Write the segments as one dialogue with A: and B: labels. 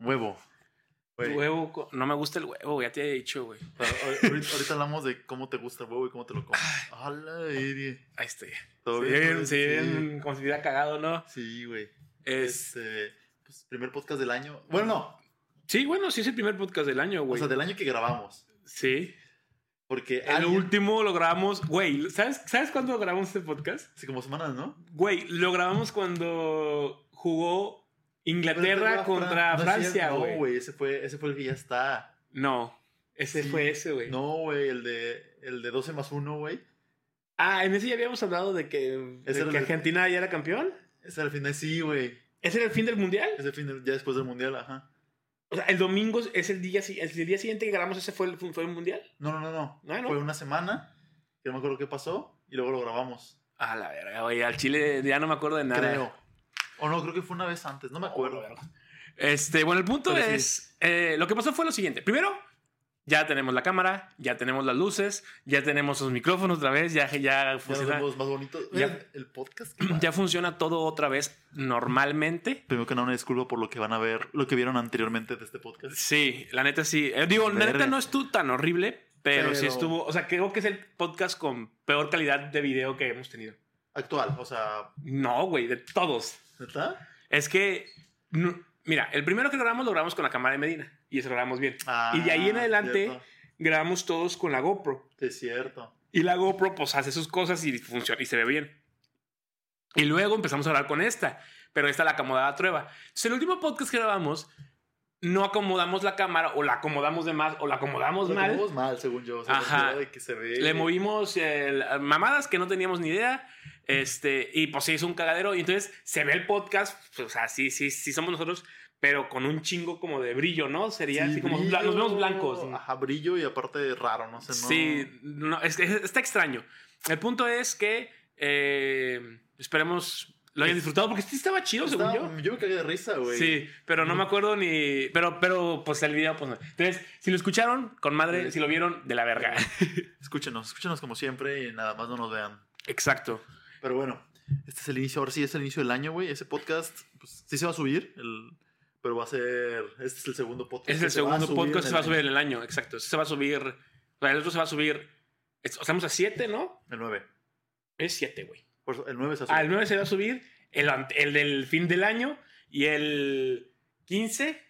A: Huevo. güey.
B: Huevo, co- no me gusta el huevo, güey, ya te he dicho, güey.
A: O sea, ahor- Ahorita, ahorita hablamos de cómo te gusta el huevo y cómo te lo comes. ¡Hala, Eri!
B: Ahí estoy.
A: ¿Todo
B: Se
A: bien?
B: ven-
A: güey?
B: se
A: Sí,
B: ven como si hubiera cagado, ¿no?
A: Sí, güey.
B: Es,
A: Este, pues, primer podcast del año. Bueno, no.
B: sí, bueno, sí es el primer podcast del año,
A: O
B: güey.
A: sea, del año que grabamos.
B: sí.
A: Porque
B: El
A: alguien-
B: último lo grabamos, güey, ¿sabes, ¿sabes cuándo grabamos este podcast?
A: Hace como semanas, ¿no?
B: Güey, lo grabamos cuando jugó Inglaterra
A: Fran-
B: contra
A: este no es
B: Francia,
A: cierto,
B: güey.
A: No, güey, ese fue, ese fue el que ya está.
B: No, ese
A: Sí.
B: fue ese, güey.
A: No, güey, el de, el de 12 más 1, güey.
B: Ah, en ese ya habíamos hablado de que, de
A: Ese era
B: que
A: el-
B: Argentina ya era campeón.
A: Ese al final, sí, güey.
B: ¿Ese era el fin del mundial?
A: Ese fin, del- ya después del mundial, ajá.
B: O sea, el domingo es el día, si- el día siguiente que grabamos ese fue el, fue el mundial.
A: No, no, no, no.
B: Ah, ¿no?
A: Fue una semana, que no me acuerdo qué pasó, y luego lo grabamos.
B: A la verga, güey, al Chile ya no me acuerdo de nada.
A: Creo. O no, creo que fue una vez antes, no me acuerdo.
B: Este, bueno, el punto
A: Pero sí.
B: es, eh, lo que pasó fue lo siguiente. Primero, ya tenemos la cámara, ya tenemos las luces, ya tenemos los micrófonos otra vez, ya, ya,
A: Pues Ya nos
B: funciona,
A: vemos más bonitos.
B: Ya-
A: Mira, el podcast. que va.
B: ya funciona todo otra vez normalmente.
A: Primero que nada, una disculpa por lo que van a ver, lo que vieron anteriormente de este podcast.
B: Sí, la neta sí. Eh, digo, la neta
A: Verga.
B: no estuvo tan horrible, pero, sí
A: Pero-
B: estuvo, o sea, creo que es el podcast con peor calidad de video que hemos tenido.
A: Actual, o sea,
B: No, güey, de todos.
A: ¿neta?
B: Es que, no- mira, el primero que grabamos lo grabamos con la cámara de Medina y eso lo grabamos bien.
A: Ah,
B: Y de ahí en adelante-
A: cierto.
B: Grabamos todos con la GoPro.
A: Es cierto.
B: Y la GoPro pues hace sus cosas y funciona y se ve bien. Y luego empezamos a hablar con esta, pero esta la acomodaba a Trueba. Entonces el último podcast que grabamos no acomodamos la cámara o la acomodamos de más o la acomodamos
A: Lo
B: mal.
A: acomodamos mal, según yo. O sea,
B: Ajá.
A: la idea de que se ve.
B: Le movimos eh, la- mamadas que no teníamos ni idea. Este, y pues se hizo un cagadero. Y entonces se ve el podcast. pues, o sea, sí, sí, sí somos nosotros, pero con un chingo como de brillo, ¿no? Sería
A: Sí,
B: así como bla-
A: brillo, Ah,
B: nos vemos blancos.
A: Ajá, brillo y aparte raro, no sé. No,
B: Sí, no, es, es- está extraño. El punto es que eh, esperemos lo hayan disfrutado porque sí estaba chido,
A: Estaba-
B: según yo.
A: yo. me cagué de risa, güey.
B: Sí, pero no me acuerdo ni. Pero, pero, pues el video, pues no. Entonces, si lo escucharon, con madre,
A: Sí.
B: si lo vieron, de la verga.
A: Escúchenos, escúchenos como siempre y nada más no nos vean.
B: Exacto.
A: Pero bueno, este es el inicio, ahora sí es el inicio del año, güey. Ese podcast, pues sí se va a subir, el- pero va a ser. Este es el segundo podcast.
B: Es
A: que
B: el
A: se va a
B: segundo
A: subir en
B: podcast,
A: el
B: se va a
A: año.
B: subir en el año, exacto. Se va a subir. O sea, el otro se va a subir. es- Estamos a 7, ¿no?
A: El 9.
B: Es 7, güey.
A: Por eso, el 9 se va a subir.
B: Al 9 se va a subir el, ant- el del fin del año y el 15,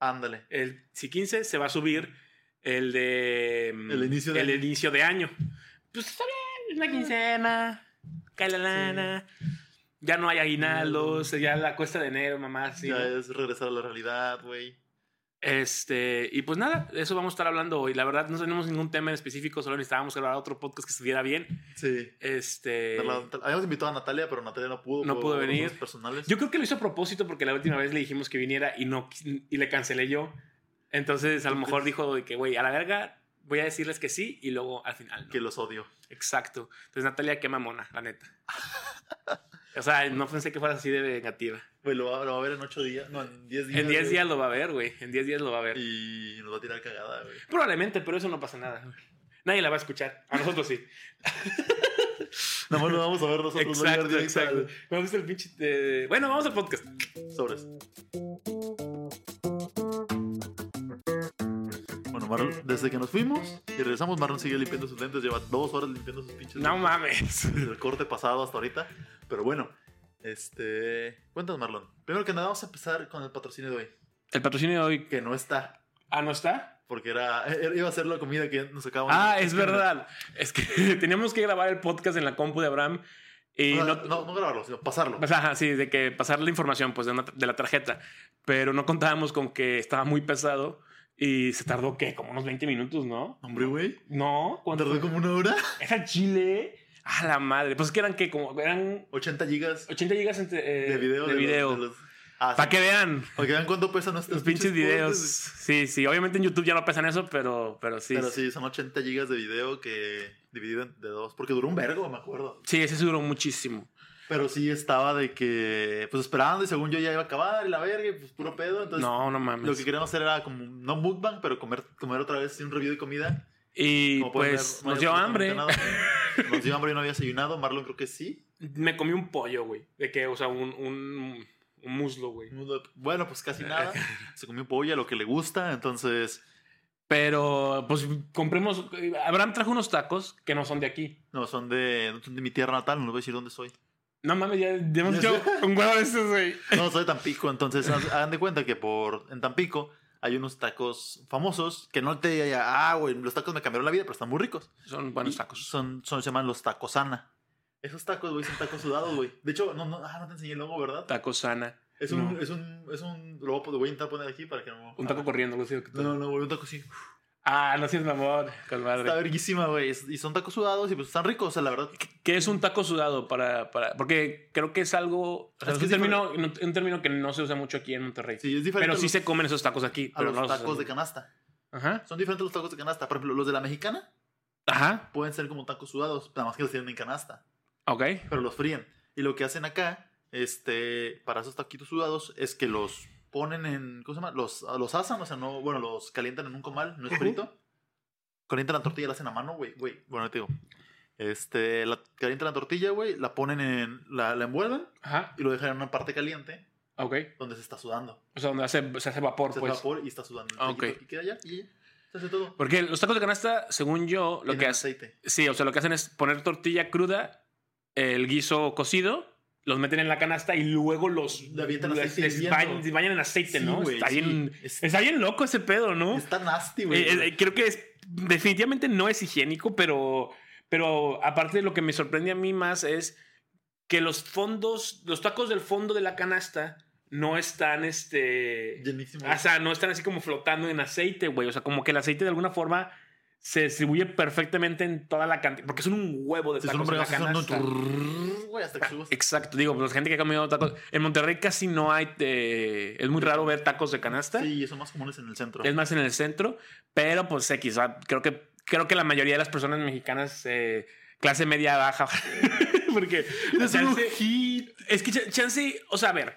A: Ándale.
B: el si 15 se va a subir el de mm,
A: El inicio de
B: el
A: año.
B: inicio de año. Pues está bien, una quincena, cae la lana. Ya no hay aguinaldos, ya la cuesta de enero, mamá, sí.
A: ya
B: ¿no?
A: es regresar a la realidad, güey.
B: Este, y pues nada, de eso vamos a estar hablando hoy. La verdad, no tenemos ningún tema en específico, solo necesitábamos grabar otro podcast que estuviera bien.
A: Sí.
B: Este,
A: Habíamos invitado a Natalia, pero Natalia no pudo.
B: No
A: por
B: pudo venir.
A: razones Personales.
B: yo creo que lo hizo a propósito porque la última vez le dijimos que viniera y no quis- y le cancelé yo. Entonces, a lo mejor dijo de que, güey, a la verga, voy a decirles que sí y luego al final. no.
A: Que los odio.
B: Exacto. Entonces, Natalia, qué mamona, la neta. o sea, no pensé que fuera así de vengativa.
A: Güey, lo va, lo va a ver en 8 días. No, en 10 días.
B: En 10
A: güey.
B: días lo va a ver, güey. En 10 días lo va a ver.
A: Y nos va a tirar cagada, güey.
B: Probablemente, pero eso no pasa nada. Nadie la va a escuchar. A nosotros sí.
A: Nada más lo vamos a ver nosotros. no llegar
B: exacto,
A: directo
B: exacto. Vamos al pinche. eh, Bueno, vamos al podcast.
A: al- Sobres. Bueno, Marlon, desde que nos fuimos y regresamos, Marlon sigue limpiando sus lentes. Lleva dos horas limpiando sus pinches
B: No
A: lentes.
B: mames.
A: Desde el corte pasado hasta ahorita. Pero bueno, este. Cuéntanos, Marlon. Primero que nada, vamos a empezar con el patrocinio de hoy.
B: El patrocinio de hoy.
A: Que no está.
B: Ah, ¿no está?
A: Porque era, era- iba a ser la comida que nos acabamos.
B: Ah, es verdad. Es que teníamos que grabar el podcast en la compu de Abraham. Y
A: no,
B: no.
A: no, no grabarlo, sino pasarlo.
B: Pues, ajá, sí, de que pasar la información pues, de, una- de la tarjeta. Pero no contábamos con que estaba muy pesado y se tardó, ¿qué? Como unos 20 minutos, ¿no?
A: Hombre, güey.
B: No, ¿cuánto?
A: Tardó como una hora.
B: ¿Era Chile? A la madre. Pues es que eran que como eran
A: 80 gigas
B: 80 gigas entre, eh,
A: de video.
B: de
A: los-
B: video.
A: de los- Ah,
B: Para
A: sí.
B: que vean
A: Para que vean cuánto pesan nuestros
B: los pinches videos. Sí, sí. Obviamente en YouTube ya no pesan eso, pero, pero sí.
A: Pero
B: sí.
A: sí, son 80 gigas de video que dividido en- de dos. Porque duró un vergo, me acuerdo.
B: ese sí duró muchísimo.
A: Pero sí estaba de que, pues esperando y según yo ya iba a acabar y la verga y pues puro pedo. Entonces,
B: no, no mames.
A: lo que queríamos hacer era como, no mukbang, pero comer, comer otra vez un review de comida.
B: y
A: Como pueden
B: pues
A: ver, no
B: nos
A: había
B: dio hambre.
A: absolutamente nada. Nos dio hambre y no había desayunado. Marlon creo que sí.
B: Me comí un pollo, güey. De que, o sea, un, un, Un muslo, güey.
A: Bueno, pues
B: Eh,
A: casi nada. Se comió polla, lo que le gusta, entonces.
B: Pero, pues compremos. Abraham trajo unos tacos que no son de aquí.
A: No, son de, son de mi tierra natal, no les voy a decir dónde soy.
B: No mames, ya, ya hemos hecho un huevo de esos, güey.
A: No, soy de Tampico, entonces haz- hagan de cuenta que por en Tampico hay unos tacos famosos que no te diga, ah, güey, los tacos me cambiaron la vida, pero están muy ricos.
B: Son buenos
A: Y
B: tacos.
A: Son, son, se llaman los tacos sana. Esos tacos, güey, son tacos sudados, güey. De hecho, no, no, ah, no te enseñé el logo, ¿verdad?
B: Tacos sana.
A: Es un,
B: No.
A: es un, es un, lo voy a- lo voy a intentar poner aquí para que no.
B: Un taco corriendo, lo sé.
A: Ah. No, no, no, güey, un taco sí.
B: Ah, no seas mamón.
A: Está
B: Con madre.
A: verguísima, güey. es- Y son tacos sudados y pues están ricos, o sea, la verdad.
B: ¿Qué es un taco sudado? Para, para, porque creo que es algo. o sea,
A: Es
B: es
A: que
B: un,
A: es
B: término, un término que no se usa mucho aquí en Monterrey.
A: Sí, es diferente
B: pero
A: a
B: sí
A: los-
B: se comen esos tacos aquí.
A: a
B: pero
A: los
B: no
A: tacos
B: usan.
A: de canasta.
B: Ajá.
A: Son diferentes los tacos de canasta. Por ejemplo, los de la mexicana
B: Ajá.
A: pueden ser como tacos sudados, nada más que los tienen en canasta.
B: Ok.
A: pero los fríen. Y lo que hacen acá, este, para esos taquitos sudados, es que los ponen en, ¿cómo se llama? Los, los asan, o sea, no, bueno, los calientan en un comal, no es
B: Ujú.
A: frito. Calientan la tortilla, la hacen a mano, güey, güey. Bueno, te digo. Este, la, calientan la tortilla, güey, la ponen en, la, la envuelven
B: Ajá.
A: y lo dejan en una parte caliente
B: Ok.
A: donde se está sudando.
B: O sea, donde hace, se hace vapor,
A: Se
B: pues.
A: vapor y está sudando.
B: Ah, ok.
A: Y queda allá y se hace todo.
B: Porque los tacos de canasta, según yo, lo
A: Tienen
B: que hacen.
A: aceite.
B: Sí, o sea, lo que hacen es poner tortilla cruda, el guiso cocido, los meten en la canasta y luego los,
A: Le avientan
B: los-
A: aceite
B: les
A: hirviendo.
B: bañ- les bañan en aceite,
A: Sí,
B: ¿no?
A: güey,
B: está,
A: sí.
B: bien,
A: Es-
B: está bien loco ese pedo, ¿no?
A: Está nasty, güey.
B: Eh, eh, creo que es, definitivamente no es higiénico, pero, pero aparte lo que me sorprende a mí más es que los fondos, los tacos del fondo de la canasta no están, este,
A: Llenísimo.
B: o sea, no están así como flotando en aceite, güey. O sea, como que el aceite de alguna forma se distribuye perfectamente en toda la cantidad. Porque son un huevo de
A: Si
B: tacos
A: son un
B: en la
A: fregazo, son un
B: canasta.
A: churrrrr, güey, hasta que subas.
B: Exacto, digo, pues la gente que ha comido tacos. En Monterrey casi no hay. eh, es muy raro ver tacos de canasta.
A: Sí, son más comunes en el centro.
B: Es más en el centro. Pero pues X, va, creo que, creo que la mayoría de las personas mexicanas, eh, clase media baja. porque. chance- es que ch- chance, o sea, a ver,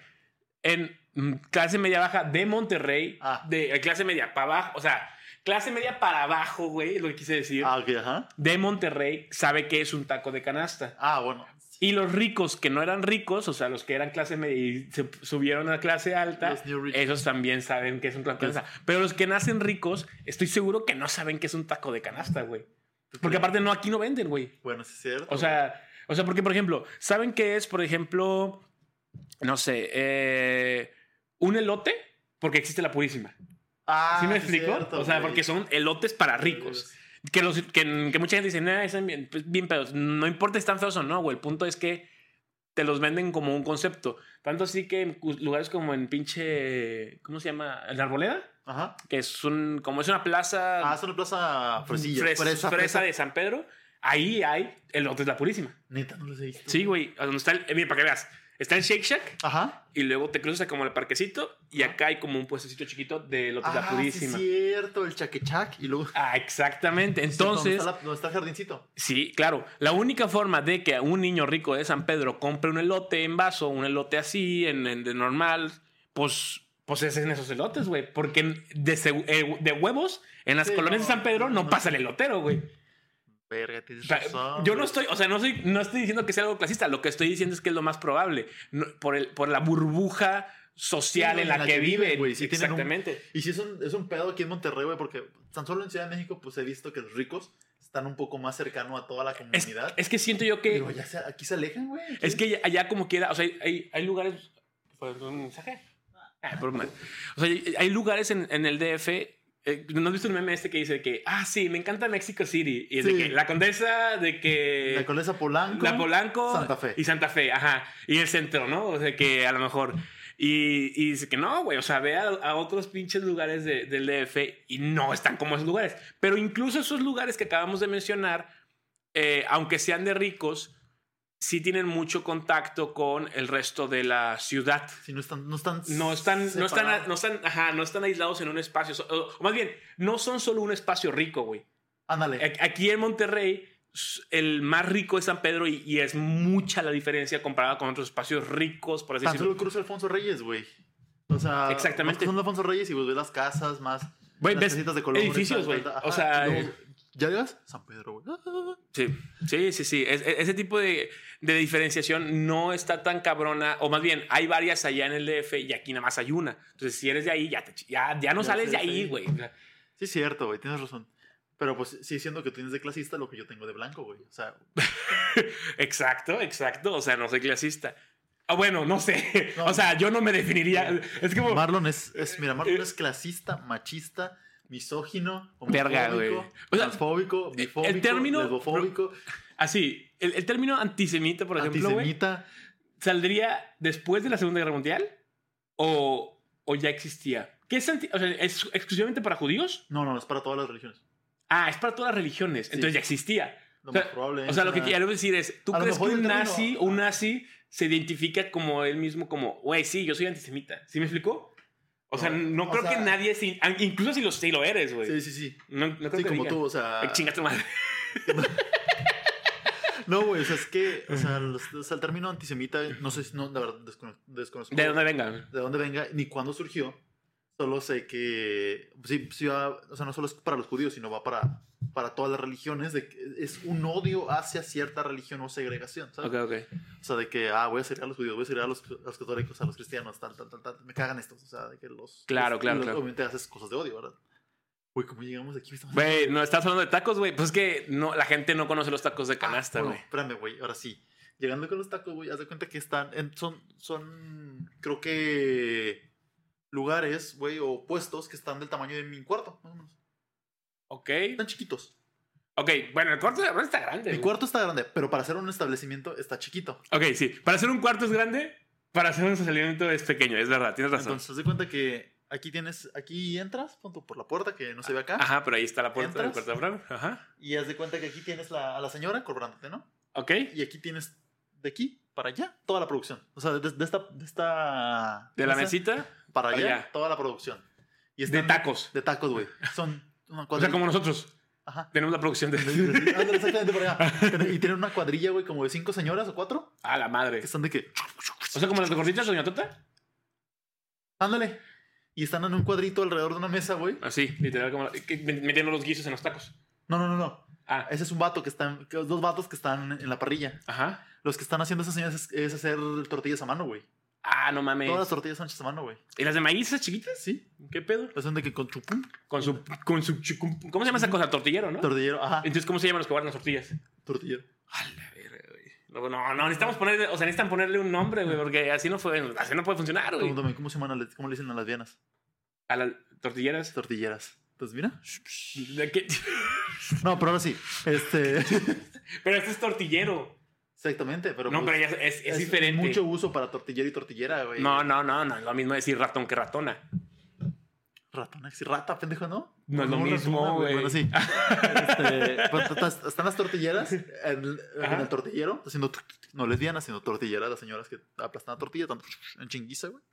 B: en mm, clase media baja de Monterrey,
A: Ah.
B: de eh, clase media para abajo, o sea, clase media para abajo, güey, es lo que quise decir.
A: Ah, ok, ajá.
B: De Monterrey sabe que es un taco de canasta.
A: Ah, bueno.
B: Y los ricos que no eran ricos, o sea, los que eran clase media y se subieron a clase alta,
A: Los New Rich.
B: esos también saben que es un taco de
A: Pues-
B: canasta. Pero los que nacen ricos, estoy seguro que no saben que es un taco de canasta, güey. Porque aparte no, aquí no venden, güey.
A: Bueno, sí es cierto.
B: O sea, o sea, porque, por ejemplo, ¿saben qué es, por ejemplo, no sé, eh, un elote? Porque existe la purísima.
A: ah,
B: ¿Sí me
A: es
B: explico?
A: cierto,
B: o sea,
A: güey.
B: porque son elotes para ricos. Que, los, que, que mucha gente dice, nah, están bien, pues, bien pedos. No importa si están feos o no, güey. El punto es que te los venden como un concepto. Tanto así que en cu- lugares como en pinche. ¿Cómo se llama? ¿En la Arboleda?
A: Ajá.
B: Que es un. como es una plaza.
A: Ah, pues es una plaza fresilla.
B: fres-
A: fresa,
B: fresa de San Pedro. Ahí hay elotes la purísima.
A: Neta, no los he visto.
B: Sí, güey. a Donde está el. eh, mira, para que veas. Está el Shake Shack
A: Ajá.
B: y luego te cruzas como el parquecito y acá hay como un puestecito chiquito de Lotes
A: Ah,
B: pues la
A: sí es
B: Purísima.
A: cierto. El chaquechac. Y luego...
B: Ah, exactamente. Entonces,
A: ¿Dónde está, la- dónde está el jardincito?
B: sí, claro. La única forma de que un niño rico de San Pedro compre un elote en vaso, un elote así, en, en- de normal, pues. Pues es en esos elotes, güey. Porque de, segu- eh, de huevos, en las
A: Sí,
B: colonias
A: no,
B: de San Pedro no,
A: no.
B: pasa el elotero, güey.
A: Verga, tienes
B: O sea,
A: razón.
B: yo no
A: güey.
B: estoy, o sea, no, soy, no estoy diciendo que sea algo clasista, lo que estoy diciendo es que es lo más probable, no- por, el, por la burbuja social
A: Sí,
B: en la, que, viven.
A: güey, sí tienen un-
B: Exactamente.
A: Y sí es un, es un pedo aquí en Monterrey, güey, porque tan solo en Ciudad de México pues he visto que los ricos están un poco más cercanos a toda la
B: Es,
A: comunidad.
B: es que siento yo que...
A: Pero ya se- aquí se alejan, güey. aquí-
B: Es que allá como quiera, o sea, hay- hay, hay lugares... ¿Fue un mensaje? Ah, broma. O sea, hay- hay lugares en, en el DF... eh, ¿No has visto el meme este que dice que, ah, sí, me encanta Mexico City? Y es
A: Sí.
B: de que la condesa, de que...
A: La Condesa Polanco.
B: eh, La Polanco
A: Santa Fe.
B: y Santa Fe, ajá. Y el centro, ¿no? O sea, que a lo mejor. Y, y dice que no, güey. O sea, ve a, a otros pinches lugares de- del DF y no están como esos lugares. Pero incluso esos lugares que acabamos de mencionar, eh, aunque sean de ricos, sí tienen mucho contacto con el resto de la ciudad.
A: Si no están, no están,
B: No están, no están,
A: separados.
B: no están, ajá, no están aislados en un espacio. So- O, o más bien, no son solo un espacio rico, güey.
A: Ándale.
B: Ac- Aquí en Monterrey, s- el más rico es San Pedro y, y es mucha la diferencia comparada con otros espacios ricos, por así
A: Tan
B: decirlo.
A: solo cruza Alfonso Reyes, güey. O sea,
B: Exactamente.
A: Son Alfonso Reyes y pues, ves las casas más.
B: Güey,
A: las
B: ves
A: casitas de colores.
B: edificios,
A: tal, tal,
B: güey.
A: tal.
B: O
A: Ajá,
B: sea, eh,
A: y luego, ¿Ya llegas? San Pedro, güey. Ah,
B: Sí, sí, sí, sí. Es- e- ese tipo de, de diferenciación no está tan cabrona, o más bien, hay varias allá en el DF y aquí nada más hay una. Entonces, si eres de ahí, ya, te ch- ya, ya no
A: Ya sales
B: sales de
A: de
B: ahí,
A: ahí.
B: güey. O sea,
A: Sí, es cierto, güey, tienes razón. Pero pues sí, siendo que tienes de clasista lo que yo tengo de blanco, güey. O sea,
B: Exacto, exacto. O sea, no soy clasista. Ah, bueno, no sé.
A: No.
B: O sea, yo no me definiría. Es como.
A: Marlon es, es- eh, mira, Marlon es clasista, machista, misógino,
B: Verga, güey.
A: homofóbico,
B: O sea,
A: transfóbico, bifóbico,
B: el término-
A: lesbofóbico,
B: Así, el, el término antisemita, por ejemplo, güey,
A: antisemita.
B: ¿saldría después de la Segunda Guerra Mundial? ¿O, o ya existía? ¿Qué es, anti- o sea, ¿Es exclusivamente para judíos?
A: No, no, es para todas las religiones.
B: Ah, es para todas las religiones. Entonces ya existía.
A: Lo
B: O sea,
A: más probable
B: O sea, lo que
A: es,
B: quiero decir es, ¿tú
A: A lo
B: crees que
A: mejor
B: un
A: el término-
B: nazi, un nazi se identifica como él mismo, como, güey, sí, yo soy antisemita? ¿Sí me explicó? O sea,
A: No,
B: no
A: o
B: creo
A: sea-
B: que nadie, se- incluso si lo, si lo eres, güey.
A: Sí, sí, sí.
B: No, no creo
A: Sí,
B: que
A: como
B: diga,
A: tú, o sea.
B: "Eh, chinga tu madre".
A: No, güey, o sea, es que, o sea, los- o sea, el término antisemita, no sé, si- no, la verdad, descono- desconozco.
B: De dónde venga.
A: de dónde venga ni cuándo surgió. Solo sé que, sí, sí va- o sea, no solo es para los judíos, sino va para, para todas las religiones. De que es un odio hacia cierta religión o segregación, ¿sabes?
B: Ok, ok.
A: O sea, de que, ah, voy a seguir a los judíos, voy a seguir a los, a los católicos, a los cristianos, tal, tal, tal, tal. Me cagan estos. O sea, de que los.
B: Claro,
A: los-
B: claro,
A: los-
B: claro.
A: Obviamente haces cosas de odio, ¿verdad? Güey, ¿cómo llegamos aquí? Estamos-
B: Güey, no estás hablando de tacos, güey. Pues es que no, la gente no conoce los tacos de canasta,
A: Ah, bueno,
B: güey.
A: espérame, güey, ahora sí. Llegando con los tacos, güey, haz de cuenta que están. en- son, son, creo que. Lugares, güey, o puestos que están del tamaño de mi cuarto, más o menos.
B: ok.
A: Están chiquitos.
B: Ok, bueno, el cuarto de verdad está grande.
A: Mi
B: güey.
A: cuarto está grande, pero para hacer un establecimiento está chiquito.
B: Ok, sí. Para hacer un cuarto es grande, para hacer un establecimiento es pequeño. Es verdad, tienes razón.
A: Entonces, haz de cuenta que aquí tienes. Aquí entras, punto, por la puerta que no se ve acá.
B: Ajá, pero ahí está la puerta del
A: ¿Entras?
B: cuarto de Abraham. Ajá.
A: Y haz de cuenta que aquí tienes la- a la señora cobrándote, ¿no?
B: Ok.
A: Y aquí tienes de aquí para allá toda la producción. O sea, de, de esta, de esta.
B: De la
A: mesa
B: mesita,
A: Para allá,
B: allá.
A: toda la producción. Y
B: de
A: están-
B: tacos.
A: De tacos, güey. Son una
B: O
A: cuadrilla.
B: sea, como nosotros.
A: Ajá.
B: Tenemos la producción de...
A: Ándale, exactamente por allá. Y tienen una cuadrilla, güey, como de cinco señoras o cuatro.
B: A la madre.
A: Que están de que.
B: O sea, como las mejorcitas, doña Tota.
A: Ándale. Y están en un cuadrito alrededor de una mesa, güey.
B: Así, literal, como... que Metiendo los guisos en los tacos.
A: No, no, no, no.
B: Ah,
A: Ese es un vato que están. que- Dos vatos que están en la parrilla.
B: ajá.
A: Los que están haciendo esas señoras es, es hacer tortillas a mano, güey.
B: Ah, no mames.
A: Todas las tortillas son hechas a mano, güey.
B: ¿Y las de maíz, esas chiquitas?
A: Sí.
B: ¿Qué pedo?
A: Hacen de que con chupum.
B: Con su, con su, chu- cum- ¿cómo se llama esa cosa? Tortillero, ¿no?
A: Tortillero. Ajá.
B: Entonces, ¿cómo se llaman los que guardan las tortillas?
A: Tortillero.
B: No, no, no, necesitamos ponerle, o sea, necesitan ponerle un nombre, güey, porque así no fue, así no puede funcionar, güey.
A: Pregúntame, ¿cómo se llaman a las- cómo le dicen a las vianas?
B: A las tortilleras.
A: Tortilleras. Entonces, mira.
B: ¿De qué?
A: No, pero ahora sí. Este.
B: Pero este es tortillero.
A: Exactamente, pero.
B: No,
A: pues-
B: pero ya es, es,
A: Es
B: diferente.
A: Mucho uso para tortillero y tortillera, güey.
B: No, no, no, no, es lo mismo decir ratón que ratona.
A: Ratona, sí, rata, pendejo, ¿no?
B: No es lo
A: ratona,
B: mismo, güey.
A: Bueno, sí. Este, pues, estás- están las tortilleras en, en
B: Ajá.
A: el tortillero, haciendo. tuc, tuc, No lesbianas, sino tortilleras, las señoras que aplastan la tortilla, tanto en chinguiza, güey.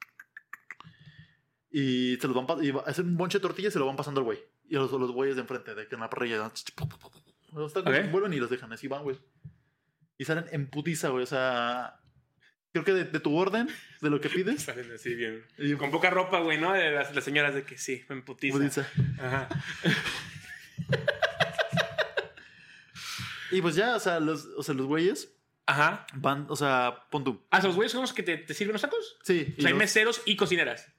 A: Y se los van pa- y va- hacen un bonche de tortilla y se lo van pasando al güey. Y a los, a los güeyes de enfrente, de que en la parrilla. dan ch- ch- pu- pu- pu- pu- pu- Los tacos
B: Ok.
A: vuelven y los dejan, así van, güey. Y salen en putiza, güey. O sea, creo que de, de tu orden, de lo que pides.
B: Salen así bien.
A: y-
B: Con poca ropa, güey, ¿no? De las, las señoras de que sí, me emputiza.
A: putiza.
B: Ajá.
A: Y pues ya, o sea, los, o sea, los güeyes
B: Ajá.
A: van, o sea, pon tú.
B: Ah, o sea, los güeyes son los que te, te sirven los tacos.
A: Sí.
B: O
A: y
B: sea, hay
A: los-
B: meseros y cocineras.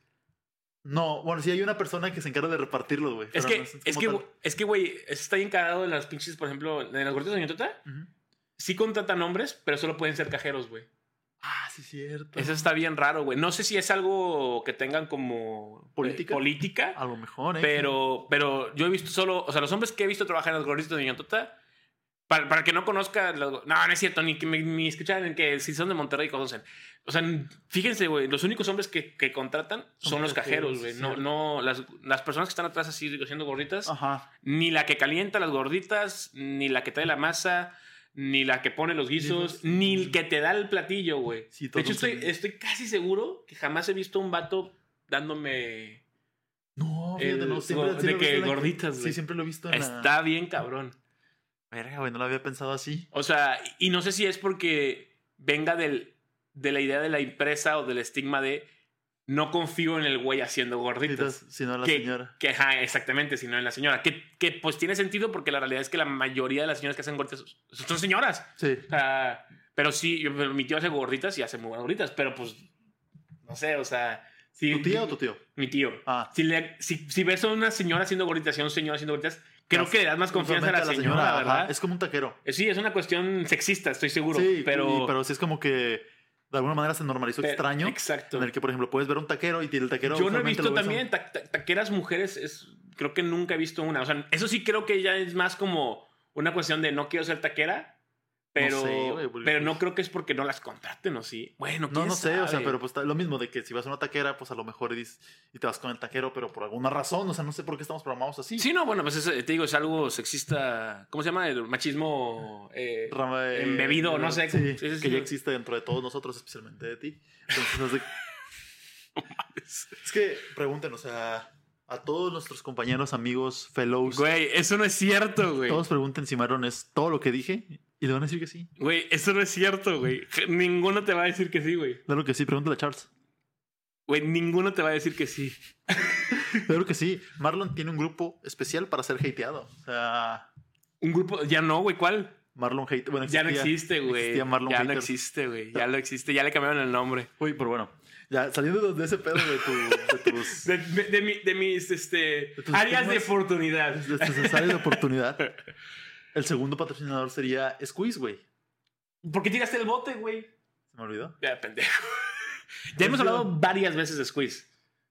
A: No, bueno, sí hay una persona que se encarga de repartirlos, güey.
B: Es
A: pero
B: que,
A: no
B: es
A: como
B: que,
A: tal.
B: güey, es que, güey, eso está bien cagado en las pinches, por ejemplo, en las gorditas de Doña Tota,
A: Ujú.
B: sí contratan hombres, pero solo pueden ser cajeros, güey.
A: Ah, sí, cierto.
B: Eso está bien raro, güey. No sé si es algo que tengan como eh,
A: ¿Política?
B: política,
A: A lo mejor, ¿eh?
B: pero, pero yo he visto solo, o sea, los hombres que he visto trabajar en las gorditas de Doña Tota, para, para el que no conozca, las go- no, no es cierto, ni que me, ni escucharan en que si son de Monterrey conocen. O sea, fíjense, güey, los únicos hombres que, que contratan son,
A: Son
B: los
A: cajeros,
B: cajeros, güey.
A: es
B: No,
A: cierto.
B: no, las, las personas que están atrás así haciendo gorditas,
A: Ajá.
B: ni la que calienta las gorditas, ni la que trae la masa, ni la que pone los guisos,
A: Guisos.
B: ni el que te da el platillo, güey.
A: Sí,
B: de
A: todo
B: hecho,
A: un
B: estoy,
A: señor.
B: estoy casi seguro que jamás he visto un vato dándome...
A: No,
B: El-
A: fíjate, no. Siempre,
B: go-
A: siempre lo he
B: de que
A: visto en la-
B: gorditas, güey.
A: Sí, siempre lo he visto en la-
B: Está bien, cabrón.
A: Verga, güey, no lo había pensado así.
B: O sea, y no sé si es porque venga del, de la idea de la empresa o del estigma de no confío en el güey haciendo gorditas.
A: sino la
B: ¿Qué?
A: señora.
B: Que, ajá, exactamente, sino en la señora. Que, que pues tiene sentido porque la realidad es que la mayoría de las señoras que hacen gorditas son señoras.
A: Sí.
B: O sea, pero sí, yo- pero mi tío hace gorditas y hace muy buenas gorditas, pero pues, no sé, o sea... Sí,
A: ¿Tu tía o tu tío?
B: Mi tío.
A: Ah.
B: Si, le- si, si ves a una señora haciendo gorditas y a un señor haciendo gorditas, creo
A: Las-
B: que le das más confianza a la,
A: usualmente
B: señora,
A: ajá,
B: ¿verdad?
A: Es como un taquero.
B: Eh, Sí, es una cuestión sexista, estoy seguro.
A: sí,
B: pero,
A: y- pero sí es como que de alguna manera se normalizó
B: pe-
A: extraño.
B: Exacto.
A: En el que, por ejemplo, puedes ver un taquero y el taquero.
B: Yo no he
A: usualmente
B: visto
A: lo ves a un-
B: también ta- ta- taqueras mujeres, es, creo que nunca he visto una. O sea, eso sí creo que ya es más como una cuestión de no quiero ser taquera, pero,
A: sé, güey, porque
B: pero no
A: pues-
B: creo que es porque no las contraten o sí. Bueno,
A: No,
B: quién
A: no sé, o sea,
B: sabe.
A: pero pues ta- lo mismo de que si vas a una taquera, pues a lo mejor y, dices- y te vas con el taquero, pero por alguna razón, o sea, no sé por qué estamos programados así.
B: Sí, no, bueno, pues es- te digo, es algo sexista. ¿Cómo se llama? El machismo. eh,
A: Rama de-
B: Embebido, no sé.
A: Sí,
B: Sí, sí, sí.
A: que ya existe dentro de todos nosotros, especialmente de ti. Entonces, es, de- es que pregunten, o sea, a todos nuestros compañeros, amigos, fellows,
B: Güey, eso no es cierto, güey.
A: todos pregunten si Marón es todo lo que dije y le van a decir que sí.
B: Güey, eso no es cierto, güey. Ninguno te va a decir que sí, güey.
A: Claro que sí, pregúntale a Charles.
B: Güey, ninguno te va a decir que sí.
A: Claro que sí, Marlon tiene un grupo especial para ser hateado. O sea,
B: Un grupo, ya no, güey, ¿cuál?
A: Marlon hate. Bueno,
B: ya no
A: existía.
B: existe, güey. Ya
A: existía Marlon
B: no
A: Hater.
B: existe, güey. Ya lo existe, ya le cambiaron el nombre.
A: Uy, pero bueno, ya saliendo de ese pedo de, tu- de tus.
B: De, de, de mi- de mis este,
A: tus
B: áreas de
A: temas.
B: oportunidad.
A: de tus áreas de oportunidad. El segundo patrocinador sería Squeeze, güey.
B: ¿Por qué tiraste el bote, güey?
A: ¿Se me olvidó?
B: Ya, pendejo. Ya hemos
A: Pues yo-
B: hablado varias veces de squeeze,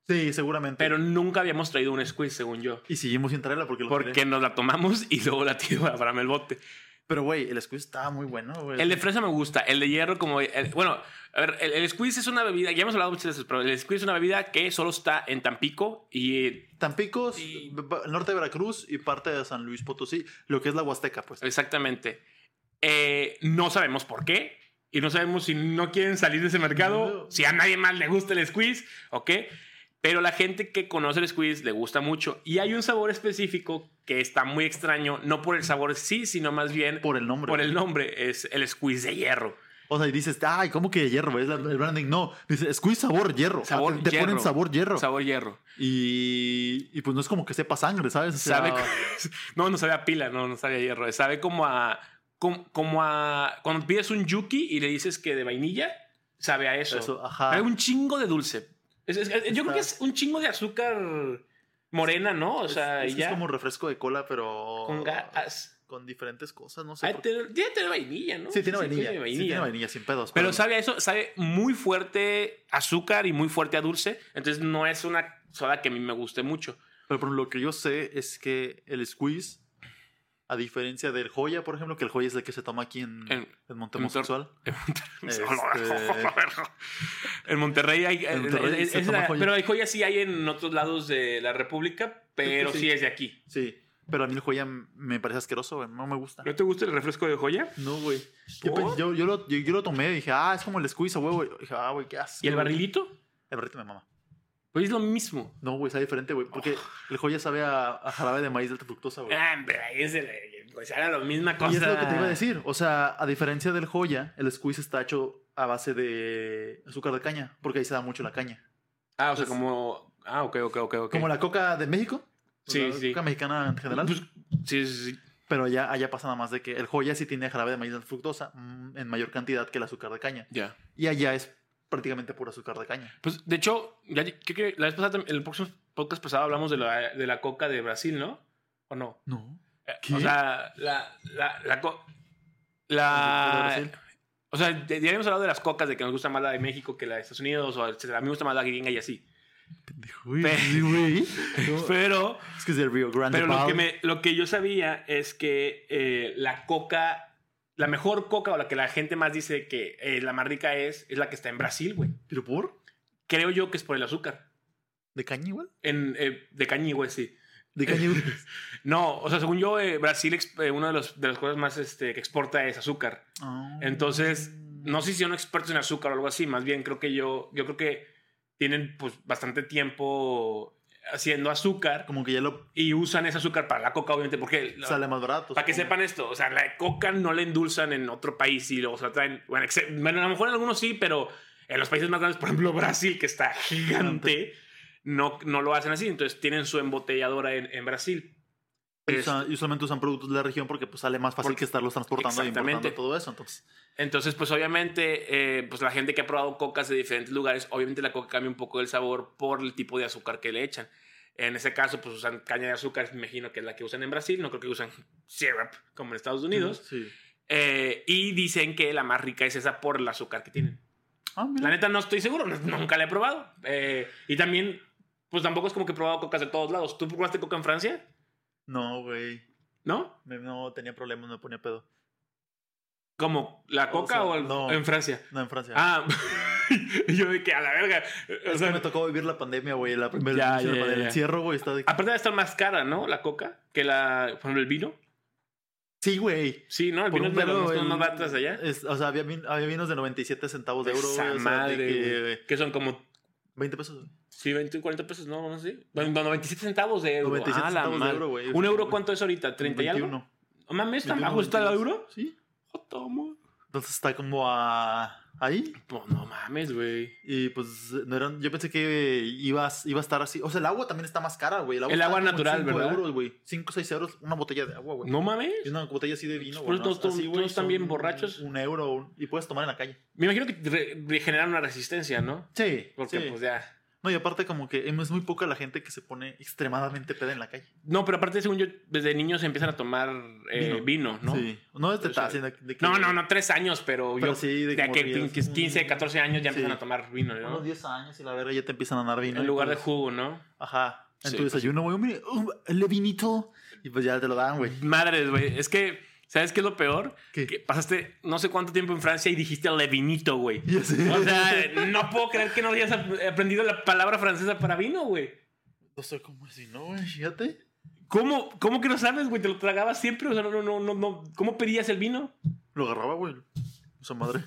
A: Sí, seguramente.
B: pero nunca habíamos traído un squeeze, según yo.
A: Y seguimos sin traerla porque lo tiré.
B: Porque nos la tomamos y luego la tiró a Abraham el bote.
A: Pero, güey, el squeeze estaba muy bueno, güey.
B: El de fresa me gusta, el de hierro como... el- bueno, a ver, el, el squeeze es una bebida, ya hemos hablado muchas veces, pero el squeeze es una bebida que solo está en Tampico y... eh,
A: Tampicos,
B: Sí.
A: b- b- norte de Veracruz y parte de San Luis Potosí, lo que es la Huasteca, pues.
B: Exactamente. Eh, no sabemos por qué y no sabemos si no quieren salir de ese mercado,
A: No.
B: si a nadie más le gusta el squeeze o qué, pero la gente que conoce el squeeze le gusta mucho y hay un sabor específico que está muy extraño, no por el sabor sí, sino más bien por,
A: Por el nombre.
B: el nombre, es el squeeze de hierro.
A: O sea, y dices, ay, ¿cómo que hierro? Es la- el branding. No, dice squeeze sabor hierro.
B: Sabor
A: Ah, te, te
B: hierro.
A: ponen sabor hierro.
B: Sabor hierro.
A: Y, y pues no es como que sepa sangre, ¿sabes? O sea,
B: Sabe, no, no sabe a pila, no, no sabe a hierro. Sabe como a, como, como a, cuando pides un yuki y le dices que de vainilla, sabe a eso.
A: eso, ajá.
B: Hay un chingo de dulce. Es- es- es- yo creo que es un chingo de azúcar morena, ¿no? O
A: Es-
B: sea,
A: es,
B: y
A: que
B: ya
A: es como refresco de cola, pero.
B: con ah. gas.
A: Con diferentes cosas, no sé.
B: Ah,
A: por qué.
B: tiene- Tiene tiene vainilla, ¿no?
A: Sí, tiene vainilla.
B: tiene
A: Sí, tiene vainilla, sin pedos.
B: Pero sabe a eso, sabe muy fuerte a azúcar y muy fuerte a dulce. Entonces no es una soda que a mí me guste mucho.
A: Pero por lo que yo sé es que el squeeze, a diferencia del joya, por ejemplo, que el joya es el que se toma aquí en, en,
B: En-
A: Montemosexual. Este-
B: en Monterrey hay...
A: En Monterrey
B: es-
A: se
B: es
A: toma
B: la-
A: joya.
B: pero hay joyas sí hay en otros lados de la República, pero
A: Sí.
B: sí es de aquí.
A: Sí, pero a mí el joya m- me parece asqueroso, güey, No me gusta.
B: ¿No te gusta el refresco de joya?
A: No, güey. Yo,
B: ¿Por?
A: pe- yo, yo lo, yo, yo lo tomé y dije, ah, es como el squeeze, a huevo. Y Dije, ah, güey, qué asco.
B: ¿Y el
A: güey.
B: barrilito?
A: El barrilito me mama.
B: Pues es lo mismo.
A: No, güey, sabe diferente, güey. Porque el joya sabe a, a jarabe de maíz de alta fructosa, güey.
B: Oh. Ah, pero ahí es de la- pues era la misma cosa.
A: Y es lo que te iba a decir. O sea, a diferencia del joya, el squeeze está hecho a base de azúcar de caña, porque ahí se da mucho la caña.
B: Ah, o sea, como. Ah, ok, ok, ok, ok.
A: Como la coca de México.
B: Sí,
A: la
B: sí.
A: coca mexicana en general.
B: Pues, sí, sí, sí.
A: pero allá, allá pasa nada más de que el joya sí tiene jarabe de maíz de fructosa mm, en mayor cantidad que el azúcar de caña.
B: Ya.
A: Y allá es prácticamente puro azúcar de caña.
B: Pues de hecho, ya, creo que la vez pasada, tam- el próximo podcast pasado hablamos de la, de la coca de Brasil, ¿no? ¿O no?
A: No.
B: Eh,
A: ¿Qué?
B: O sea, la. La. La. co-
A: Ah, ¿De
B: la
A: Brasil?
B: o sea, de- ya habíamos hablado de las cocas, de que nos gusta más la de México que la de Estados Unidos, o etcétera. A mí me gusta más la gringa y así.
A: Uy,
B: Pe-
A: sí, güey. No,
B: Pero.
A: es que es de Rio Grande.
B: Pero lo
A: Valley.
B: que, me- lo que yo sabía es que eh, la coca, la mejor coca o la que la gente más dice que eh, la más rica es, es la que está en Brasil, güey.
A: ¿Pero por?
B: Creo yo que es por el azúcar.
A: ¿De caña igual?
B: En, eh, de cañí, güey, sí.
A: ¿De caña igual?
B: No, o sea, según yo, eh, Brasil, exp- eh, una de, los- de las cosas más este, que exporta es azúcar.
A: Ah.
B: Entonces, No sé si son expertos en azúcar o algo así, más bien creo que yo, yo creo que tienen pues bastante tiempo haciendo azúcar
A: Como que ya lo
B: y usan ese azúcar para la coca, obviamente, porque... la-
A: sale más barato.
B: Para que
A: supongo.
B: sepan esto, o sea, la coca no la endulzan en otro país y luego se la traen. Bueno, exce- bueno, a lo mejor en algunos sí, pero En los países más grandes, por ejemplo Brasil, que está gigante, no, no lo hacen así. Entonces tienen su embotelladora en, en Brasil.
A: Y
B: Es-
A: usan- y usualmente usan productos de la región porque pues sale más fácil
B: Porque-
A: que estarlos transportando y importando
B: Exactamente.
A: todo eso. Entonces,
B: Entonces, pues obviamente, eh, pues la gente que ha probado cocas de diferentes lugares, obviamente la coca cambia un poco el sabor por el tipo de azúcar que le echan. En ese caso, pues usan caña de azúcar, me imagino que es la que usan en Brasil, no creo que usan syrup como en Estados Unidos.
A: Sí.
B: Eh, y dicen que la más rica es esa por el azúcar que tienen.
A: Ah, mira.
B: La neta no estoy seguro, no- nunca la he probado. Eh, y también, pues tampoco es como que he probado cocas de todos lados. ¿Tú probaste coca en Francia?
A: No, güey.
B: ¿No?
A: Me- No tenía problemas, me ponía pedo.
B: ¿Cómo? ¿La
A: O
B: coca
A: sea,
B: o, el-
A: no.
B: en Francia?
A: No, en Francia.
B: Ah, yo de que a la verga. O
A: Es
B: sea,
A: que me tocó vivir la pandemia, güey. La primera
B: Ya,
A: inicio de
B: ya,
A: la-
B: ya,
A: del
B: ya. Ah,
A: encierro, güey. Está de...
B: Aparte de estar más cara, ¿no? La coca que la, por ejemplo, el vino.
A: Sí, güey.
B: Sí, ¿no? El vino es de
A: pedo,
B: los más-
A: el-
B: más baratas allá.
A: es- o sea, había, vin- había vinos de 97 centavos de euro,
B: Esa
A: güey. O sea, de
B: madre,
A: que-
B: güey. Que son como,
A: 20 pesos. güey.
B: sí, 20, 40 pesos, ¿no? No sé. No, 97 centavos de euro.
A: 97
B: ah, la
A: centavos de
B: madre.
A: euro, güey.
B: ¿Un
A: Sí,
B: euro
A: güey.
B: cuánto es ahorita? ¿30 y algo?
A: 21.
B: No mames, ¿tan
A: 21,
B: bajo está el
A: 22.
B: euro? Oh,
A: Sí.
B: Joto, amor.
A: Entonces está como a... ahí.
B: No, no mames, güey.
A: Y pues no eran, yo pensé que iba, a- iba a estar así. O sea, el agua también está más cara, güey. El agua,
B: El
A: está
B: agua
A: como en
B: natural,
A: cinco
B: ¿verdad?
A: euros, güey. 5 6 euros una botella de agua, güey.
B: No mames.
A: Y una botella así de vino,
B: Pues
A: güey.
B: todos- todos-
A: Así, güey,
B: todos están
A: son
B: bien borrachos.
A: Un euro un- y puedes tomar en la calle.
B: Me imagino que re- re- generan una resistencia, ¿no?
A: Sí,
B: Porque
A: sí.
B: pues ya.
A: No, y aparte como que es muy poca la gente que se pone extremadamente peda en la calle.
B: No, pero aparte, según yo, desde niños empiezan a tomar eh, vino. ¿no?
A: Sí. No es de
B: O sea,
A: tal, sino de que-
B: No, no, no, tres años, pero,
A: Pero
B: yo
A: sí, de,
B: de
A: como
B: aquel
A: olvidas
B: pin-
A: un-
B: 15, 14 años ya
A: Sí.
B: empiezan a tomar vino, ¿no?
A: Unos 10 años y la verga ya te empiezan a dar vino.
B: En
A: y
B: lugar de
A: pues,
B: jugo, ¿no?
A: Ajá. En
B: Sí,
A: tu
B: pues,
A: desayuno, güey, mire, un el vinito. Y pues ya te lo dan, güey.
B: Madres, güey. Es que, ¿sabes qué es lo peor?
A: ¿Qué?
B: Que pasaste no sé cuánto tiempo en Francia y dijiste levinito, güey.
A: Ya sé.
B: O sea, eh. no puedo creer que no hayas ap- aprendido la palabra francesa para vino, güey.
A: No sé cómo es vino, güey, fíjate.
B: ¿Cómo, ¿Cómo que no sabes, güey? ¿Te lo tragabas siempre? O sea, no, no, no, no, no. ¿Cómo pedías el vino?
A: Lo agarraba, güey. Esa madre.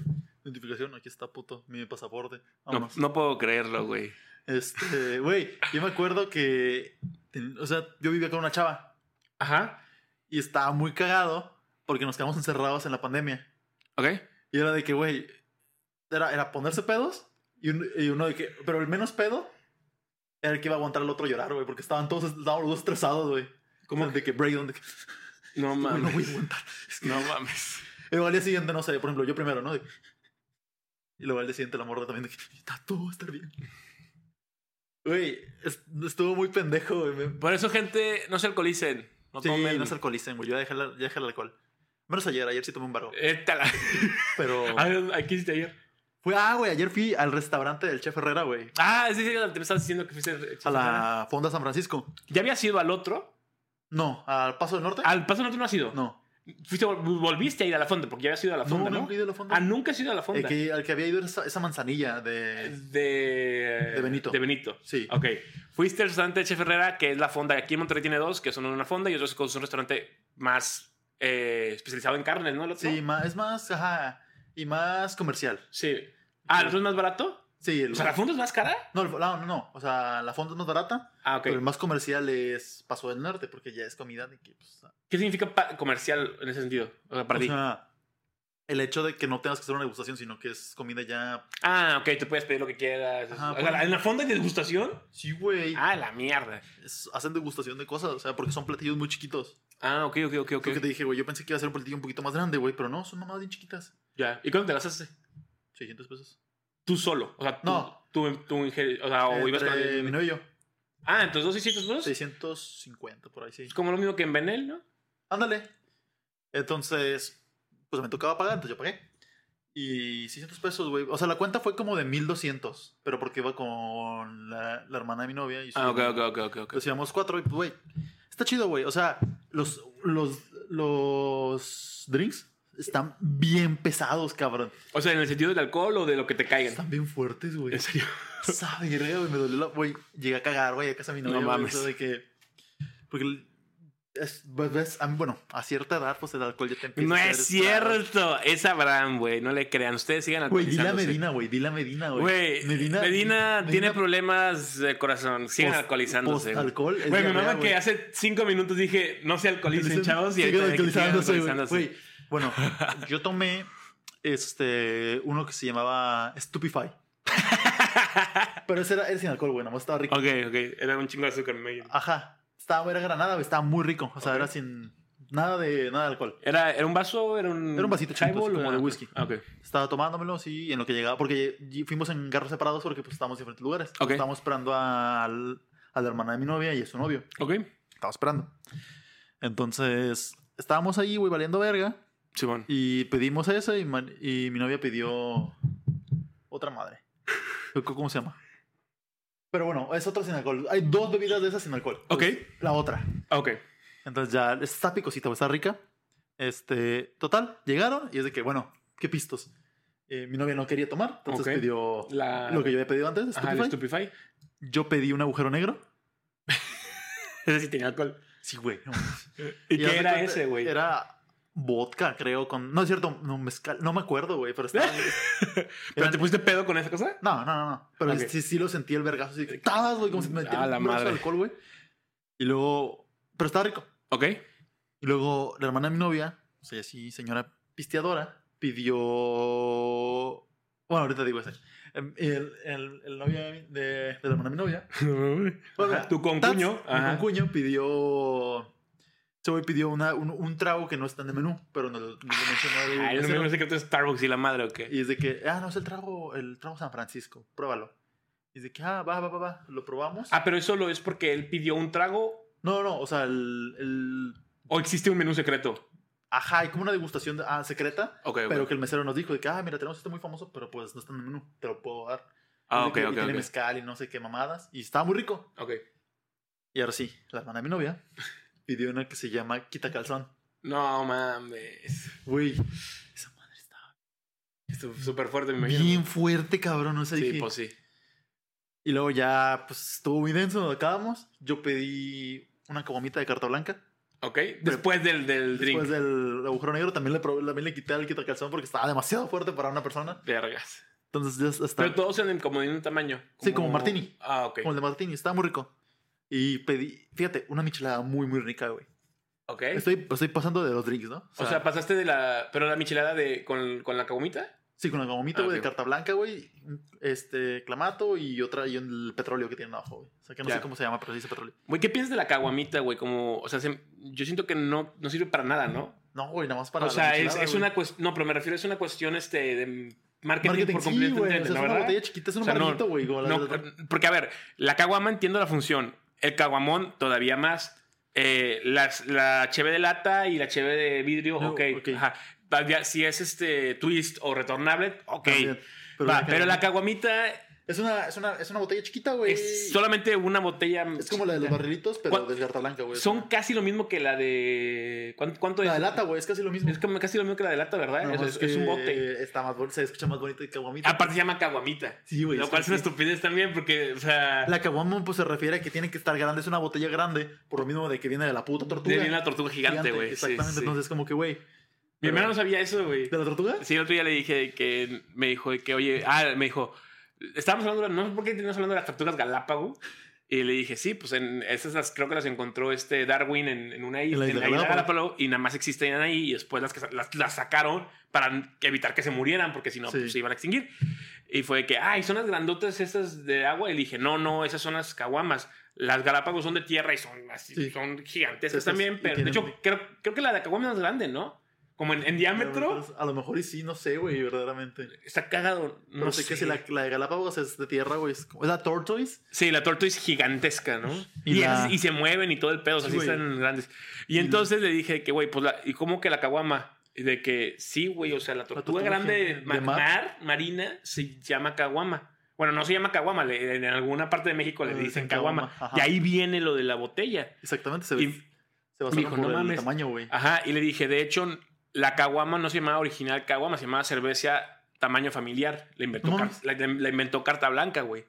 A: Identificación, aquí está, puto. Mi pasaporte.
B: No,
A: Vámonos.
B: no puedo creerlo, güey.
A: Este, güey, yo me acuerdo que. ten- O sea, yo vivía con una chava
B: Ajá.
A: y estaba muy cagado porque nos quedamos encerrados en la pandemia.
B: ¿Ok?
A: Y era de que, güey, era, era ponerse pedos y, un- y uno de que. Pero el menos pedo era el que iba a aguantar al otro llorar, güey, porque estaban todos, estaban los dos estresados, güey. Como de que breakdown, de que.
B: No
A: "Güey, no
B: mames.
A: voy a aguantar.
B: No mames.
A: Y luego al día siguiente, no sé, por ejemplo, yo primero, ¿no? De- Y luego al día siguiente la morra también de que está todo va a estar bien. Güey, es- estuvo muy pendejo, güey. me-
B: Por eso, gente, no se alcoholicen. No
A: sí,
B: tomen.
A: no se alcoholicen, güey. Yo ya dejé, la- ya dejé el alcohol. Menos ayer, ayer sí tomé un barro.
B: Étala.
A: Pero.
B: A ver, ¿a qué hiciste ayer?
A: Fui, ah, güey, ayer fui al restaurante del chef Herrera, güey.
B: Ah, sí, sí, te me estabas diciendo que fuiste.
A: A la Fonda San Francisco.
B: ¿Ya habías ido al otro?
A: No, al Paso del Norte.
B: Al paso norte no has ido.
A: No.
B: Fuiste, vol- volviste a ir a la fonda, porque ya habías ido a la fonda,
A: no,
B: ¿no?
A: nunca he ido Eh, a la Fonda.
B: Ah, nunca has ido a la
A: El
B: fonda.
A: que, al que había ido era esa, esa manzanilla de.
B: De...
A: De Benito.
B: De Benito.
A: Sí.
B: Ok. Fuiste al restaurante de Chef Herrera, que es la fonda. Aquí en Monterrey tiene dos, que son una fonda y otro es un restaurante más eh, especializado en carnes, ¿no? El otro?
A: Sí, ma- es más. Ajá. Y más comercial.
B: Sí. Ah, ¿el otro es más barato?
A: Sí, el-
B: O sea, ¿la fonda es más cara?
A: No, el- no, no, no. O sea, la fonda es más barata,
B: Ah, ok.
A: pero el más comercial es Paso del Norte, porque ya es comida de que, pues,
B: ¿Qué significa pa- comercial en ese sentido? O sea, para
A: o
B: ti.
A: sea, el hecho de que no tengas que hacer una degustación, sino que es comida ya.
B: Ah, ok, tú puedes pedir lo que quieras.
A: Ajá,
B: O sea,
A: pues-
B: ¿En la fonda hay degustación?
A: Sí, güey.
B: Ah, la mierda.
A: Es- Hacen degustación de cosas, o sea, porque son platillos muy chiquitos.
B: Ah, ok, ok, ok, ok.
A: Creo que te dije, güey, yo pensé que iba a ser un platillo un poquito más grande, güey, pero no, son mamadas bien chiquitas.
B: Ya. ¿Y cuándo te gastaste?
A: 600 pesos.
B: Tú solo. O sea, tú,
A: No.
B: tú, tú inge- o sea, o Ah, ibas con
A: Entre mi
B: alguien.
A: novio y yo,
B: Ah, entonces dos seiscientos pesos.
A: 650 por ahí, sí.
B: Es como lo mismo que en Benel, ¿no?
A: Ándale. Entonces, pues me tocaba pagar, entonces yo pagué. Y 600 pesos, güey. O sea, la cuenta fue como de 1200, pero porque iba con la, la hermana de mi novia. Y su-
B: Ah, ok, ok, ok, ok. ok.
A: Entonces íbamos cuatro y, pues, güey, está chido, güey. O sea, los, los, los drinks están bien pesados, cabrón.
B: O sea, en el sentido del alcohol o de lo que te caigan.
A: Están bien fuertes, güey.
B: En serio.
A: Sabe, verga, güey, me dolió la... Güey, llegué a cagar, güey, a casa de mi
B: No
A: novia. güey,
B: mames.
A: eso de que... Porque... es- ves- ves, a mí, bueno, a cierta edad, pues el alcohol ya te empieza
B: No
A: a hacer
B: es cierto. Es Abraham, güey. No le crean. Ustedes sigan
A: Güey, dile a
B: alcoholizándose.
A: Medina, güey, dile a Medina, güey.
B: Güey, Medina, tiene problemas de corazón. Sigan
A: post-
B: alcoholizándose. güey.
A: alcohol
B: Güey, me mama que hace cinco minutos dije no se alcoholicen, chavos. Y
A: siguen
B: ahorita de que sigan
A: alcoholizándose, güey.
B: alcoholizándose.
A: Güey, Bueno, yo tomé este uno que se llamaba Stupefy. Pero ese era, era sin alcohol, güey, nada más estaba rico.
B: Ok, ok. Era un chingo de azúcar. me imagino.
A: Ajá. Estaba, era granada, güey, estaba muy rico. O sea,
B: Ok.
A: era sin nada de, nada de alcool.
B: ¿Era, ¿Era un vaso? ¿Era un,
A: Era un vasito chiquito, así
B: highball o
A: como
B: era-
A: de whisky.
B: Ah, ok.
A: Estaba tomándomelo, sí, y en lo que llegaba. Porque ll- fuimos en carros separados porque pues estábamos en diferentes lugares.
B: Ok.
A: Estábamos esperando al- a la hermana de mi novia y a su novio.
B: Ok.
A: Estaba esperando. Entonces, estábamos ahí, güey, valiendo verga.
B: Simón.
A: Y pedimos ese y, man- y mi novia pidió otra madre. ¿Cómo- ¿Cómo se llama? Pero bueno, es otra sin alcohol. Hay dos bebidas de esas sin alcohol.
B: Ok.
A: Entonces, la otra.
B: Ok.
A: Entonces ya está picosita, güey, está rica. Este, total, llegaron y es de que, bueno, qué pistos. Eh, mi novia no quería tomar, entonces
B: Ok.
A: pidió
B: La...
A: lo que yo había pedido antes,
B: Ajá, el
A: Stupefy.
B: Stupefy.
A: Yo pedí un agujero negro.
B: Ese sí tenía alcohol.
A: Sí, güey. no.
B: ¿Y,
A: haz
B: qué
A: de
B: era
A: cuenta,
B: ese, güey?
A: Era vodka, creo, con... No, es cierto, no, mezcal, no me acuerdo, güey, pero estaba...
B: ¿Pero te pusiste pedo con esa cosa?
A: No, no, no, no. Pero
B: Ok.
A: sí, sí lo sentí el vergazo. Así que estabas, güey, como si te metieran
B: A la
A: un brazo de
B: madre.
A: alcohol, güey. Y luego, pero estaba rico.
B: Ok.
A: Y luego la hermana de mi novia, o sea, sí, señora pisteadora, pidió. Bueno, ahorita digo ese. Em, El, el, el novio de, de la hermana de mi novia. Bueno,
B: Ajá,
A: mira,
B: Tu
A: Tats,
B: concuño.
A: mi
B: Ajá.
A: concuño pidió. Ese güey pidió una, un, un trago que no está en el menú, pero no, lo- no lo mencionó el
B: Ah, el
A: mesero.
B: menú secreto de Starbucks y la madre, ¿o qué?
A: Y es de que, ah, no, es el trago, el trago San Francisco, pruébalo. Y es de que, ah, va, va, va, va, lo probamos.
B: Ah, pero eso lo es porque él pidió un trago
A: No, no, o sea, el, el-
B: o existe un menú secreto.
A: Ajá, hay como una degustación ah, secreta,
B: Ok, ok.
A: pero que el mesero nos dijo de que, ah, mira, tenemos este muy famoso, pero pues no está en el menú, te lo puedo dar.
B: ah,
A: Y
B: ok,
A: de que- y
B: ok,
A: tiene
B: ok.
A: mezcal y no sé qué mamadas. Y estaba muy rico.
B: Ok.
A: Y ahora sí, la hermana de mi novia pidió una que se llama Quita Calzón.
B: No mames.
A: Güey, esa madre estaba
B: Esto es súper fuerte, me imagino.
A: bien fuerte, cabrón. No sé,
B: Sí,
A: dije,
B: pues sí.
A: Y luego ya, pues estuvo muy denso, nos acabamos. Yo pedí una caguamita de carta blanca.
B: Ok. Después del, del drink.
A: Después del agujero negro también le, probé- también le quité el quita calzón porque estaba demasiado fuerte para una persona.
B: Vergas.
A: Entonces ya está.
B: Pero todos en como de un tamaño.
A: Sí, como martini.
B: Ah, ok.
A: Como el de Martini, estaba muy rico. Y pedí, fíjate, una michelada muy, muy rica, güey.
B: Ok.
A: Estoy, pues, estoy pasando de los drinks, ¿no?
B: O sea, pasaste de la. Pero la michelada de. con, con la cagomita.
A: sí, con la gomita,
B: Ah,
A: güey,
B: ok.
A: de carta blanca, güey. Este, clamato y otra, y el petróleo que tienen abajo, güey. O sea, que no
B: Ya.
A: sé cómo se llama, pero se dice petróleo.
B: Güey, ¿qué piensas de la caguamita, güey? Como. O sea, se- yo siento que no, no sirve para nada, ¿no?
A: No, güey, nada más para
B: o
A: la
B: sea, es,
A: michelada,
B: es
A: güey.
B: una cuestión. No, pero me refiero, es una cuestión este, de marketing,
A: Marketing,
B: por
A: sí,
B: completo.
A: güey. O sea, es
B: entiendes, la
A: una
B: verdad.
A: botella chiquita, es un
B: O sea, no-
A: barrito, güey. como la-
B: No, porque a ver, la caguama entiendo la función. El caguamón todavía más. Eh, las, la cheve de lata y la cheve de vidrio,
A: No,
B: ok.
A: ok.
B: Ajá. Todavía, si es este twist o retornable, ok.
A: también.
B: Va, Pero, la, caguamita
A: Es una, es, una, es una botella chiquita, güey.
B: es solamente una botella.
A: Es como la de los barrilitos, pero
B: ¿Cuál?
A: de carta blanca, güey.
B: Son casi lo mismo que la de. ¿Cuánto, cuánto
A: La
B: es?
A: de lata, güey, es casi lo mismo.
B: Es como casi lo mismo que la de lata, ¿verdad?
A: Nada
B: Es,
A: más
B: es- es un
A: que
B: bote.
A: Está más bon- se escucha más bonito que caguamita.
B: Aparte se llama caguamita.
A: sí, güey.
B: lo
A: sí,
B: cual es
A: sí.
B: una estupidez también, porque, o sea.
A: La caguama pues, se refiere a que tiene que estar grande, es una botella grande, por lo mismo de que viene de la puta tortuga.
B: de bien la tortuga gigante, güey. Sí,
A: Exactamente,
B: sí.
A: entonces como que, güey. pero-
B: Mi hermano no sabía eso, güey.
A: ¿De la tortuga?
B: Sí, el otro día le dije de que me dijo de que, oye, ah, me dijo, estábamos hablando, no sé por qué teníamos hablando de las tortugas Galápago. Y le dije, sí, pues en, esas las, creo que las encontró este Darwin en, en una
A: En la
B: isla, en
A: isla
B: la isla
A: Galápago.
B: Galápago, y nada más existían ahí y después las, que- las, las sacaron para evitar que se murieran porque si no
A: Sí.
B: pues, se iban a extinguir. Y fue de que, ay, son las grandotas estas de agua. Y le dije, no, no, esas son las caguamas. Las Galápagos son de tierra y son así,
A: Sí.
B: son gigantescas
A: Sí, sí,
B: también.
A: y
B: Pero de
A: tienen-
B: hecho, creo, creo que la de caguama es más grande, ¿no? Como en, en diámetro.
A: A lo mejor y sí, no sé, güey, verdaderamente.
B: Está cagado.
A: No,
B: No
A: sé, que si la, la de Galápagos es de tierra, güey. Es, como- es la tortoise.
B: Sí, la tortuga es gigantesca, ¿no?
A: Y
B: Y,
A: la-
B: esas- y se mueven y todo el pedo, o sea,
A: Sí,
B: sí
A: güey.
B: están grandes. Y
A: Y-
B: entonces le dije que, güey, pues, la, ¿y cómo que la caguama? Y De que sí, güey, o sea, la tortuga,
A: tortuga
B: grande
A: gigante
B: ma-
A: de mar.
B: mar. marina se llama caguama. Bueno, no se llama caguama, le- en alguna parte de México le
A: Le dicen
B: dicen caguama.
A: Ah, caguama, ajá.
B: Y ahí viene lo de la botella.
A: Exactamente, se,
B: Y-
A: ve se basaron
B: dijo,
A: por
B: no
A: el
B: mames.
A: tamaño, güey.
B: ajá, y le dije, de hecho, la caguama no se llamaba original caguama, se llamaba cerveza tamaño familiar. La inventó,
A: No
B: Car-
A: mames.
B: la- la inventó Carta Blanca, güey.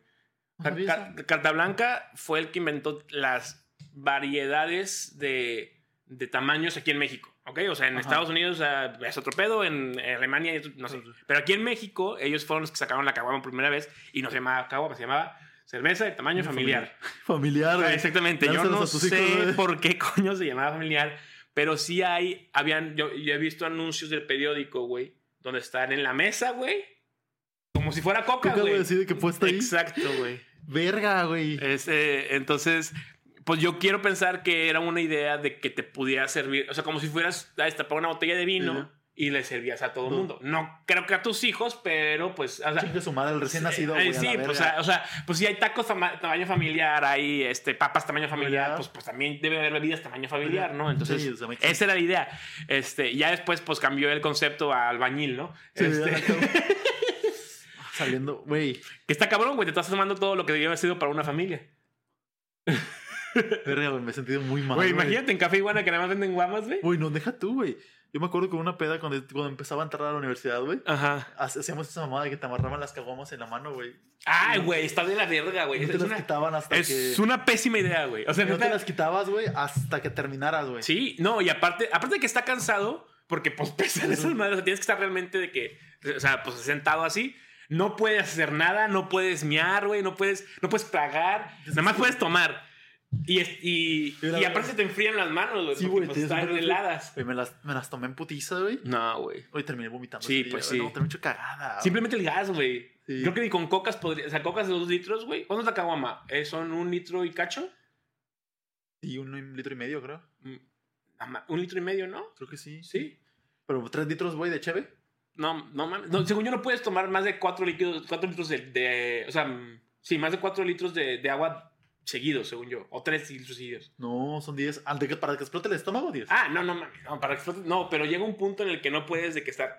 A: No
B: Car-
A: sabía
B: Car-
A: eso.
B: Carta Blanca fue el que inventó las variedades de, de tamaños aquí en México. ¿ok? O sea, en
A: Ajá.
B: Estados Unidos ah, es otro pedo, en Alemania es otro- no sé.
A: Sí.
B: Pero aquí en México ellos fueron los que sacaron la caguama por primera vez y no se llamaba caguama, se llamaba cerveza de tamaño
A: Tamaño
B: familiar.
A: Familiar,
B: Ah,
A: güey.
B: Exactamente, yo
A: Lánzalos
B: no
A: a tus hijos,
B: sé
A: güey.
B: por qué coño se llamaba familiar, pero sí hay, habían, yo, yo he visto anuncios del periódico, güey, donde están en la mesa, güey, Como si fuera coca,
A: Coca, güey,
B: güey.
A: así de que puesta ahí.
B: Exacto, güey.
A: Verga, güey.
B: Es, eh, entonces, pues yo quiero pensar que era una idea de que te pudiera servir, o sea, como si fueras a destapar una botella de vino
A: Ujú.
B: y le servías a todo el
A: Ujú.
B: mundo. No creo que a tus hijos, pero pues... o sea,
A: Chingue su madre, el recién nacido,
B: eh,
A: güey. a la
B: sí, pues,
A: verga.
B: o sea, o sea, pues si hay tacos tama- tamaño familiar, hay este, papas tamaño familiar,
A: Familiar.
B: pues, pues también debe haber bebidas tamaño familiar, ¿no? Entonces,
A: Sí, o sea, me-
B: esa era la idea. Este, ya después, pues cambió el concepto a albañil, ¿no?
A: Sí,
B: Este,
A: ya, cabrón. Saliendo, güey.
B: que está cabrón, güey, te estás tomando todo lo que debió haber sido para una familia.
A: Verga, güey, me he sentido muy mal.
B: Güey, imagínate en Café Iguana que nada más venden guamas, güey.
A: Güey, no, deja tú, güey. Yo me acuerdo que una peda cuando, cuando empezaba a entrar a la universidad, güey.
B: Ajá.
A: hace- Hacíamos esa mamada de que te amarraban las caguamas en la mano, güey.
B: Ay, güey, está de la verga, güey.
A: Y no
B: Es,
A: te las
B: una,
A: quitaban hasta
B: es
A: que.
B: una pésima idea, güey. O sea,
A: No
B: neta,
A: te las quitabas, güey, hasta que terminaras, güey.
B: Sí, no, y aparte, aparte de que está cansado, porque pues pesan esas madres, o sea, tienes que estar realmente de que, o sea, pues sentado así, no puedes hacer nada, no puedes miar, güey, no puedes, no puedes tragar, nada más puedes tomar. Y, es- y,
A: Mira,
B: y aparte se te enfrían las manos, güey,
A: Sí,
B: porque,
A: güey,
B: pues,
A: tienes
B: están
A: un-
B: heladas.
A: Güey, me las, me las tomé en putiza, güey.
B: No, güey.
A: Hoy terminé vomitando.
B: Sí,
A: ese día,
B: pues
A: güey.
B: sí.
A: No, terminé hecho cagada. güey.
B: Simplemente el gas, güey.
A: Sí.
B: Creo que ni con cocas podría, o sea, cocas de dos litros, güey. ¿Cuánto es la caguama? Eh, ¿Son un litro y cacho?
A: Y un, un litro y medio, creo.
B: Mm, ama- Un litro y medio, ¿no?
A: Creo que sí.
B: Sí.
A: Pero tres litros, güey, de cheve.
B: No, no mames. No, según yo no puedes tomar más de cuatro líquidos, cuatro litros de, de- o sea, mm, sí, más de cuatro litros de, de agua seguidos, según yo, o tres litros seguidos.
A: No, son 10. Antes que, para que explote el estómago, 10.
B: Ah, no, no mames. No, para explotar- no, pero llega un punto en el que no puedes de que estar,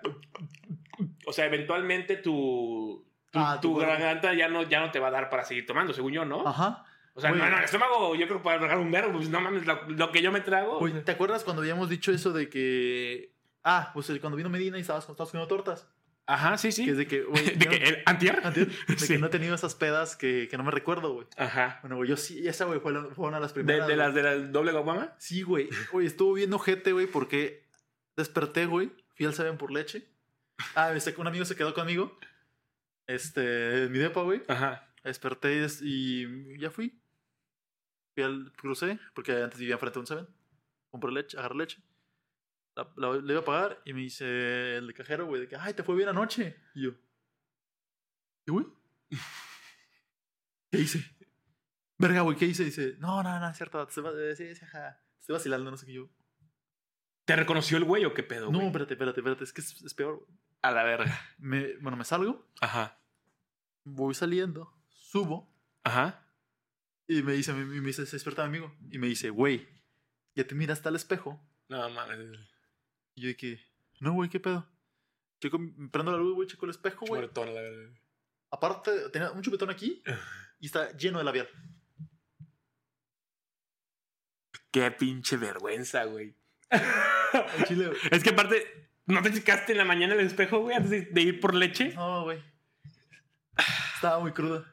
B: o sea, eventualmente tu tu,
A: Ah, tu
B: tu
A: cuerpo. Ah,
B: garganta ya no ya no te va a dar para seguir tomando, según yo, ¿no?
A: Ajá.
B: o sea,
A: güey.
B: no, no, el estómago yo creo que para tragar un verbo, pues no mames, lo, lo que yo me trago.
A: Oye, ¿te acuerdas cuando habíamos dicho eso de que. Ah, pues cuando vino Medina y estabas, estabas comiendo tortas.
B: Ajá, sí, sí.
A: Que es de que, güey.
B: de
A: yo-
B: que el antier.
A: antier, de que
B: Sí.
A: no he tenido esas pedas que, que no me recuerdo, güey.
B: Ajá.
A: Bueno, güey, yo sí, esa, güey, fue, la- fue una de las
B: De,
A: primeras.
B: de
A: güey.
B: las de la doble guamama.
A: Sí, güey. Oye, estuvo bien ojete, güey, porque desperté, güey. Fui al Seven por leche. Ah, este, un amigo se quedó conmigo. Este, en mi depa, güey.
B: Ajá.
A: Desperté y des- y ya fui. Fui al crucé, porque antes vivía enfrente de un Seven. Compré leche, agarré leche. La, la- le iba a pagar y me dice el cajero, güey, de que, ay, te fue bien anoche. Y yo, ¿qué, güey? ¿Qué hice? Verga, güey, ¿qué hice? Dice, no, no, no, es cierto, te estoy, va- eh, sí, sí, ajá, te estoy vacilando, no sé qué yo.
B: ¿Te reconoció el güey o qué pedo?
A: No,
B: güey?
A: espérate, espérate, espérate, es que es, es peor. güey.
B: A la verga.
A: Me, bueno, me salgo,
B: Ajá.
A: voy saliendo, subo,
B: Ajá.
A: Y me dice, me, me dice, se despierta mi amigo. Y me dice, güey, ya te miras al espejo.
B: No mames.
A: Y yo de que, no, güey, ¿qué pedo? Checo, prendo la luz, güey, checo el espejo, güey.
B: Muertón, la verga.
A: Aparte, tenía un chupetón aquí y está lleno de labial.
B: Qué pinche vergüenza, güey.
A: Al chile, güey.
B: es que aparte, ¿no te checaste en la mañana el espejo, güey, antes de- de ir por leche?
A: No, güey. Estaba muy cruda.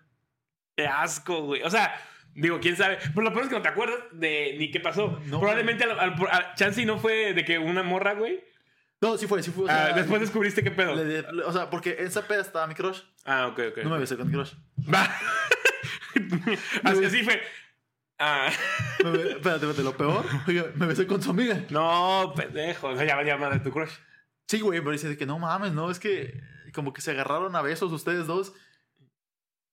B: Qué asco, güey. O sea, digo, quién sabe. Pero lo peor es que no te acuerdas de ni qué pasó.
A: No,
B: Probablemente al, al- al- chance y no fue de que una morra, güey.
A: No, sí fue, sí fue. O
B: Ah,
A: sea,
B: después descubriste qué pedo.
A: le- le- le- o sea, porque en esa peda estaba mi crush.
B: Ah, ok, ok.
A: No me besé con mi crush.
B: Va. así,
A: No.
B: así fue. Ah.
A: Me be- espérate, espérate, lo peor. oiga, me besé con su amiga.
B: No, pendejo. O sea, ya va a llamar de tu crush.
A: Sí, güey, pero dice de que no mames, no, es que como que se agarraron a besos ustedes dos.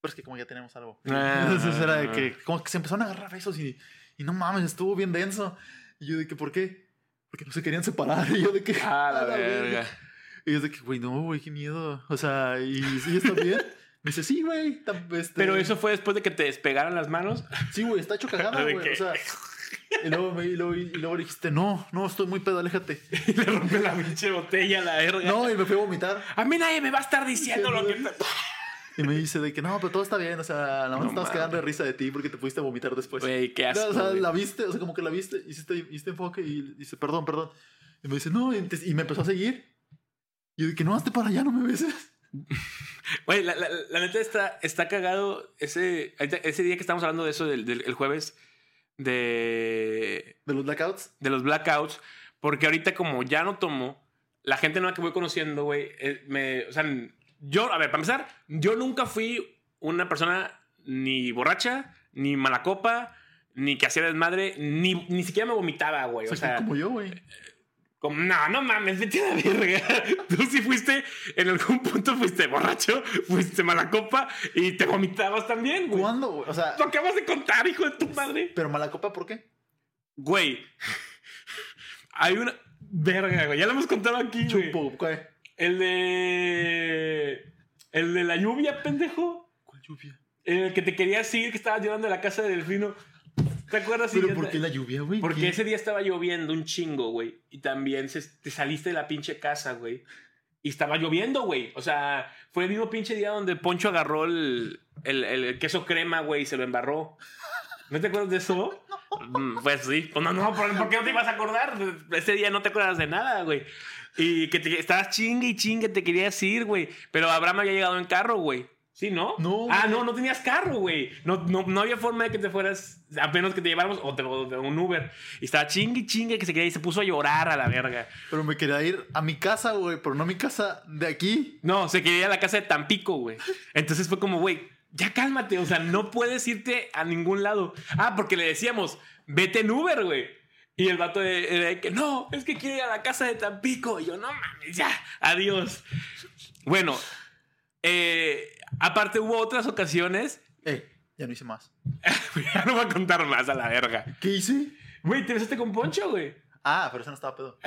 A: Pero es que como ya tenemos algo.
B: Ah.
A: Entonces era de que como que se empezaron a agarrar a besos y, y no mames, estuvo bien denso. Y yo de que, ¿por qué? Porque no se querían separar. Y yo de que,
B: Ah,
A: "A la verga". Y yo de que, güey, no, güey, qué miedo. O sea, ¿y, y está bien? Me dice, sí, güey. tam- este,
B: Pero eso fue después de que te despegaran las manos.
A: Sí, güey, está hecho cagada,
B: ¿De
A: güey.
B: qué?
A: O sea, y luego, me- y, luego, y luego le dijiste, no, no, estoy muy pedo, aléjate.
B: Y le rompe la pinche botella a la verga.
A: No, y me fui a vomitar.
B: A mí nadie me va a estar diciendo lo que.
A: Y me dice de que no, pero todo está bien. O sea, nada más
B: No
A: estabas
B: mames.
A: quedando de risa de ti porque te pudiste vomitar después.
B: Güey, qué
A: No,
B: asco.
A: o sea,
B: güey.
A: la viste, o sea, como que la viste, hiciste, hiciste enfoque y dice, perdón, perdón. Y me dice, no, y, te- y me empezó a seguir. Y yo de que no, hazte para allá, no me beses.
B: Güey, la, la- la neta está, está cagado ese, ahorita- ese día que estamos hablando de eso del, del- el jueves de,
A: De los blackouts.
B: de los blackouts. Porque ahorita, como ya no tomo, la gente nueva que voy conociendo, güey, eh, me. O sea, yo, a ver, para empezar, yo nunca fui una persona ni borracha, ni mala copa, ni que hacía desmadre, ni, ni siquiera me vomitaba, güey.
A: O
B: O sea,
A: como yo, güey.
B: Como, no, no mames, vete a la verga. Tú sí fuiste, en algún punto fuiste borracho, fuiste mala copa y te vomitabas también, güey.
A: ¿Cuándo, güey? O sea,
B: Lo acabas de contar, hijo de tu madre.
A: pero mala copa, ¿por qué?
B: Güey, hay una. Verga, güey. Ya lo hemos contado aquí, güey.
A: Chupo, ¿cuál?
B: El de. El de la lluvia, pendejo.
A: ¿Cuál lluvia?
B: En el que te querías ir, que estabas llevando a la casa de Delfino. ¿Te acuerdas?
A: ¿Pero
B: Y-
A: por qué la lluvia, güey?
B: Porque
A: ¿Qué?
B: ese día estaba lloviendo un chingo, güey. Y también se- te saliste de la pinche casa, güey. Y estaba lloviendo, güey. O sea, fue el mismo pinche día donde Poncho agarró el, el- el queso crema, güey, y se lo embarró. ¿No te acuerdas de eso? Mm, Pues sí. Pues no, no, ¿por por qué no te ibas a acordar? Ese día no te acuerdas de nada, güey. Y que te, estabas chingue y chingue, te querías ir, güey. Pero Abraham había llegado en carro, güey. ¿Sí, no?
A: No,
B: Ah,
A: güey.
B: no, no tenías carro, güey. No, no, no había forma de que te fueras, a menos que te lleváramos o te- o de un Uber. Y estaba chingue y chingue que se quería y se puso a llorar a la verga.
A: Pero me quería ir a mi casa, güey, pero no a mi casa de aquí.
B: No, se quería ir a la casa de Tampico, güey. Entonces fue como, güey, ya cálmate, o sea, no puedes irte a ningún lado. Ah, porque le decíamos, vete en Uber, güey. Y el vato de, era de que no, es que quiere ir a la casa de Tampico. Y yo, no mames, ya, adiós. Bueno, eh, aparte hubo otras ocasiones.
A: Eh, ya no hice más.
B: ya no voy a contar más a la verga.
A: ¿Qué hice?
B: Güey, te besaste con Poncho, güey.
A: Ah, pero eso no estaba pedo.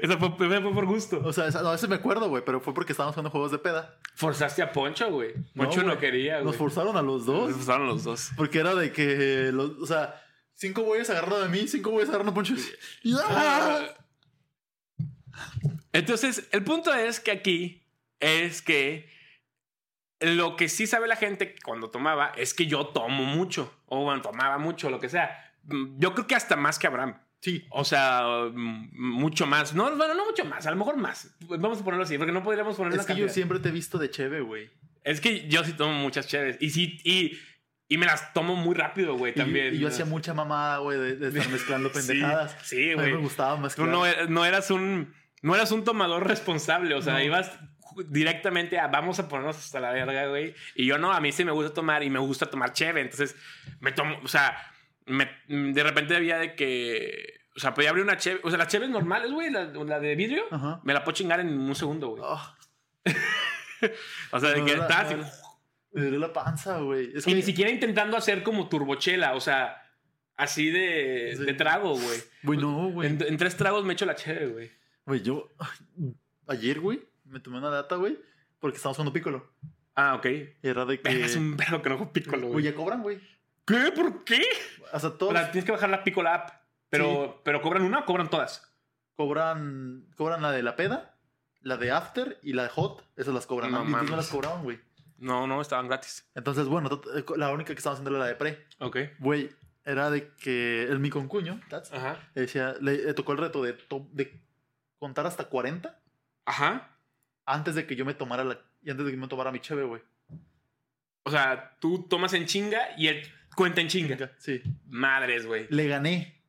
B: Eso fue, fue por gusto.
A: O sea, esa- no, a veces me acuerdo, güey, pero fue porque estábamos jugando juegos de peda.
B: Forzaste a Poncho, güey.
A: No,
B: Poncho no,
A: güey.
B: quería, Ah, güey.
A: Nos forzaron a los dos.
B: Nos forzaron los dos.
A: Porque era de que, los- o sea, cinco güeyes agarraron de mí, cinco güeyes agarraron a Poncho.
B: Ah,
A: "Ah". ¡Ya!
B: Entonces, el punto es que aquí es que lo que sí sabe la gente cuando tomaba es que yo tomo mucho, o bueno, tomaba mucho, lo que sea. Mm, Yo creo que hasta más que Abraham.
A: Sí,
B: O sea, mm, mucho más. No, bueno, no mucho más, a lo mejor más. Vamos a ponerlo así, porque no podríamos poner
A: es
B: una
A: que yo
B: cantidad.
A: siempre te he visto de cheve, güey.
B: Es que yo sí tomo muchas chéves. Y sí, y, y me las tomo muy rápido, güey,
A: Y yo-
B: también.
A: Y, yo hacía mucha mamada, güey, de, de estar mezclando
B: Sí,
A: pendejadas.
B: Sí,
A: A mí
B: güey.
A: me gustaba
B: Tú
A: mezclar.
B: no, er- no eras un no eras un tomador responsable, o sea,
A: No.
B: ibas ju- directamente a vamos a ponernos hasta la verga, güey. Y yo no, a mí sí me gusta tomar y me gusta tomar cheve, entonces me tomo, o sea, me- mm, de repente había de que, o sea, podía abrir una cheve, o sea, las cheves normales, güey, la, la de vidrio,
A: Ajá.
B: me la puedo chingar en un segundo, güey.
A: Ah,
B: O sea, de
A: no,
B: que
A: no,
B: estás
A: no. me duele la panza, güey. Es
B: y
A: que
B: ni siquiera intentando hacer como turbochela, o sea, así de,
A: Sí.
B: de trago, güey.
A: Güey, no, güey.
B: En, en tres tragos me echo la cheve, güey.
A: Güey, yo ayer, güey, me tomé una data, güey, porque estábamos jugando pícolo.
B: Ah, ok.
A: Y era de que.
B: Verga, Es un verbo que no juego pícolo,
A: Eh, Güey,
B: güey.
A: ya cobran, güey.
B: ¿Qué? ¿Por qué?
A: O sea,
B: O
A: todos
B: sea, tienes que bajar la Piccolo app. Pero, pero cobran una o cobran todas.
A: cobran. Cobran la de la peda, la de after y la de hot. Esas las cobran.
B: No
A: No, y
B: mames.
A: no las cobraban, güey.
B: No, no, estaban gratis.
A: Entonces, bueno, tot- la única que estábamos haciendo era la de pre.
B: Ok.
A: Güey, era de que el mi concuño, that's,
B: Ajá.
A: decía, le, le tocó el reto de, to- de contar hasta 40
B: Ajá.
A: antes de que yo me tomara la. Y antes de que me tomara mi cheve, güey.
B: O sea, tú tomas en chinga y él cuenta en chinga.
A: Sí.
B: Madres, güey.
A: Le gané.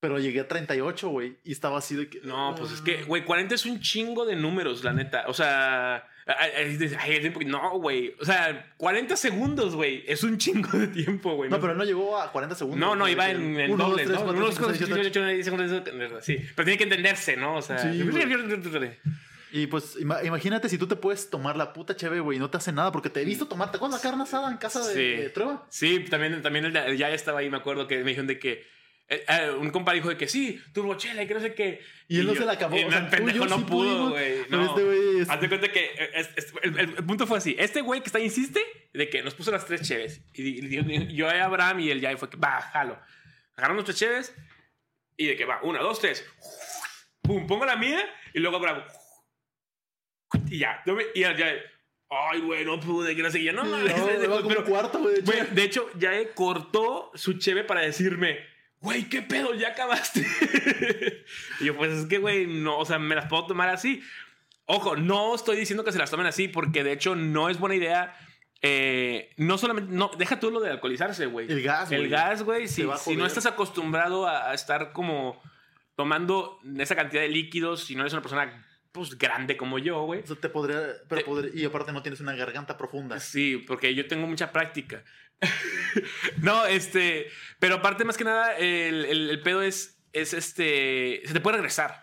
A: Pero llegué a 38, güey. Y estaba así de que.
B: No, pues es que, güey, 40 es un chingo de números, la neta. O sea, ay, ay, dices, ay, es tiempo que- no, güey. O sea, 40 segundos, güey. Es un chingo de tiempo, güey.
A: No, pero no llegó a 40 segundos.
B: No, no,
A: güey,
B: iba
A: de que
B: en, en
A: uno, dos,
B: dobles,
A: tres,
B: ¿no?
A: cuatro,
B: Unos
A: cinco,
B: cosas,
A: seis,
B: ocho,
A: siete, ocho.
B: nueve, diez, once, doce, sí. Pero tiene que entenderse, ¿no? O sea.
A: Sí, Y pues ima- imagínate si tú te puedes tomar la puta cheve, güey, y no te hace nada porque te he visto tomar. ¿Te acuerdas la carne asada en casa de,
B: Mm. Sí.
A: de Trueba?
B: Sí, también, también el de- el ya estaba ahí, me acuerdo que me dijeron de que. eh, eh, un compa dijo de que sí, turbochela y que no sé qué.
A: Y él no
B: yo-
A: se la acabó.
B: Y
A: o
B: el
A: sea, tú y
B: pendejo
A: yo sí
B: no pudo,
A: pudimos,
B: güey.
A: pero
B: No.
A: este güey es-
B: Haz de cuenta que eh, es- es- el, el- el punto fue así. Este güey que está ahí insiste de que nos puso las tres cheves. Y, di- y di- yo a Abraham y él ya y fue que va, jalo. Agarramos nuestras cheves y de que va, una, dos, tres. Pum, pongo la mía y luego Abraham. Y ya. yo me- Y ya, ya, Ay, güey, no pude, que no sé qué. Yo, No,
A: No,
B: mames,
A: iba como
B: pero-
A: cuarto, güey. de
B: Güey,
A: cheve.
B: de hecho, ya eh, cortó su cheve para decirme, güey, ¿qué pedo? ¿Ya acabaste? y yo, pues es que, güey, no, o sea, me las puedo tomar así. Ojo, no estoy diciendo que se las tomen así, porque de hecho no es buena idea. eh, no solamente, no, deja tú lo de alcoholizarse, güey.
A: El gas, güey.
B: El gas, güey, si,
A: va a
B: si no
A: joder.
B: estás acostumbrado a, a estar como tomando esa cantidad de líquidos, si no eres una persona, pues, grande como yo, güey.
A: O sea, te podría. Pero
B: Te-
A: podría- Y aparte no tienes una garganta profunda.
B: Sí, porque yo tengo mucha práctica. no, este, pero aparte más que nada, el, el- el pedo es es este. Se te puede regresar.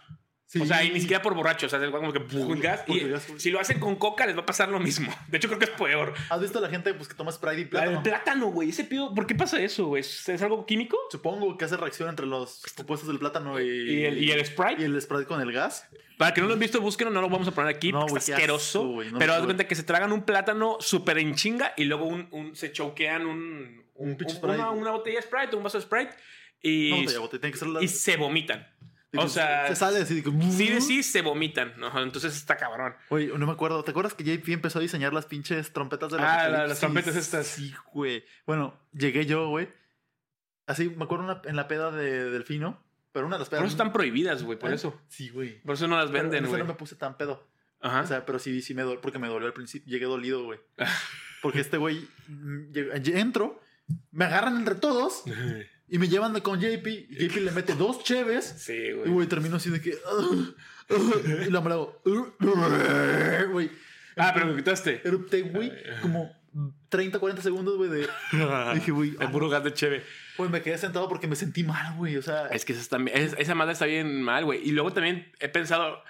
B: O sea, y ni siquiera por borracho. O sea, es como que pum, gas.
A: Porque
B: Y
A: gas, güey.
B: si lo hacen con coca, les va a pasar lo mismo. De hecho, creo que es peor.
A: ¿Has visto a la gente pues, que toma Sprite y
B: El
A: plátano?
B: plátano, güey. Ese pido. ¿Por qué pasa eso, güey? ¿Es es algo químico?
A: Supongo que hace reacción entre los compuestos del plátano y,
B: Este- ¿Y el, y el Sprite?
A: y el Sprite con el gas.
B: Para que no lo han visto, búsquenlo. No lo vamos a poner aquí.
A: No,
B: porque
A: güey,
B: está
A: qué asco,
B: asqueroso.
A: güey, no me
B: pero haz de
A: acuerdo.
B: cuenta que se tragan un plátano súper en chinga y luego un, un- se choquean un, un-
A: Un pinche
B: un-
A: Sprite.
B: una, una botella de Sprite, un vaso de Sprite y,
A: No, no te llevo, te tiene que ser la...
B: y se vomitan.
A: digo,
B: o sea,
A: Se sale así. digo,
B: Sí, de sí se vomitan. Ajá, Entonces está cabrón.
A: Oye, no me acuerdo. ¿Te acuerdas que JP empezó a diseñar las pinches trompetas de
B: Ah, la-
A: apocalipsis?
B: las trompetas estas.
A: Sí, güey. Bueno, llegué yo, güey. Así, me acuerdo una- en la peda de Delfino, pero una de las
B: Por
A: pedas.
B: eso están prohibidas, güey. Por
A: ¿Eh?
B: eso.
A: Sí, güey.
B: Por eso no las
A: Pero en
B: venden,
A: esa
B: güey. Ah.
A: no me puse tan pedo.
B: Ajá.
A: O sea, pero sí, sí me dolió, porque me dolió al principio. Llegué dolido, güey. Porque este güey, mm, lleg- entro, me agarran entre todos y me llevan con JP. Y JP le mete dos cheves
B: sí,
A: y,
B: güey.
A: güey, termino así de que... "Ugh, ugh", y la mala hago, "Ugh, ugh", güey.
B: Ah, pero me quitaste.
A: Erupté, güey, como 30, 40 segundos, güey, de...
B: Ah,
A: Dije, güey,
B: El puro gas de cheve.
A: Güey, me quedé sentado porque me sentí mal, güey. O sea,
B: Es que esa, también, es- esa madre está bien mal, güey. Y luego también he pensado,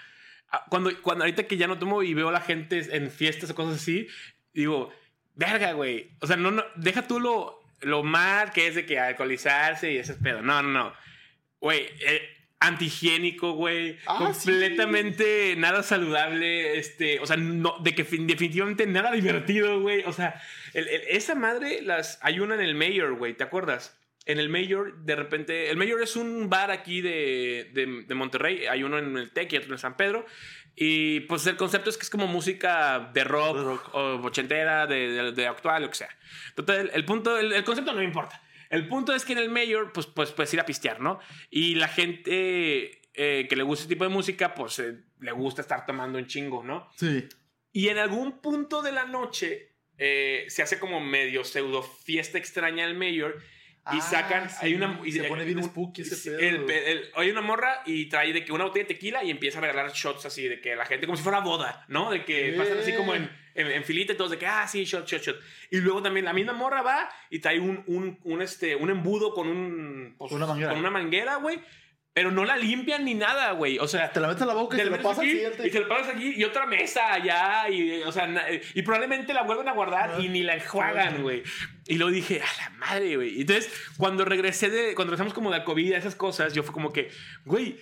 B: ah, cuando, cuando ahorita que ya no tomo y veo a la gente en fiestas o cosas así, digo, verga, güey. O sea, no, no, deja tú lo, lo mal que es de que alcoholizarse y esas pedo. No, no, no. Güey, eh, antihigiénico, güey.
A: Ah,
B: completamente nada saludable. Este, o sea, no, de que fin- definitivamente nada divertido, güey. O sea, el- el- esa madre las hay una en el Mayor, güey, ¿te acuerdas? En el Mayor, de repente, el Mayor es un bar aquí de, de- de Monterrey, hay uno en el Tec y otro en San Pedro, y pues el concepto es que es como música de rock,
A: De rock.
B: o ochentera, de, de- de actual, lo que sea. Total, el, el punto, el, el concepto no me importa. El punto es que en el Mayor, pues, pues puedes ir a pistear, ¿no? Y la gente eh, que le gusta ese tipo de música, pues eh, le gusta estar tomando un chingo, ¿no?
A: sí.
B: Y en algún punto de la noche eh, se hace como medio pseudo fiesta extraña el mayor. Y
A: Ah,
B: sacan,
A: sí,
B: hay una. y-
A: se pone bien
B: un-
A: spooky ese pedo.
B: el- el- hay una morra y trae de que una botella de tequila y empieza a regalar shots así de que la gente, como si fuera boda, ¿no? De que
A: Eh.
B: pasan así como en, en, en filita y todos de que, ah, sí, shot, shot, shot. Y luego también la misma morra va y trae un, un, un, este, un embudo con un. pues,
A: Una manguera.
B: Con una manguera, güey. Pero no la limpian ni nada, güey. O sea,
A: Te la metes a la boca y
B: te
A: te la
B: lo metes
A: pasas al
B: aquí,
A: siguiente.
B: y te lo pasas aquí y otra mesa allá y o sea na- y probablemente la vuelven a guardar
A: Ah.
B: y ni la enjuagan güey y luego dije a la madre güey Y entonces cuando regresé de cuando regresamos como de la covid a esas cosas yo fue como que güey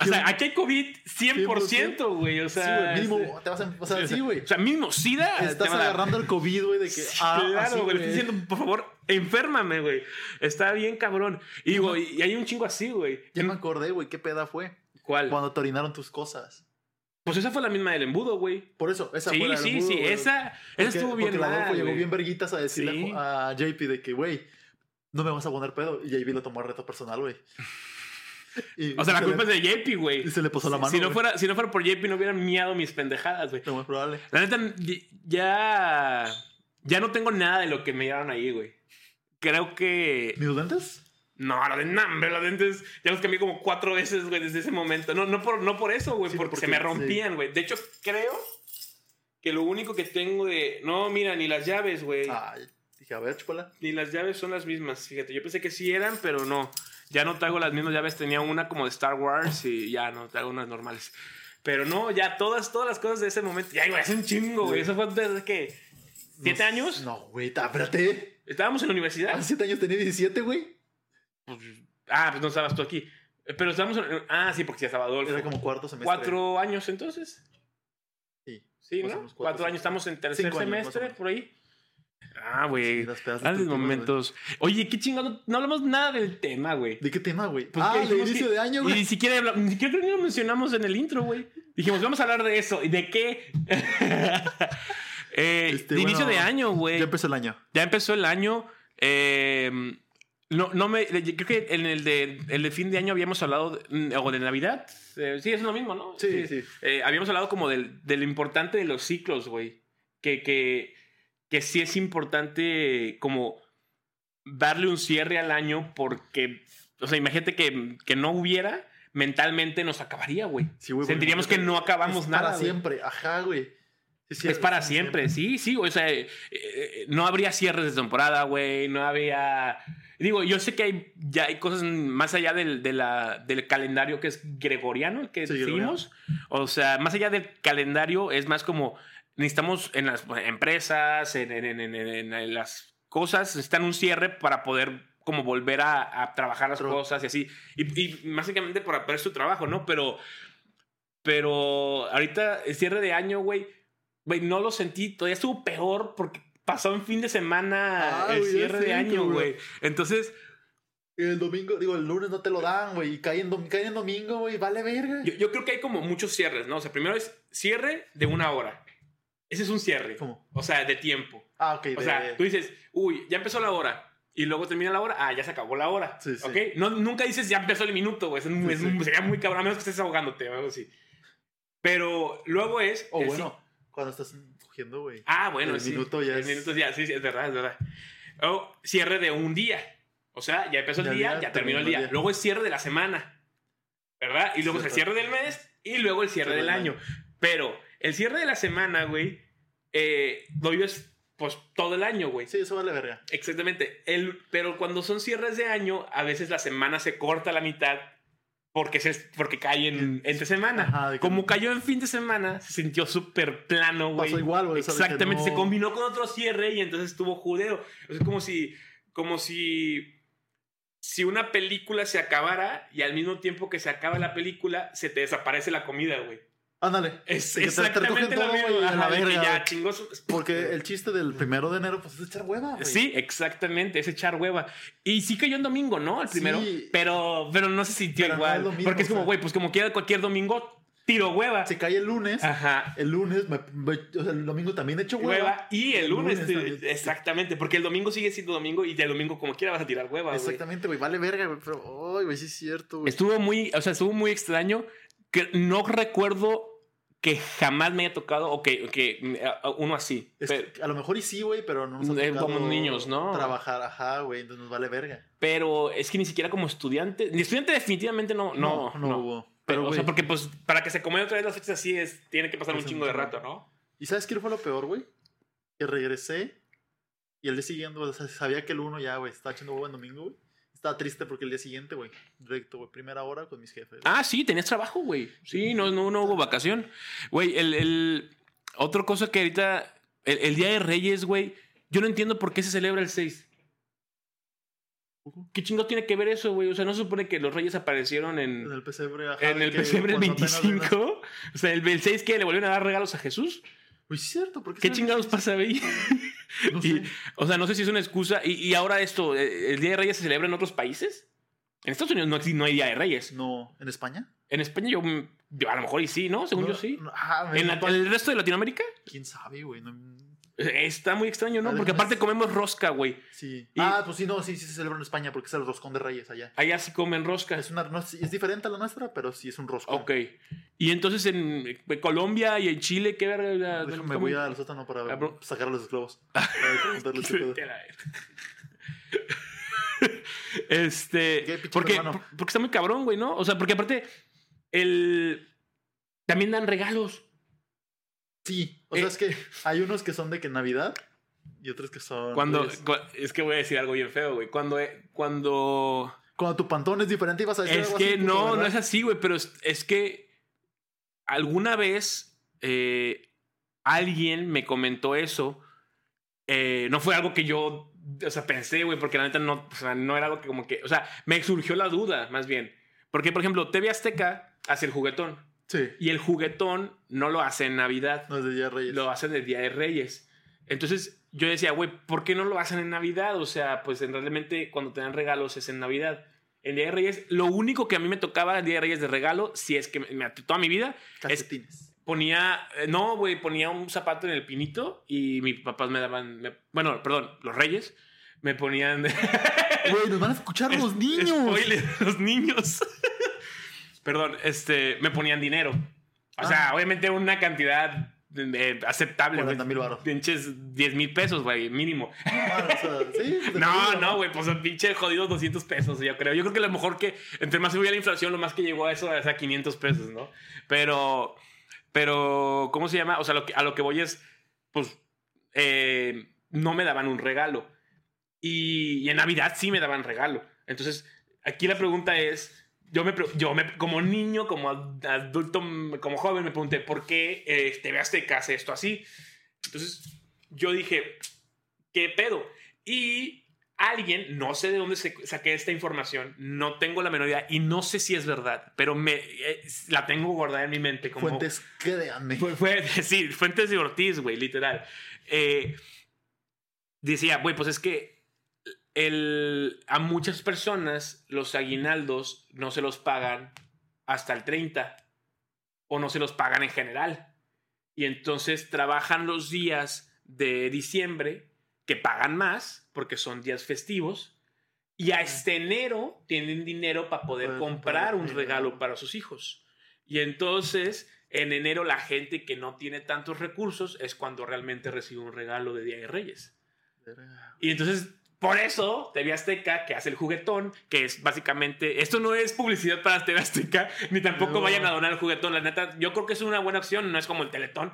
B: o
A: Yo-
B: sea aquí hay covid 100% güey o
A: Sí,
B: sea
A: güey,
B: este-
A: mínimo te vas a... O sea, sí, güey.
B: o sea mínimo sida te
A: Estás
B: van a dar.
A: agarrando el COVID, güey, de que... Ah, así,
B: claro, güey. Le
A: güey.
B: estoy diciendo, por favor, enférmame, güey. Está bien cabrón. Y, digo, y y hay un chingo así, güey.
A: Ya me acordé, güey, qué peda fue.
B: ¿Cuál?
A: Cuando te orinaron tus cosas.
B: Pues esa fue la misma del embudo, güey.
A: Por eso, esa
B: Sí,
A: fue la del
B: sí,
A: embudo,
B: sí,
A: güey.
B: esa,
A: Porque-
B: esa estuvo bien
A: Porque el Adolfo
B: mal,
A: llegó
B: güey.
A: bien verguitas a decirle
B: Sí.
A: a a JP de que, güey, no me vas a poner pedo. Y JP lo tomó a reto personal, güey. Y
B: O sea, la
A: se
B: culpa
A: le-
B: es de JP, güey.
A: Y se le posó la mano,
B: Si no,
A: güey.
B: fuera, si no fuera por JP, no hubieran miado mis pendejadas, güey.
A: Lo más probable.
B: La neta, y- ya. Ya no tengo nada de lo que me dieron ahí, güey. Creo que.
A: ¿Mis dentes?
B: No, lo de nombre, los dentes. Ya los cambié como cuatro veces, güey, desde ese momento. No, no por, no por eso, güey,
A: Sí,
B: porque,
A: porque-
B: se me rompían, güey. De hecho, creo que lo único que tengo de. No, mira, ni las llaves, güey.
A: Ay, dije, a ver, chúpala.
B: Ni las llaves son las mismas, fíjate. Yo pensé que sí eran, pero no. Ya no traigo las mismas llaves. Tenía una como de Star Wars y ya no traigo unas normales. Pero no, ya todas, todas las cosas de ese momento. Ya, güey, hace un chingo, güey. Eso fue desde que. ¿Siete
A: No-
B: años?
A: No, güey, tá, espérate.
B: Estábamos en la universidad.
A: Hace siete años tenía 17, güey.
B: Ah, pues no estabas tú aquí. Pero estábamos en. Ah, sí, porque ya estaba Adolfo.
A: Era como cuarto semestre.
B: cuatro años entonces.
A: Sí.
B: Sí,
A: Más
B: ¿no?
A: o menos
B: Cuatro,
A: cuatro,
B: años,
A: sí.
B: estamos en tercer
A: Cinco años, más o
B: semestre,
A: menos.
B: por ahí. Ah, güey.
A: Las pedas de
B: Grandes
A: tu tiempo, güey.
B: momentos. Oye, qué chingado. No hablamos nada del tema, güey.
A: ¿De qué tema, güey?
B: Pues,
A: ah,
B: ¿qué
A: de
B: dijimos
A: inicio
B: que-
A: de año,
B: Y
A: güey.
B: ni siquiera, habla- ni siquiera ni lo mencionamos en el intro, güey. Dijimos, vamos a hablar de eso. ¿Y de qué? Eh,
A: Este,
B: de inicio
A: bueno,
B: de año, güey.
A: Ya
B: Ya,
A: empezó el año.
B: empezó el año. eh, no, no me. yo Creo que en el de, el de fin de año habíamos hablado. de- mm, o de Navidad. Eh, sí, es lo mismo, ¿no?
A: Sí, sí.
B: Eh, habíamos hablado como del, de lo importante de los ciclos, güey. Que, que, que sí es importante como darle un cierre al año porque, o sea, imagínate que, que no hubiera, mentalmente nos acabaría, güey.
A: Sí, güey, porque
B: Sentiríamos que no acabamos
A: es
B: nada.
A: Para
B: güey.
A: siempre, ajá, güey. Sí, sí,
B: Es para siempre, sí, sí. O sea, eh, eh, no habría cierres de temporada, güey. No había Digo, yo sé que hay, ya hay cosas más allá del, de la- del calendario que es gregoriano, el que
A: Sí,
B: seguimos. O sea, más allá del calendario es más como necesitamos en las empresas, en, en- en- en- en- en las cosas, necesitan un cierre para poder como volver a, a trabajar las
A: True.
B: cosas y así. Y, y básicamente para perder su trabajo, ¿no? Pero, pero ahorita el cierre de año, güey, güey, no lo sentí. Todavía estuvo peor porque pasó en fin de semana
A: Ah,
B: el
A: güey, es
B: cierre de
A: cierto,
B: año,
A: güey.
B: güey. Entonces,
A: El domingo, digo, el lunes no te lo dan, güey. Y cae en, dom- cae en domingo, güey. Vale verga.
B: yo, yo creo que hay como muchos cierres, ¿no? O sea, primero es cierre de una hora. Ese es un cierre.
A: ¿Cómo?
B: O sea, de tiempo.
A: Ah, ok.
B: O
A: de-
B: sea, tú dices, uy, ya empezó la hora. Y luego termina la hora, ah, ya se acabó la hora.
A: Sí, sí.
B: ¿Ok? No, nunca dices, ya empezó el minuto, güey. Es un-
A: Sí,
B: es un-
A: sí.
B: Sería muy cabrón, a menos que estés ahogándote o algo así. Pero luego es.
A: o
B: el
A: oh, bueno, cuando estás cogiendo, güey.
B: Ah, bueno,
A: El
B: sí.
A: minuto ya
B: El
A: es-
B: minuto ya, sí, sí, es verdad, es verdad. O cierre de un día. O sea, ya empezó el
A: Ya
B: día,
A: día,
B: ya terminó el día. Luego es cierre de la semana. ¿Verdad? Y luego es el
A: Cierto.
B: cierre del mes y luego el cierre
A: Cierre
B: del
A: del
B: año. Pero el cierre de la semana, güey, eh, lo vives pues todo el año, güey.
A: Sí, eso vale verga.
B: Exactamente. El, pero cuando son cierres de año, a veces la semana se corta a la mitad porque, se, porque cae en, entre semana.
A: Ajá, de que-
B: Como cayó en fin de semana, se sintió súper plano, güey.
A: Pasó igual, güey. ¿sabes? Que
B: Exactamente, se
A: no-
B: combinó con otro cierre y entonces estuvo judeo. O sea, Es como si, como si, si una película se acabara y al mismo tiempo que se acaba la película, se te desaparece la comida, güey.
A: Ándale.
B: Es
A: Y que te- te recogen
B: exactamente lo
A: todo,
B: mismo.
A: güey, a la
B: Ajá, de que
A: verga,
B: ya
A: güey.
B: chingó su-
A: Porque el chiste del primero de enero, pues es echar hueva, güey.
B: Sí, exactamente, es echar hueva. Y sí cayó en domingo, ¿no? El primero.
A: Sí.
B: Pero, pero no se sintió
A: Pero no
B: igual.
A: es lo mismo,
B: porque es
A: o
B: como,
A: sea.
B: güey, pues como quiera cualquier domingo, tiro hueva.
A: Se cae el lunes.
B: Ajá.
A: El lunes, me- me- o sea, el domingo también echo
B: Hueva.
A: hueva.
B: Y el,
A: El
B: lunes,
A: lunes
B: te-
A: también.
B: exactamente, porque el domingo sigue siendo domingo y del domingo como quiera vas a tirar hueva. güey.
A: Exactamente, güey. Vale verga, güey. Pero, ay, güey, sí es cierto, güey.
B: Estuvo muy, o sea, estuvo muy extraño que no recuerdo que jamás me haya tocado o que, que mm, uno así.
A: Es
B: Pero-
A: que a lo mejor y sí, güey, pero no nos ha
B: Eh, como
A: tocado
B: niños, ¿no?
A: Trabajar, ajá, güey, entonces nos vale verga.
B: pero es que ni siquiera como estudiante, ni estudiante definitivamente no, no, no,
A: hubo.
B: Pero,
A: Pero,
B: o
A: güey,
B: sea, porque pues para que se coman otra vez las fechas así es, tiene que pasar un
A: Es un
B: chingo de
A: chingo.
B: rato, ¿no?
A: ¿y sabes qué fue lo peor, güey? Que regresé y el día siguiente, o sea, sabía que el uno ya, güey, estaba echando huevo en domingo, güey. Estaba triste porque el día siguiente, güey, directo, güey, primera hora con mis jefes.
B: Ah, sí, tenías trabajo, güey. Sí, no, no, no hubo vacación. Güey, el, el- Otra cosa que ahorita... El, el Día de Reyes, güey. Yo no entiendo por qué se celebra el 6.
A: Ujú.
B: ¿Qué chingo tiene que ver eso, güey? O sea, ¿no se supone que los reyes aparecieron
A: En
B: en...
A: el pesebre, ajá.
B: En
A: de
B: el
A: que
B: pesebre el
A: cuando apenas
B: 25? O sea, el, el 6 que le volvieron a dar regalos a Jesús.
A: Güey, sí es cierto, ¿por qué?
B: ¿Qué
A: se-
B: chingados pasa ahí?
A: No sé.
B: Y- o sea, no sé si es una excusa. Y, y ahora esto, eh, ¿el Día de Reyes se celebra en otros países? En Estados Unidos no, exi- no hay Día de Reyes.
A: No, ¿en España?
B: En España yo, mm, yo a lo mejor y sí, ¿no? Según
A: No,
B: yo sí.
A: no, ah,
B: ¿En la-
A: no,
B: el resto de Latinoamérica?
A: ¿Quién sabe, güey? No-
B: Eh, Está muy extraño, ¿no?
A: Además-
B: Porque aparte comemos rosca, güey.
A: Sí.
B: Y-
A: ah, pues sí, no, sí, sí se celebra en España porque es el roscón de reyes allá.
B: Allá sí comen rosca.
A: Es, una, no es, es diferente a la nuestra, pero sí es un roscón.
B: Ok. Y entonces en eh, Colombia y en Chile, ¿qué verga? la-
A: Déjame,
B: comen?
A: voy al sótano para
B: Ah, bro.
A: sacar a los esclavos. Para preguntarles qué pedo.
B: Te la- este.
A: Qué pinche
B: Porque,
A: hermano.
B: por- porque está muy cabrón, güey, ¿no? O sea, porque aparte, el. También dan regalos.
A: Sí, o
B: Eh.
A: sea, es que hay unos que son de que Navidad y otros que son... pues,
B: Cuando,
A: Reyes.
B: cua- es que voy a decir algo bien feo, güey. Cuando, eh, cuando
A: Cuando tu pantón es diferente ibas a decir
B: Es
A: algo
B: que
A: así, puto,
B: no, no
A: ¿verdad?
B: es así, güey, pero es, es que alguna vez eh, alguien me comentó eso. Eh, no fue algo que yo, o sea, pensé, güey, porque la neta no, o sea, no era algo que como que, o sea, me surgió la duda, más bien. Porque, por ejemplo, TV Azteca hace el juguetón
A: Sí,
B: y el juguetón no lo hace en Navidad,
A: no es de Día de Reyes.
B: lo hacen el Día de Reyes. Entonces yo decía, güey, ¿por qué no lo hacen en Navidad? O sea, pues en realmente cuando te dan regalos es en Navidad. El Día de Reyes, lo único que a mí me tocaba el Día de Reyes de regalo, si es que me- me- toda mi vida,
A: Calcetines.
B: ponía, eh, no, güey, ponía un zapato en el pinito y mis papás me daban, me- bueno, perdón, los Reyes me ponían
A: Güey, nos van a escuchar los
B: Es-
A: niños.
B: spoiler, los niños. Perdón, este, me ponían dinero. O sea,
A: Ah.
B: obviamente una cantidad eh, aceptable, güey.
A: 40 mil baros.
B: Pinches 10 mil pesos, güey, mínimo.
A: Ah, o sea, sí, te
B: No,
A: digo,
B: no, güey, pues pinche jodidos 200 pesos, yo creo. Yo creo que lo mejor que, entre más subía la inflación, lo más que llegó a eso es a 500 pesos, ¿no? Pero, pero, ¿cómo se llama? O sea, lo que- a lo que voy es, pues, eh, no me daban un regalo. Y, y en Navidad sí me daban regalo. Entonces, aquí la pregunta es, yo me, pre- yo me como niño, como ad- adulto, m- como joven, me pregunté, ¿por qué eh, TV Azteca hace esto así? Entonces, yo dije, ¿qué pedo? Y alguien, no sé de dónde se- saqué esta información, no tengo la menor idea y no sé si es verdad, pero me, eh, la tengo guardada en mi mente. Como,
A: Fuentes, créanme.
B: fue, fue- sí, Fuentes de Ortiz, güey, literal. Eh, decía, güey, pues es que el, a muchas personas los aguinaldos no se los pagan hasta el 30 o no se los pagan en general. Y entonces trabajan los días de diciembre que pagan más porque son días festivos y hasta enero tienen dinero para poder
A: Para
B: comprar
A: comprar
B: un
A: el
B: regalo
A: regalo.
B: para sus hijos. Y entonces en enero la gente que no tiene tantos recursos es cuando realmente recibe un regalo de Día de Reyes. Y entonces, por eso, TV Azteca, que hace el juguetón, que es básicamente, esto no es publicidad para TV Azteca, ni tampoco
A: No.
B: vayan a donar el juguetón, la neta, yo creo que es una buena opción, no es como el teletón.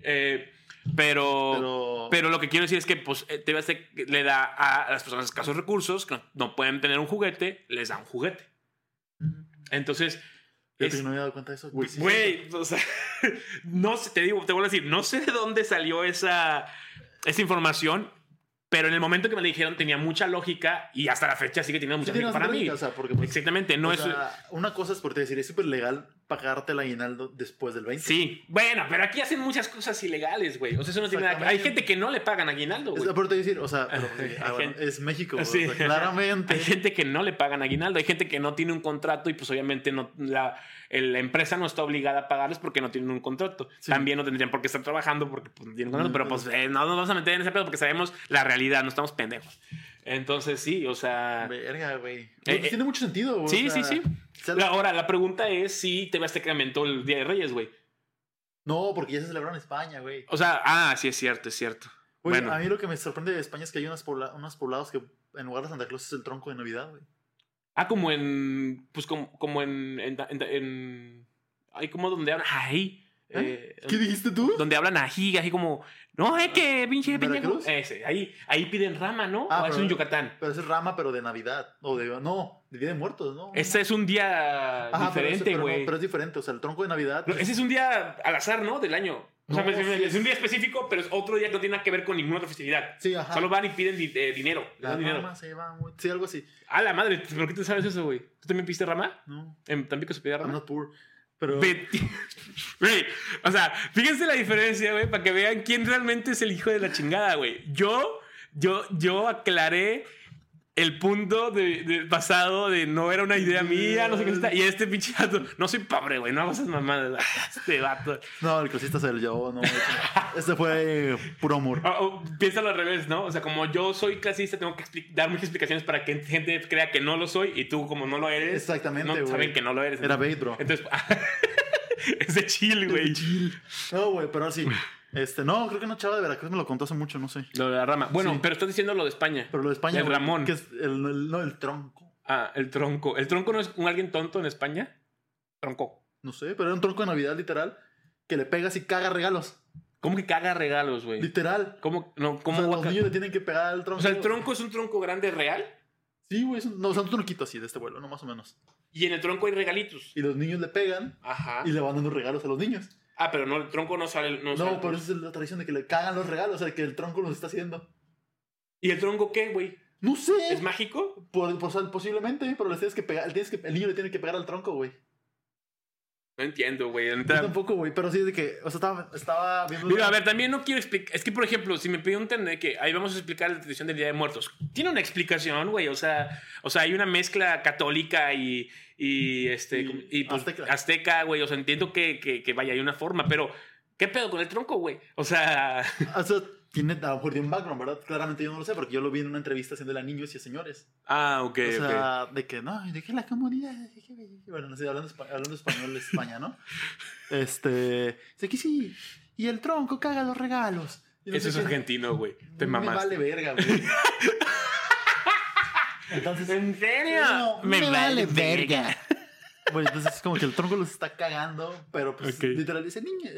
B: Eh, pero, pero,
A: Pero,
B: lo que quiero decir es que pues, eh, TV Azteca le da a las personas de escasos recursos, que no, no pueden tener un juguete, les da un juguete.
A: Ujú.
B: Entonces,
A: Fíjate
B: es-
A: que no me había dado cuenta de eso. sí,
B: Güey, o sea, no sé, te digo, te vuelvo a decir, no sé de dónde salió esa, esa información, pero en el momento que me la dijeron tenía mucha lógica y hasta la fecha sigue teniendo
A: sí
B: mucha
A: tiene
B: lógica para
A: bastante
B: mí.
A: lógica, o sea, porque, pues,
B: Exactamente, no
A: o
B: es.
A: sea, una cosa es por te decir, es súper legal pagarte el aguinaldo después del 20.
B: Sí, bueno, pero aquí hacen muchas cosas ilegales, güey. O sea, eso no tiene nada que- Hay
A: Exactamente.
B: gente que no le pagan aguinaldo,
A: Es
B: güey.
A: por te decir, o sea, pero, pues, sí,
B: Hay
A: ah, bueno,
B: gente-
A: es México, o
B: Sí.
A: sea, claramente.
B: Hay gente que no le pagan aguinaldo, hay gente que no tiene un contrato y pues obviamente no, la, el- la empresa no está obligada a pagarles porque no tienen un contrato.
A: Sí.
B: También no tendrían por qué estar trabajando porque pues, no tienen contrato,
A: Mm,
B: pero pues
A: pues,
B: eh, no nos vamos a meter en ese pedo porque sabemos la realidad, no estamos pendejos. Entonces sí, o sea...
A: Verga, güey.
B: Eh,
A: Pues,
B: eh.
A: tiene mucho sentido, güey. o
B: Sí,
A: sea,
B: sí, sí.
A: sal-
B: La- Ahora, la pregunta es si te vas a aumentó el Día de Reyes, güey.
A: No, porque ya se celebró en España, güey.
B: O sea, ah, sí es cierto, es cierto.
A: Güey,
B: Bueno.
A: a mí lo que me sorprende de España es que hay unas pobla- unos poblados que en lugar de Santa Claus es el tronco de Navidad, güey.
B: Ah, como en. Pues como, como en, en, en, en- Ahí como donde hablan. Ahí.
A: ¿Eh?
B: eh,
A: ¿Qué dijiste tú?
B: donde hablan ají, así como, no, es que pinche pendejo.
A: ¿Veracruz?
B: Ese, ahí, ahí piden rama, ¿no?
A: Ah,
B: o es
A: pero-
B: un Yucatán.
A: Pero es rama, pero de Navidad. O de, no, de Día de Muertos, ¿no?
B: Ese es un día
A: Ajá, pero ese-
B: diferente,
A: pero no,
B: güey.
A: Pero, es diferente, o sea, el tronco de Navidad.
B: Pero Ese es un día al azar, ¿no? Del año. O sea,
A: No,
B: me- me-
A: sí
B: es un día específico, pero es otro día que no tiene nada que ver con ninguna otra festividad.
A: Sí, ajá.
B: Solo van y piden di- eh, dinero. les
A: la
B: dan dinero.
A: rama se lleva muy- Sí, algo así.
B: A la madre, ¿por qué te sabes eso, güey? ¿Tú también pidiste rama?
A: No,
B: ¿En Tampico se pide
A: I'm
B: rama?
A: not poor. Pero.
B: Ve- Güey, o sea, fíjense la diferencia, güey, para que vean quién realmente es el hijo de la chingada, güey. Yo, yo, yo aclaré el punto de- del pasado de no era una idea mía, no sé qué está. Y este pinche vato, no soy pobre, güey, no hago esas mamadas. Este vato.
A: No, el clasista se lo llevó, no. de hecho. este fue puro amor.
B: O- o piénsalo al revés, ¿no? O sea, como yo soy clasista, tengo que expli- dar muchas explicaciones para que gente crea que no lo soy y tú, como no lo eres,
A: Exactamente,
B: no
A: güey.
B: saben que no lo eres.
A: Era bait, bro.
B: Entonces, es de chill, güey.
A: No, güey, pero ahora sí. Este, no, creo que una chava de Veracruz me lo contó hace mucho, no sé.
B: Lo de la rama. Bueno,
A: Sí.
B: pero estás diciendo lo de España.
A: Pero lo de España.
B: El
A: güey,
B: Ramón.
A: Que es el, el- no, el tronco.
B: Ah, el tronco. ¿El tronco no es un alguien tonto en España? Tronco.
A: No sé, pero era un tronco de Navidad, literal. Que le pegas y caga regalos.
B: ¿Cómo que caga regalos, güey?
A: Literal.
B: ¿Cómo? No,
A: Como
B: ¿cómo va a
A: los
B: ca-
A: niños le tienen que pegar al tronco.
B: O sea, el tronco es un tronco grande real
A: Sí, güey. es un- No, o sea, un tronquito así de este vuelo, no más o menos.
B: y en el tronco hay regalitos.
A: Y los niños le pegan
B: Ajá.
A: y le van dando regalos a los niños.
B: Ah, pero no, el tronco no sale. No, sale.
A: No, pero esa es la tradición de que le cagan los regalos, o sea, que el tronco los está haciendo.
B: ¿Y el tronco qué, güey?
A: No
B: ¿Es
A: sé.
B: mágico?
A: Por, por- posiblemente, pero les tienes que pegar, le tienes que, el niño le tiene que pegar al tronco, güey.
B: No entiendo, güey. la
A: Yo
B: neta.
A: tampoco, güey, pero sí de que, o sea, estaba, estaba viendo...
B: Mira, a ver, también no quiero explicar. Es que, por ejemplo, si me preguntan de que ahí vamos a explicar la tradición del Día de Muertos, tiene una explicación, güey. O sea, o sea, hay una mezcla católica y, y este
A: Y
B: como- y, pues,
A: azteca.
B: azteca, güey. O sea, entiendo que, que, que vaya, hay una forma, pero ¿qué pedo con el tronco, güey? O sea,
A: O sea, tiene, a lo mejor tiene un background, ¿verdad? Claramente yo no lo sé, porque yo lo vi en una entrevista haciendo a niños y a señores.
B: ah, ok,
A: O sea, de que, no, dejé la comodidad, dejé... Bueno, no sé, hablando, espa- hablando español de España, ¿no? Este... Dice que sí, y el tronco caga los regalos. Y no
B: Eso
A: sé
B: es
A: qué.
B: argentino, güey. Te
A: me
B: mamás.
A: vale verga, güey. Entonces,
B: ¿En serio?
A: No, me vale
B: verga.
A: güey, entonces es como que el tronco los está cagando, pero pues
B: Ok.
A: literal dice niño.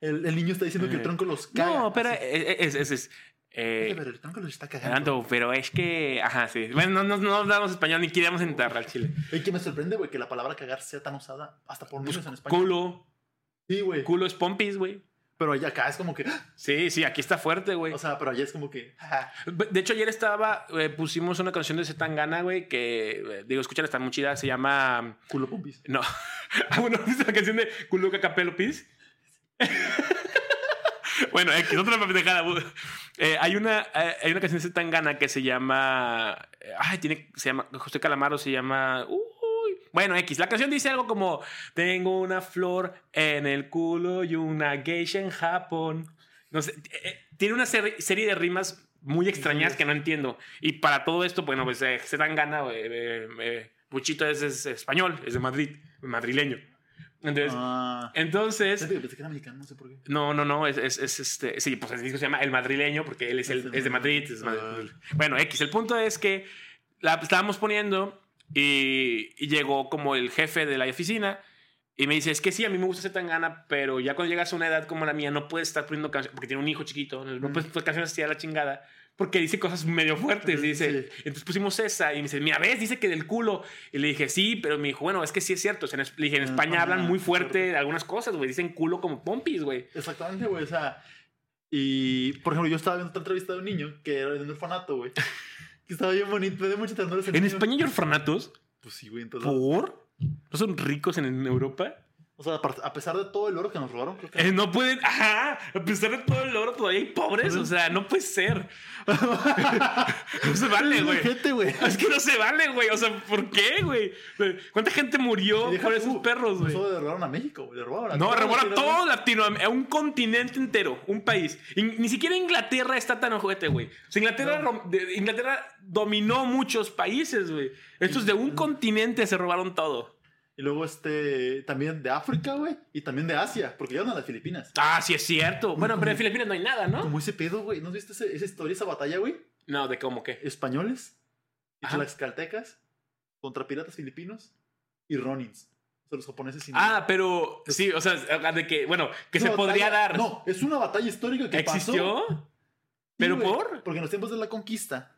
A: El, el niño está diciendo que el tronco los caga.
B: No, pero e,
A: Así.
B: es, es- es- Eh,
A: Oye, pero el tango lo está cagando.
B: Fernando, pero es que. Ajá, sí. Bueno, no, no, no hablamos español ni queríamos entrar al Chile.
A: Oye, que me sorprende, güey, que la palabra cagar sea tan usada hasta por niños en España.
B: Pues, Culo.
A: Sí, güey.
B: Culo es pompis, güey.
A: Pero allá acá es como que.
B: Sí, sí, aquí está fuerte, güey.
A: O sea, pero allá es como que. jaja.
B: De hecho, ayer estaba. eh, pusimos una canción de Zetangana, güey, que. eh, digo, escúchala, está muy chida. Se llama.
A: Culo pompis.
B: No. Ah, bueno, ¿viste la canción de Culo Cacapelo Pis? bueno, X, otra pendejada. bu- Eh, hay, una, eh, hay una canción de Tangana que se llama. eh, Ay, tiene. Se llama. José Calamaro se llama. Uy. Bueno, X. La canción dice algo como: Tengo una flor en el culo y una geisha en Japón. No sé. eh, eh, tiene una seri- serie de rimas muy extrañas que no entiendo. Y para todo esto, bueno, pues eh, se dan gana. eh, eh, eh, Puchito es, es español, es de Madrid, madrileño. Entonces,
A: Ah.
B: entonces
A: Fíjate que pensé que era mexicano, no sé por qué.
B: no, no, no, es, es, es, este. Sí, pues el disco se llama El Madrileño, porque él es, el- es de Madrid. es de Madrid. Bueno, X, el punto es que la estábamos poniendo y, y llegó como el jefe de la oficina y me dice: Es que sí, a mí me gusta tan gana, pero ya cuando llegas a una edad como la mía, no puedes estar poniendo canciones, porque tiene un hijo chiquito, no
A: Mm.
B: puedes poner canciones así a la chingada. Porque dice cosas medio fuertes. Y dice,
A: Sí.
B: entonces pusimos esa y me dice, mira, ves, dice que del culo. Y le dije, sí, pero me dijo, bueno, es que sí es cierto. O sea, en es- le dije, en
A: En
B: España
A: España
B: hablan muy
A: es fuerte.
B: fuerte de algunas cosas, güey. Dicen culo como pompis, güey.
A: Exactamente, güey. O sea, y por ejemplo, yo estaba viendo otra entrevista de un niño que era de un orfanato, güey. Que estaba bien bonito, me dio mucha ternura. ese
B: En
A: niño.
B: España hay orfanatos.
A: Pues sí, güey. Entonces,
B: ¿Por? ¿No son ricos en- en Europa?
A: o sea, apart- a pesar de todo el oro que nos robaron, creo que.
B: Eh, no pueden. Ajá. A pesar de todo el oro, todavía hay pobres. O sea, no puede ser. no se vale, güey.
A: gente, güey.
B: Es que no se vale, güey. O sea, ¿por qué, güey? ¿Cuánta gente murió
A: Y deja
B: por
A: tú,
B: esos perros,
A: No
B: güey?
A: solo le robaron a México, güey. Le robaron a
B: No,
A: todos
B: remola
A: los
B: todo Latinoamérica, un continente entero, un país. Y ni siquiera Inglaterra está tan ojete, güey. O sea, Inglaterra,
A: No.
B: rom- de- Inglaterra dominó muchos países, güey. Estos de un
A: Mm.
B: continente se robaron todo.
A: Y luego, este, también de África, güey. Y también de Asia, porque llegaron a las Filipinas.
B: Ah, sí es cierto. Bueno,
A: Como-
B: pero en Filipinas no hay nada, ¿no?
A: Como ese pedo, güey. ¿No has visto ese- esa historia, esa batalla, güey?
B: No, de cómo qué.
A: Españoles y
B: Ajá.
A: tlaxcaltecas contra piratas filipinos y ronins. O sea, los japoneses sin.
B: Ah, pero sí, o sea, ah, de que, bueno, que
A: Es
B: se
A: una
B: podría
A: batalla-
B: dar.
A: No, es una batalla histórica que pasó.
B: ¿Existió? ¿Pero
A: güey,
B: por?
A: Porque en los tiempos de la conquista,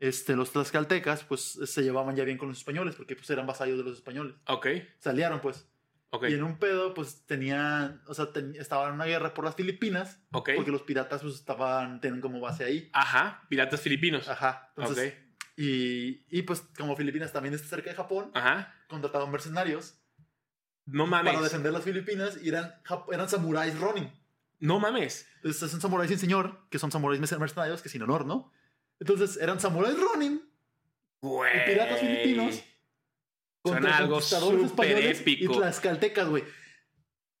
A: este, los tlaxcaltecas, pues se llevaban ya bien con los españoles, porque pues eran vasallos de los españoles.
B: Ok,
A: Se aliaron, pues.
B: ok,
A: Y en un pedo, pues tenían. O sea, ten- estaban en una guerra por las Filipinas,
B: ok.
A: porque los piratas, pues estaban. Tenían como base ahí.
B: Ajá, piratas filipinos.
A: Ajá. Ah, Entonces.
B: ok,
A: Y, y pues, como Filipinas también está cerca de Japón,
B: ajá.
A: contrataron mercenarios
B: No
A: para
B: mames.
A: defender las Filipinas y eran, jap- eran samuráis ronin.
B: No mames.
A: Entonces son samuráis sin señor, que son samuráis mercen- mercenarios, que sin honor, ¿no? Entonces eran samuráis ronin
B: Güey.
A: y piratas filipinos
B: Suena algo súper épico.
A: y tlaxcaltecas, güey.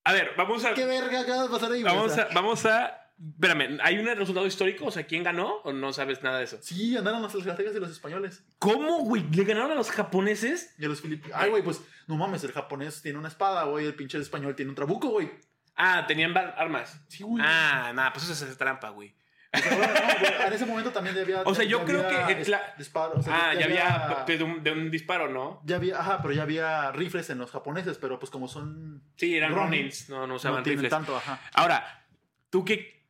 B: A ver, vamos a.
A: ¿Qué verga acaba de pasar ahí, güey? O
B: Vamos
A: sea,
B: a. Vamos a. Espérame, ¿hay un resultado histórico? O sea, ¿quién ganó? ¿O no sabes nada de eso?
A: Sí, andaron los tlaxcaltecas y los españoles.
B: ¿Cómo, güey? ¿Le ganaron a los japoneses?
A: Y a los filipinos. Ay, güey, pues no mames, el japonés tiene una espada, güey. El pinche español tiene un trabuco, güey.
B: Ah, tenían bar- armas.
A: Sí, güey.
B: Ah, nada, pues eso es trampa, güey.
A: O sea, bueno, no, güey, en ese momento también ya había.
B: O sea,
A: ya-
B: yo
A: ya
B: creo
A: había
B: que
A: es-
B: la-
A: disparo, o sea,
B: Ah, ya había de un, de un disparo, ¿no?
A: Ya había, ajá, pero ya había rifles en los japoneses, pero pues como son.
B: Sí, eran
A: Ronin.
B: Ronins. No, no
A: no
B: usaban
A: tienen
B: rifles.
A: tanto, ajá.
B: Ahora, tú que.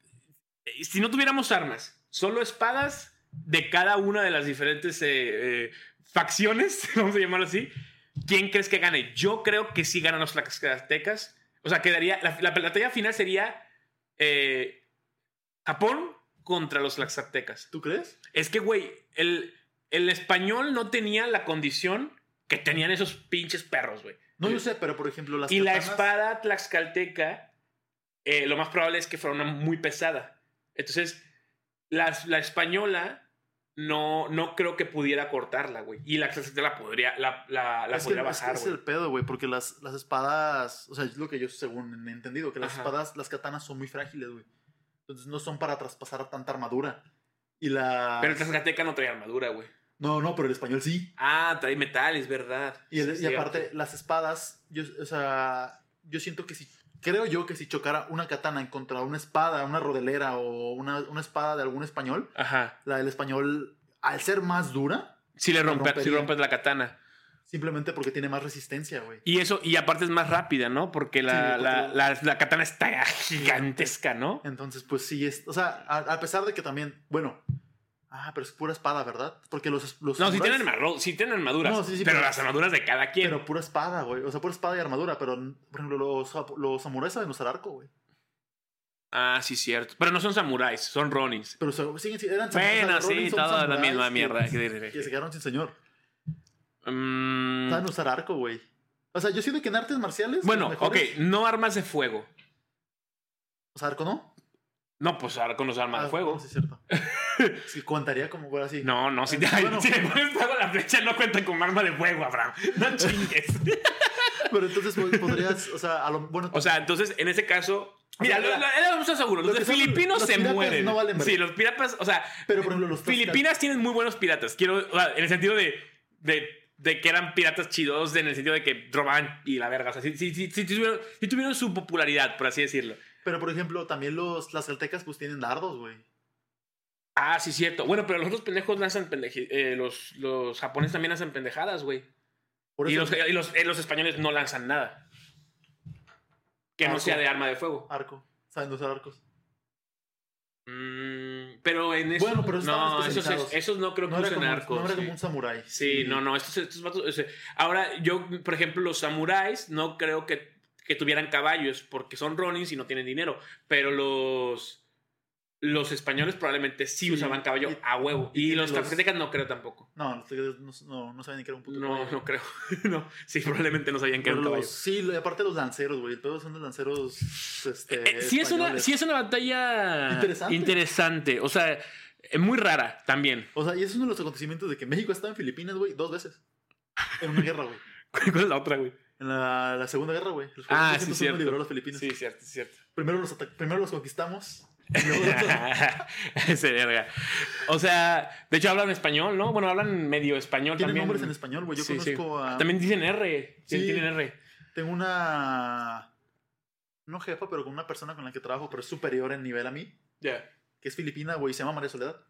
B: Si no tuviéramos armas, solo espadas de cada una de las diferentes eh, eh, facciones, vamos a llamarlo así, ¿quién crees que gane? Yo creo que sí ganan los tlaxcaltecas. O sea, quedaría. La, la batalla final sería eh, Japón contra los tlaxcaltecas.
A: ¿Tú crees?
B: Es que, güey, el, el español no tenía la condición que tenían esos pinches perros, güey.
A: No, yo sé, pero por ejemplo, las
B: Eh, Y la
A: katanas-
B: espada tlaxcalteca, eh, lo más probable es que fuera una muy pesada. Entonces, las- la española no, no creo que pudiera cortarla, güey. Y la tlaxcalteca la podría, la, la, la
A: es que,
B: podría
A: es que
B: bajar,
A: es
B: güey.
A: el pedo, güey, porque las, las espadas, o sea, es lo que yo según he entendido, que las
B: Ajá.
A: espadas, las katanas son muy frágiles, güey. Entonces no son para traspasar tanta armadura. Y la...
B: Pero el tlaxcalteca no trae armadura, güey.
A: No, no, pero el español sí.
B: Ah, trae metal, es verdad.
A: Y, el-
B: Sí,
A: y
B: sí,
A: aparte, las espadas, yo, o sea, yo siento que si, creo yo que si chocara una katana en contra de una espada, una rodelera o una, una espada de algún español,
B: Ajá.
A: la del español, al ser más dura,
B: Si le
A: La
B: rompe, si
A: rompería.
B: rompes la katana.
A: Simplemente porque tiene más resistencia, güey.
B: Y eso, y aparte es más rápida, ¿no? Porque la,
A: Sí,
B: la,
A: porque-
B: la- la katana está gigantesca, ¿no?
A: Entonces, pues sí, es, o sea, a, a pesar de que también, bueno, ah, pero es pura espada, ¿verdad? Porque los... los
B: No, sí
A: samuráis-
B: tienen, armadu- sí tienen armaduras,
A: Pues- No, sí, sí,
B: pero,
A: pero-
B: las armaduras de cada quien.
A: Pero pura espada, güey. O sea, pura espada y armadura, pero, por ejemplo, los, los samuráis saben usar arco, güey.
B: Ah, sí, cierto. Pero no son samuráis, son ronins.
A: Pero so- siguen sí, eran samuráis,
B: Bueno,
A: o sea, Ronin
B: sí,
A: son
B: toda la
A: samuráis
B: misma
A: que-
B: mierda.
A: Que se Ah, quedaron sin señor.
B: Mm,
A: Saben usar arco, güey. O sea, yo siento que en artes marciales...
B: bueno,
A: los
B: ok,
A: mejores-
B: no armas de fuego.
A: O sea, arco no.
B: No, pues ahora con los armas
A: Ah,
B: de fuego.
A: bueno, Sí, es cierto. Sí, contaría como, güey, así.
B: No, no, si te,
A: Ah, bueno.
B: si le pones fuego a la flecha, no cuenta con arma de fuego, Abraham. No chingues.
A: Pero entonces pues, podrías, o sea, a lo, bueno,
B: o sea, entonces, en ese caso. Mira,
A: sea,
B: lo- lo- era- vamos a seguro. Los,
A: lo que
B: de
A: son-
B: filipinos
A: los
B: se
A: piratas
B: mueren.
A: no valen verga.
B: sí, los piratas, o sea,
A: pero por ejemplo los
B: Filipinas tienen muy buenos piratas. Quiero, o sea, en el sentido de, de, de que eran piratas chidos, en el sentido de que robaban y la verga. O sea, sí, sí, sí, sí tuvieron, sí tuvieron su popularidad, por así decirlo.
A: Pero por ejemplo, también los las celtecas pues tienen dardos, güey.
B: Ah, sí, cierto. Bueno, pero los otros pendejos lanzan pendeje, eh, los, los japoneses también lanzan pendejadas, güey.
A: Por
B: Y
A: eso
B: los, y los- eh, los españoles no lanzan nada. Que no
A: Arco.
B: sea de arma de fuego.
A: arco, saben usar arcos.
B: Mm, pero en eso.
A: Bueno, pero esos
B: no,
A: estaban
B: esos,
A: especializados.
B: esos no creo que
A: No era,
B: usen
A: como, un-
B: arcos.
A: no era
B: sí.
A: como un samurái.
B: Sí,
A: Y-
B: no, no, estos, estos vatos, o sea, ahora, yo, por ejemplo, los samuráis no creo que, que tuvieran caballos porque son ronins y no tienen dinero. Pero los. Los españoles probablemente sí,
A: Sí,
B: usaban caballo
A: y-
B: a huevo.
A: y
B: Y,
A: tienen
B: los
A: los-
B: tlaxcaltecas no creo tampoco.
A: No, los celtecas no, no, no saben ni que era un puto
B: No,
A: caballo.
B: no creo. no, sí, probablemente no sabían que era
A: Pero
B: un caballo.
A: los, sí, lo- y aparte los lanceros, güey. Todos son los lanceros. Este,
B: Eh, sí, es una,
A: españoles.
B: sí es una batalla
A: Interesante.
B: interesante. O sea, eh, muy rara también.
A: O sea, y eso es uno de los acontecimientos de que México está en Filipinas, güey, dos veces. En una guerra, güey.
B: ¿Cuál es la otra, güey?
A: En la, la Segunda Guerra, güey. Los
B: Ah, sí,
A: 401
B: cierto.
A: liberó a los filipinos.
B: Sí, cierto, cierto.
A: Primero, los ata- primero los conquistamos. y luego los-
B: Ese verga. O sea, de hecho hablan español, ¿no? Bueno, hablan medio español
A: Tienen
B: también.
A: nombres en español, güey. Yo
B: Sí, sí.
A: conozco a.
B: También dicen R. Sí,
A: Sí.
B: tienen R.
A: Tengo una. No jefa, pero con una persona con la que trabajo, pero es superior en nivel a mí,
B: Ya.
A: que es filipina, güey, y se llama María Soledad.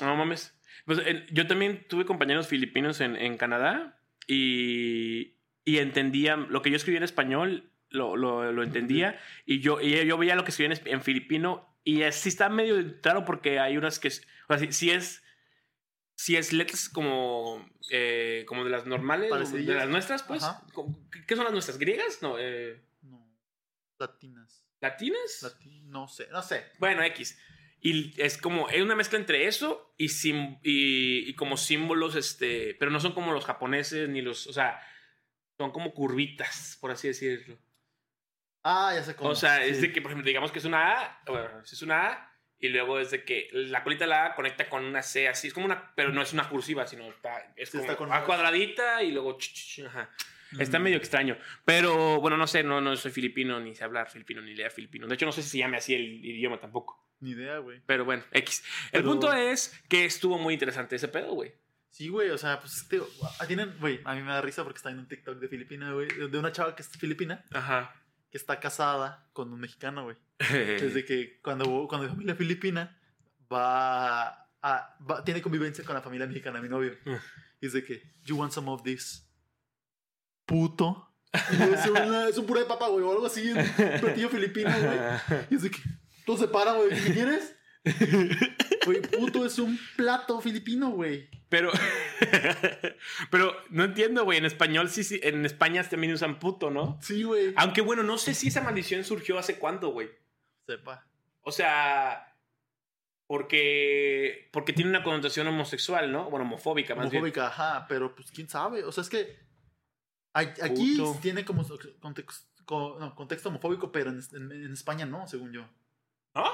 B: No mames. Pues, el- yo también tuve compañeros filipinos en, en Canadá y, y entendían lo que yo escribía en español, lo, lo- lo entendía y yo, y yo veía lo que escribían en, en filipino y es- sí está medio claro porque hay unas que, es- o sea, sí, sí es, sí es letras como, eh, como de las normales, de
A: Parecidillas.
B: las nuestras, pues.
A: Ajá.
B: ¿Qué- ¿Qué son las nuestras? ¿Griegas? No, eh,
A: No. Latinas.
B: ¿Latinas?
A: Lati- no sé, no sé.
B: Bueno, X. Y es como, es una mezcla entre eso y, sim- y, y como símbolos, este, pero no son como los japoneses ni los, o sea, son como curvitas, por así decirlo.
A: Ah, ya sé cómo.
B: O sea, es
A: Sí.
B: de que, por ejemplo, digamos que es una A, bueno, si es una A, y luego es de que la colita de la A conecta con una C, así, es como una, pero no es una cursiva, sino está, es
A: Sí,
B: como
A: está con
B: A
A: una-
B: cuadradita y luego... ch, ch, ch, ajá. Está
A: Mm.
B: medio extraño, pero bueno, no sé, no, no soy filipino, ni sé hablar filipino, ni leer filipino. De hecho, no sé si se llame así el idioma tampoco.
A: Ni idea, güey.
B: Pero bueno, X. El
A: Pero-
B: punto es que estuvo muy interesante ese pedo, güey.
A: Sí, güey, o sea, pues te, ah, tienen, güey, a mí me da risa porque está en un TikTok de Filipina, güey, de de una chava que es filipina,
B: Ajá.
A: que está casada con un mexicano, güey.
B: Desde
A: Desde que cuando, cuando mi familia filipina va a, va- tiene convivencia con la familia mexicana, mi novio.
B: Mm.
A: Y es de que, you want some of this. Puto. Y es, una- es un puré de papa, güey, o algo así, un platillo filipino, güey. Y es de que, todo se para, güey, ¿qué quieres? Güey, puto es un plato filipino, güey.
B: Pero, pero no entiendo, güey. En español sí, sí, en España también usan puto, ¿no?
A: Sí, güey.
B: Aunque bueno, no sé si esa maldición surgió hace cuánto, güey.
A: Sepa.
B: O sea, porque, porque tiene una connotación homosexual, ¿no? Bueno, homofóbica más bien.
A: Homofóbica, ajá, pero pues quién sabe. O sea, es que a- aquí
B: Puto.
A: tiene como so- context- co- no, contexto homofóbico, pero en, en- en España no, según yo.
B: ¿No?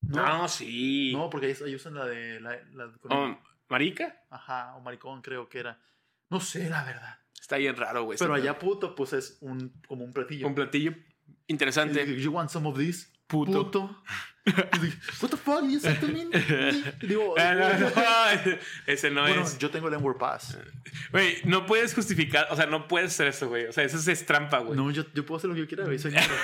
A: No,
B: No, ¿Ah? sí.
A: no, porque ellos, ellos usan la de. La, la con-
B: Oh, ¿Marica?
A: Ajá, o maricón, creo que era. No sé, la verdad.
B: Está bien raro, güey.
A: Pero
B: Ese
A: allá puto, pues es un como un platillo.
B: Un platillo interesante.
A: You want some of this?
B: Puto.
A: Puto. Y dije, What the fuck? You said to me? Y Digo,
B: Ah, no, no, Ese no
A: bueno,
B: es. Ah,
A: yo tengo el N-word pass.
B: Güey, no puedes justificar, o sea, no puedes hacer eso, güey. O sea, eso es, es trampa, güey. No.
A: No, yo, yo puedo hacer lo que yo quiera, güey. Soy negro.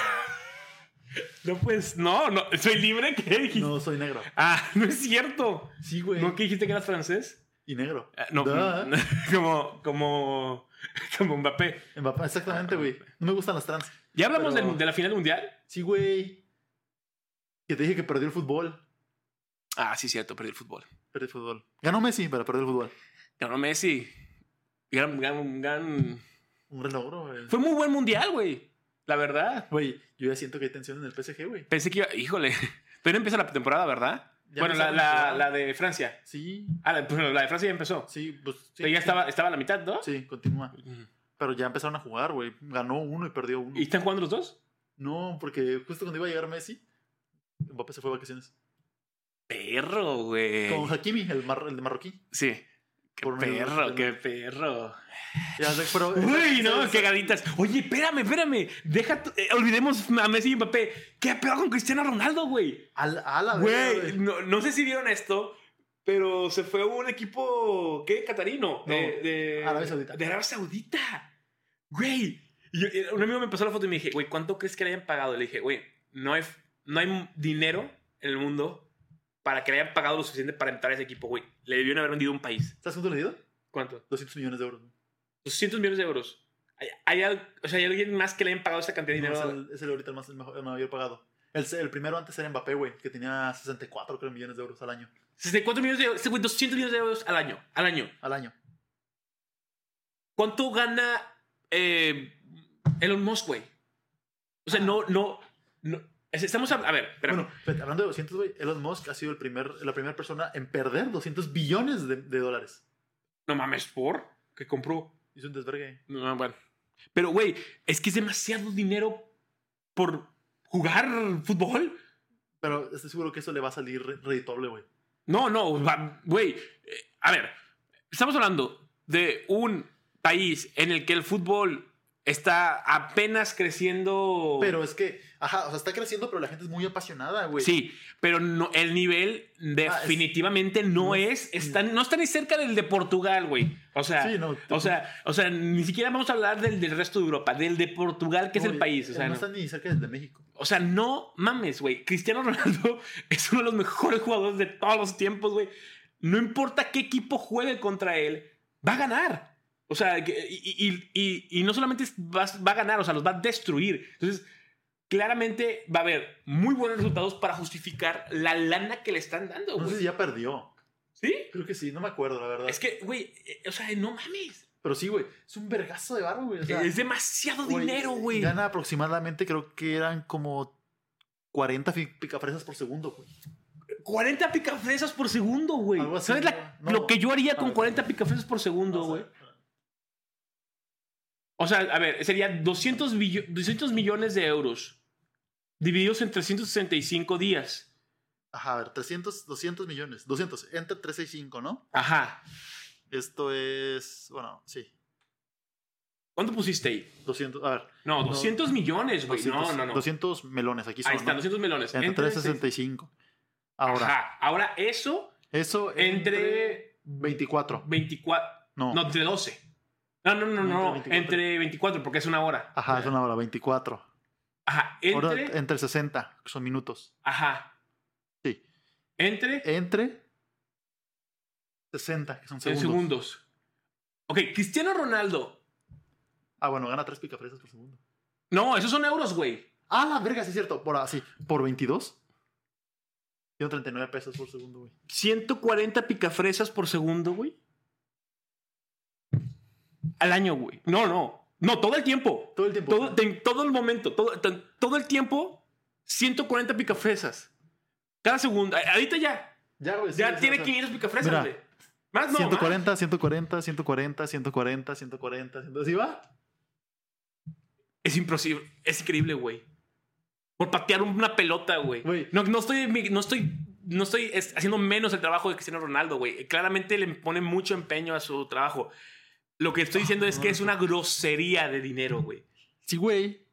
B: puedes, no, no, soy libre, ¿qué dijiste?
A: No, soy negro.
B: Ah, no es cierto.
A: Sí, güey.
B: ¿No que dijiste que eras francés?
A: y negro.
B: Ah, No,
A: Duh.
B: como, como, como Mbappé.
A: Mbappé, Exactamente, güey. No me gustan las trans.
B: ¿Ya hablamos
A: Pero-
B: del- de la final mundial?
A: Sí, güey. Que te dije que perdió el fútbol.
B: Ah, sí, cierto, perdí el fútbol.
A: Perdí el fútbol. Ganó Messi, pero perdió el fútbol.
B: Ganó Messi. Gran, gran, gran-
A: Un gran logro, güey.
B: Fue muy buen mundial, güey. La verdad.
A: Güey, yo ya siento que hay tensión en el PSG, güey.
B: Pensé que iba. Híjole. Todavía no empieza la temporada, ¿verdad?
A: Ya
B: bueno, la,
A: empezaron
B: la-
A: a jugar.
B: la de Francia.
A: Sí,
B: Ah, la, bueno, la de Francia ya empezó.
A: sí, pues. Sí,
B: Pero ya estaba, estaba a la mitad, ¿no?
A: Sí, continúa. Pero ya empezaron a jugar, güey. Ganó uno y perdió uno.
B: ¿Y están jugando los dos?
A: No, porque justo cuando iba a llegar Messi, Mbappé se fue a vacaciones.
B: Perro, güey.
A: Con Hakimi, el, mar- el de marroquí.
B: Sí. Qué
A: Por medio de
B: perro,
A: los
B: qué perro.
A: Ya sé, pero.
B: Uy, no,
A: esa-
B: qué gaditas. Oye, espérame, espérame. Deja, tu- eh, olvidemos a Messi y Mbappé. ¿Qué pedo con Cristiano Ronaldo, güey?
A: Al- A, la verga,
B: Güey, no, no sé si vieron esto, pero se fue un equipo, ¿qué? Catarino.
A: No,
B: de, de-
A: Arabia Saudita.
B: De Arabia Saudita. Güey. Y yo- y un amigo me pasó la foto y me dije, güey, ¿cuánto crees que le hayan pagado? Le dije, güey, no hay, no hay dinero en el mundo para que le hayan pagado lo suficiente para entrar a ese equipo, güey. Le debieron haber vendido un país.
A: ¿Estás junto leído?
B: ¿Cuánto?
A: 200 millones de euros.
B: cientos millones de euros. ¿Hay, hay al- o sea, ¿hay alguien más que le hayan pagado esa cantidad
A: No,
B: de dinero?
A: es, el, es el ahorita el, más, el, mejor, el mayor pagado. El, el primero antes era Mbappé, güey, que tenía 64 creo, millones de euros al año.
B: 64 millones de euros, este güey, 200 millones de euros al año. Al año.
A: Al año.
B: ¿Cuánto gana eh, Elon Musk, güey? O sea, no, no, no. es- Estamos a, a ver, espérame.
A: Bueno, espérate, hablando de 200, güey, Elon Musk ha sido el primer, la primera persona en perder 200 billones de, de dólares.
B: no mames, por que compró.
A: Hizo un desvergue.
B: No, bueno. Pero, güey, es que es demasiado dinero por jugar fútbol.
A: Pero estoy seguro que eso le va a salir re- redituable, güey.
B: No, no, va- güey. eh, a ver, estamos hablando de un país en el que el fútbol está apenas creciendo.
A: Pero es que, ajá, o sea, está creciendo, pero la gente es muy apasionada, güey. Ah,
B: Sí, pero no, el nivel definitivamente no,
A: no
B: es, está, no está ni cerca del de Portugal, güey. O sea,
A: Sí, no.
B: o sea, o sea, ni siquiera vamos a hablar del, del resto de Europa, del de Portugal, que es
A: no,
B: el país. O sea,
A: no,
B: no,
A: están ni cerca del de México.
B: o sea, no mames, güey. Cristiano Ronaldo es uno de los mejores jugadores de todos los tiempos, güey. No importa qué equipo juegue contra él, va a ganar. O sea, que- y, y- y- y- y no solamente es- va, va a ganar, o sea, los va a destruir. Entonces, claramente va a haber muy buenos resultados para justificar la lana que le están dando,
A: No
B: Oh, güey.
A: sé si ya perdió.
B: ¿Sí?
A: Creo que sí, no me acuerdo, la verdad.
B: Es que, güey, eh, o sea, no mames.
A: Pero sí, güey, es un vergazo de barro, güey. O sea,
B: es demasiado
A: Güey,
B: dinero, güey.
A: Gana aproximadamente, creo que eran como 40 fi- picafresas por segundo, güey.
B: 40 picafresas por segundo, güey.
A: Algo así,
B: ¿Sabes la-
A: no, no.
B: lo que yo haría con
A: No.
B: 40 picafresas por segundo,
A: O
B: güey?
A: sea,
B: O sea, a ver, sería 200, billo- 200 millones de euros divididos en 365 días.
A: Ajá, a ver, 300, 200 millones. 200, entre 3 y 5, ¿no?
B: Ajá.
A: Esto es, bueno, sí.
B: ¿Cuánto pusiste ahí?
A: 200, a ver.
B: No,
A: No.
B: 200 millones, güey.
A: 200,
B: No, no, no.
A: 200 melones, aquí son.
B: ahí está,
A: ¿no?
B: 200 melones.
A: Entre 365. Ahora,
B: Ajá. Ahora eso
A: eso entre,
B: entre
A: 24.
B: 24...
A: No.
B: No, entre 12. No, no, no, no.
A: Entre 24.
B: Entre 24, porque es una hora.
A: Ajá, es una hora, 24.
B: Ajá,
A: Ahora, eh,
B: entre...
A: entre 60, que son minutos.
B: Ajá.
A: Sí.
B: Entre...
A: Entre 60, que son
B: En
A: segundos.
B: segundos. Ok, Cristiano Ronaldo.
A: Ah, bueno, gana 3 picafresas por segundo.
B: No, esos son euros, güey.
A: Ah, la verga, sí es cierto. Por así, por 22. 139 pesos por segundo, güey.
B: 140 picafresas por segundo, güey. Al año, güey. No, no. No, todo el tiempo.
A: Todo el tiempo.
B: Todo, en todo el momento. Todo, tan- todo el tiempo, 140 picafresas. Cada segundo. A- Ahorita ya.
A: ya, güey. sí,
B: Ya
A: sí,
B: tiene
A: o sea,
B: 500
A: Mira.
B: picafresas, güey. Más no. 140.
A: 140, 140, 140, 140, 140, 140. ¿Sí va?
B: Es imposible. Es increíble, güey. Por patear una pelota, güey.
A: Güey.
B: No, no estoy, no estoy, no estoy es- haciendo menos el trabajo de Cristiano Ronaldo, güey. Claramente le pone mucho empeño a su trabajo. Lo que estoy diciendo es que es una grosería de dinero, güey.
A: Sí, güey.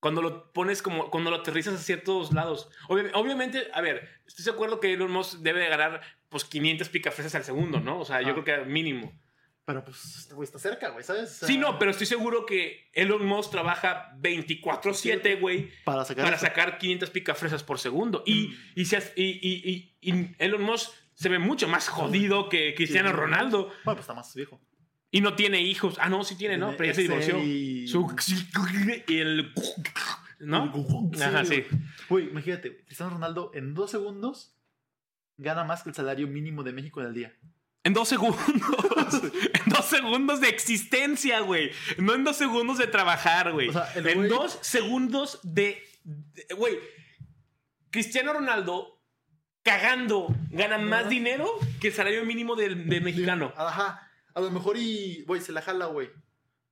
B: Cuando lo pones como, cuando lo aterrizas a ciertos lados. Obvi- obviamente, a ver, estoy de acuerdo que Elon Musk debe de ganar, pues, 500 picafresas al segundo, ¿no? O sea, yo
A: Ah.
B: creo que mínimo.
A: Pero pues, güey, está cerca, güey, ¿sabes? O sea,
B: Sí, no, pero estoy seguro que Elon Musk trabaja 24-7, güey.
A: Para sacar.
B: para sacar 500 picafresas por segundo. Y,
A: Mm.
B: y, se hace- y, y- y- y Elon Musk se ve mucho más jodido que Cristiano
A: Sí.
B: Ronaldo.
A: Bueno, pues está más viejo.
B: Y no tiene hijos. Ah, no, sí tiene, ¿no? Pero ya se
A: Excel
B: divorció.
A: y-
B: Su- Y el... ¿No? Ajá, sí.
A: Güey, imagínate, güey, Cristiano Ronaldo en dos segundos gana más que el salario mínimo de México en el día.
B: En dos segundos. en dos segundos de existencia, güey. No en dos segundos de trabajar, güey.
A: O sea, el
B: en
A: güey-
B: dos segundos de. de- Güey. Cristiano Ronaldo cagando gana más dinero que el salario mínimo del, de mexicano.
A: Ajá. A lo mejor y, güey, se la jala, güey.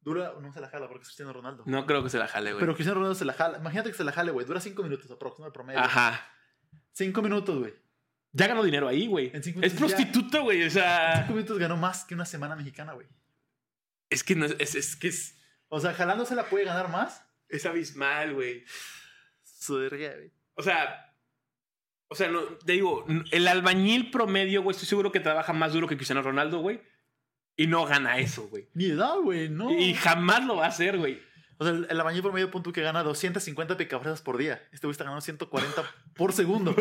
A: Dura, no se la jala porque es Cristiano Ronaldo.
B: No creo que se la jale, güey.
A: Pero Cristiano Ronaldo se la jala. Imagínate que se la jale, güey. Dura cinco minutos aproximadamente, promedio.
B: Ajá.
A: Cinco minutos, güey.
B: Ya ganó dinero ahí, güey.
A: En cinco
B: Es
A: minutos ya-
B: prostituta, güey. O sea.
A: Cinco minutos ganó más que una semana mexicana, güey.
B: Es que no es. Es, es que es.
A: O sea, jalándose la puede ganar más.
B: Es abismal, güey.
A: Su verga, güey.
B: O sea, o sea, no, te digo, n- el albañil promedio, güey, estoy seguro que trabaja más duro que Cristiano Ronaldo, güey. Y no gana eso, güey.
A: Ni edad, güey, no.
B: Y jamás lo va a hacer, güey.
A: O sea, el, el albañil promedio punto que gana 250 picafresas por día. Este güey está ganando 140 por segundo.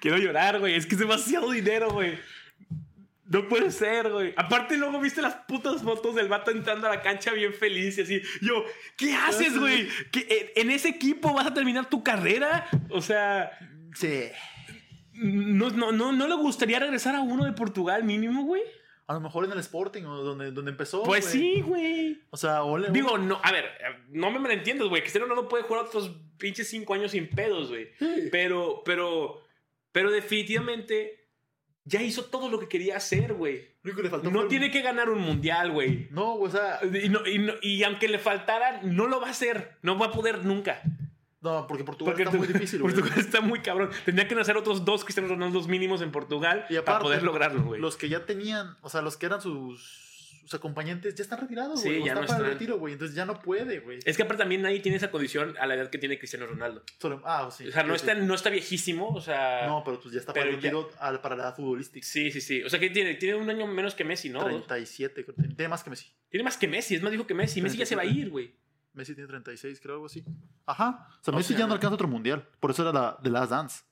B: Quiero llorar, güey. Es que es demasiado dinero, güey. No puede ser, güey. Aparte, luego viste las putas fotos del vato entrando a la cancha bien feliz y así. Yo, ¿qué haces, güey? ¿Que en, en ese equipo vas a terminar tu carrera? O sea,
A: Sí.
B: ¿no, no, no, ¿no le gustaría regresar a uno de Portugal mínimo, güey?
A: A lo mejor en el Sporting o donde, donde empezó.
B: Pues
A: güey.
B: sí, güey.
A: O sea, ole.
B: Digo, no, a ver, eh, no me malentiendas, güey. Cristiano Ronaldo puede jugar otros pinches cinco años sin pedos, güey.
A: Sí.
B: Pero, pero, pero definitivamente ya hizo todo lo que quería hacer, güey.
A: Lo único que le faltó fue
B: No
A: el-
B: tiene que ganar un mundial, güey.
A: No, o sea,
B: Y, no- y no- y aunque le faltara, no lo va a hacer. No va a poder nunca.
A: no, porque Portugal
B: Porque
A: está
B: tu-
A: muy difícil, güey.
B: Portugal está muy cabrón. Tendría que nacer otros dos Cristiano Ronaldos mínimos en Portugal
A: Y
B: para
A: aparte,
B: poder lograrlo, güey.
A: Los que ya tenían, o sea, los que eran sus, sus acompañantes ya están retirados,
B: Sí,
A: güey. o
B: ya
A: están
B: no
A: para el
B: están.
A: retiro, güey. Entonces ya no puede, güey.
B: Es que aparte también nadie tiene esa condición a la edad que tiene Cristiano Ronaldo.
A: Solo- Ah, sí.
B: O sea, no
A: sí, sí.
B: está, no está viejísimo, o sea...
A: No, pero pues ya está para
B: Pero
A: el retiro al- para la edad futbolística.
B: Sí, sí, sí. O sea, que tiene? Tiene un año menos que Messi, ¿no?
A: 37, creo. Tiene más que Messi.
B: Tiene más que Messi. Es más, dijo que Messi. Messi ya se va a ir, güey.
A: Messi tiene 36, creo, algo así. Ajá. O sea,
B: O
A: Messi
B: sea,
A: ya no alcanza otro mundial. Por eso era la de Last Dance.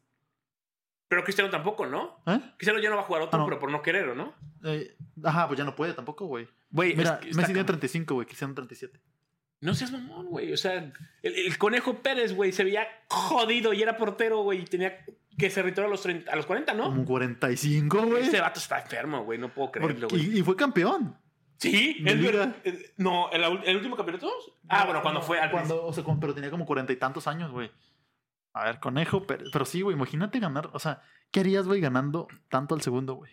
B: Pero Cristiano tampoco, ¿no?
A: ¿Eh?
B: Cristiano ya no va a jugar otro,
A: Ah, no.
B: pero por no querer, ¿o no? Pues
A: Eh, Ajá, pues ya no puede tampoco, güey.
B: Güey,
A: Mira, Messi tiene 35, güey. Cristiano 37.
B: No seas mamón, güey. O sea, el, el conejo Pérez, güey, se veía jodido y era portero, güey. Y tenía que se retiró a los, 30, a los 40, ¿no?
A: Como 45, güey.
B: Ese vato está enfermo, güey. No puedo creerlo,
A: Porque-
B: güey.
A: Y, y fue campeón.
B: Sí,
A: Me
B: es
A: diga.
B: verdad. Eh, No, ¿el, au- el último campeonato? Ah, bueno, cuando
A: No,
B: fue al
A: cuando, o sea, cuando- pero tenía como cuarenta y tantos años, güey. A ver, conejo, pero, pero sí, güey, imagínate ganar. O sea, ¿qué harías, güey, ganando tanto al segundo, güey?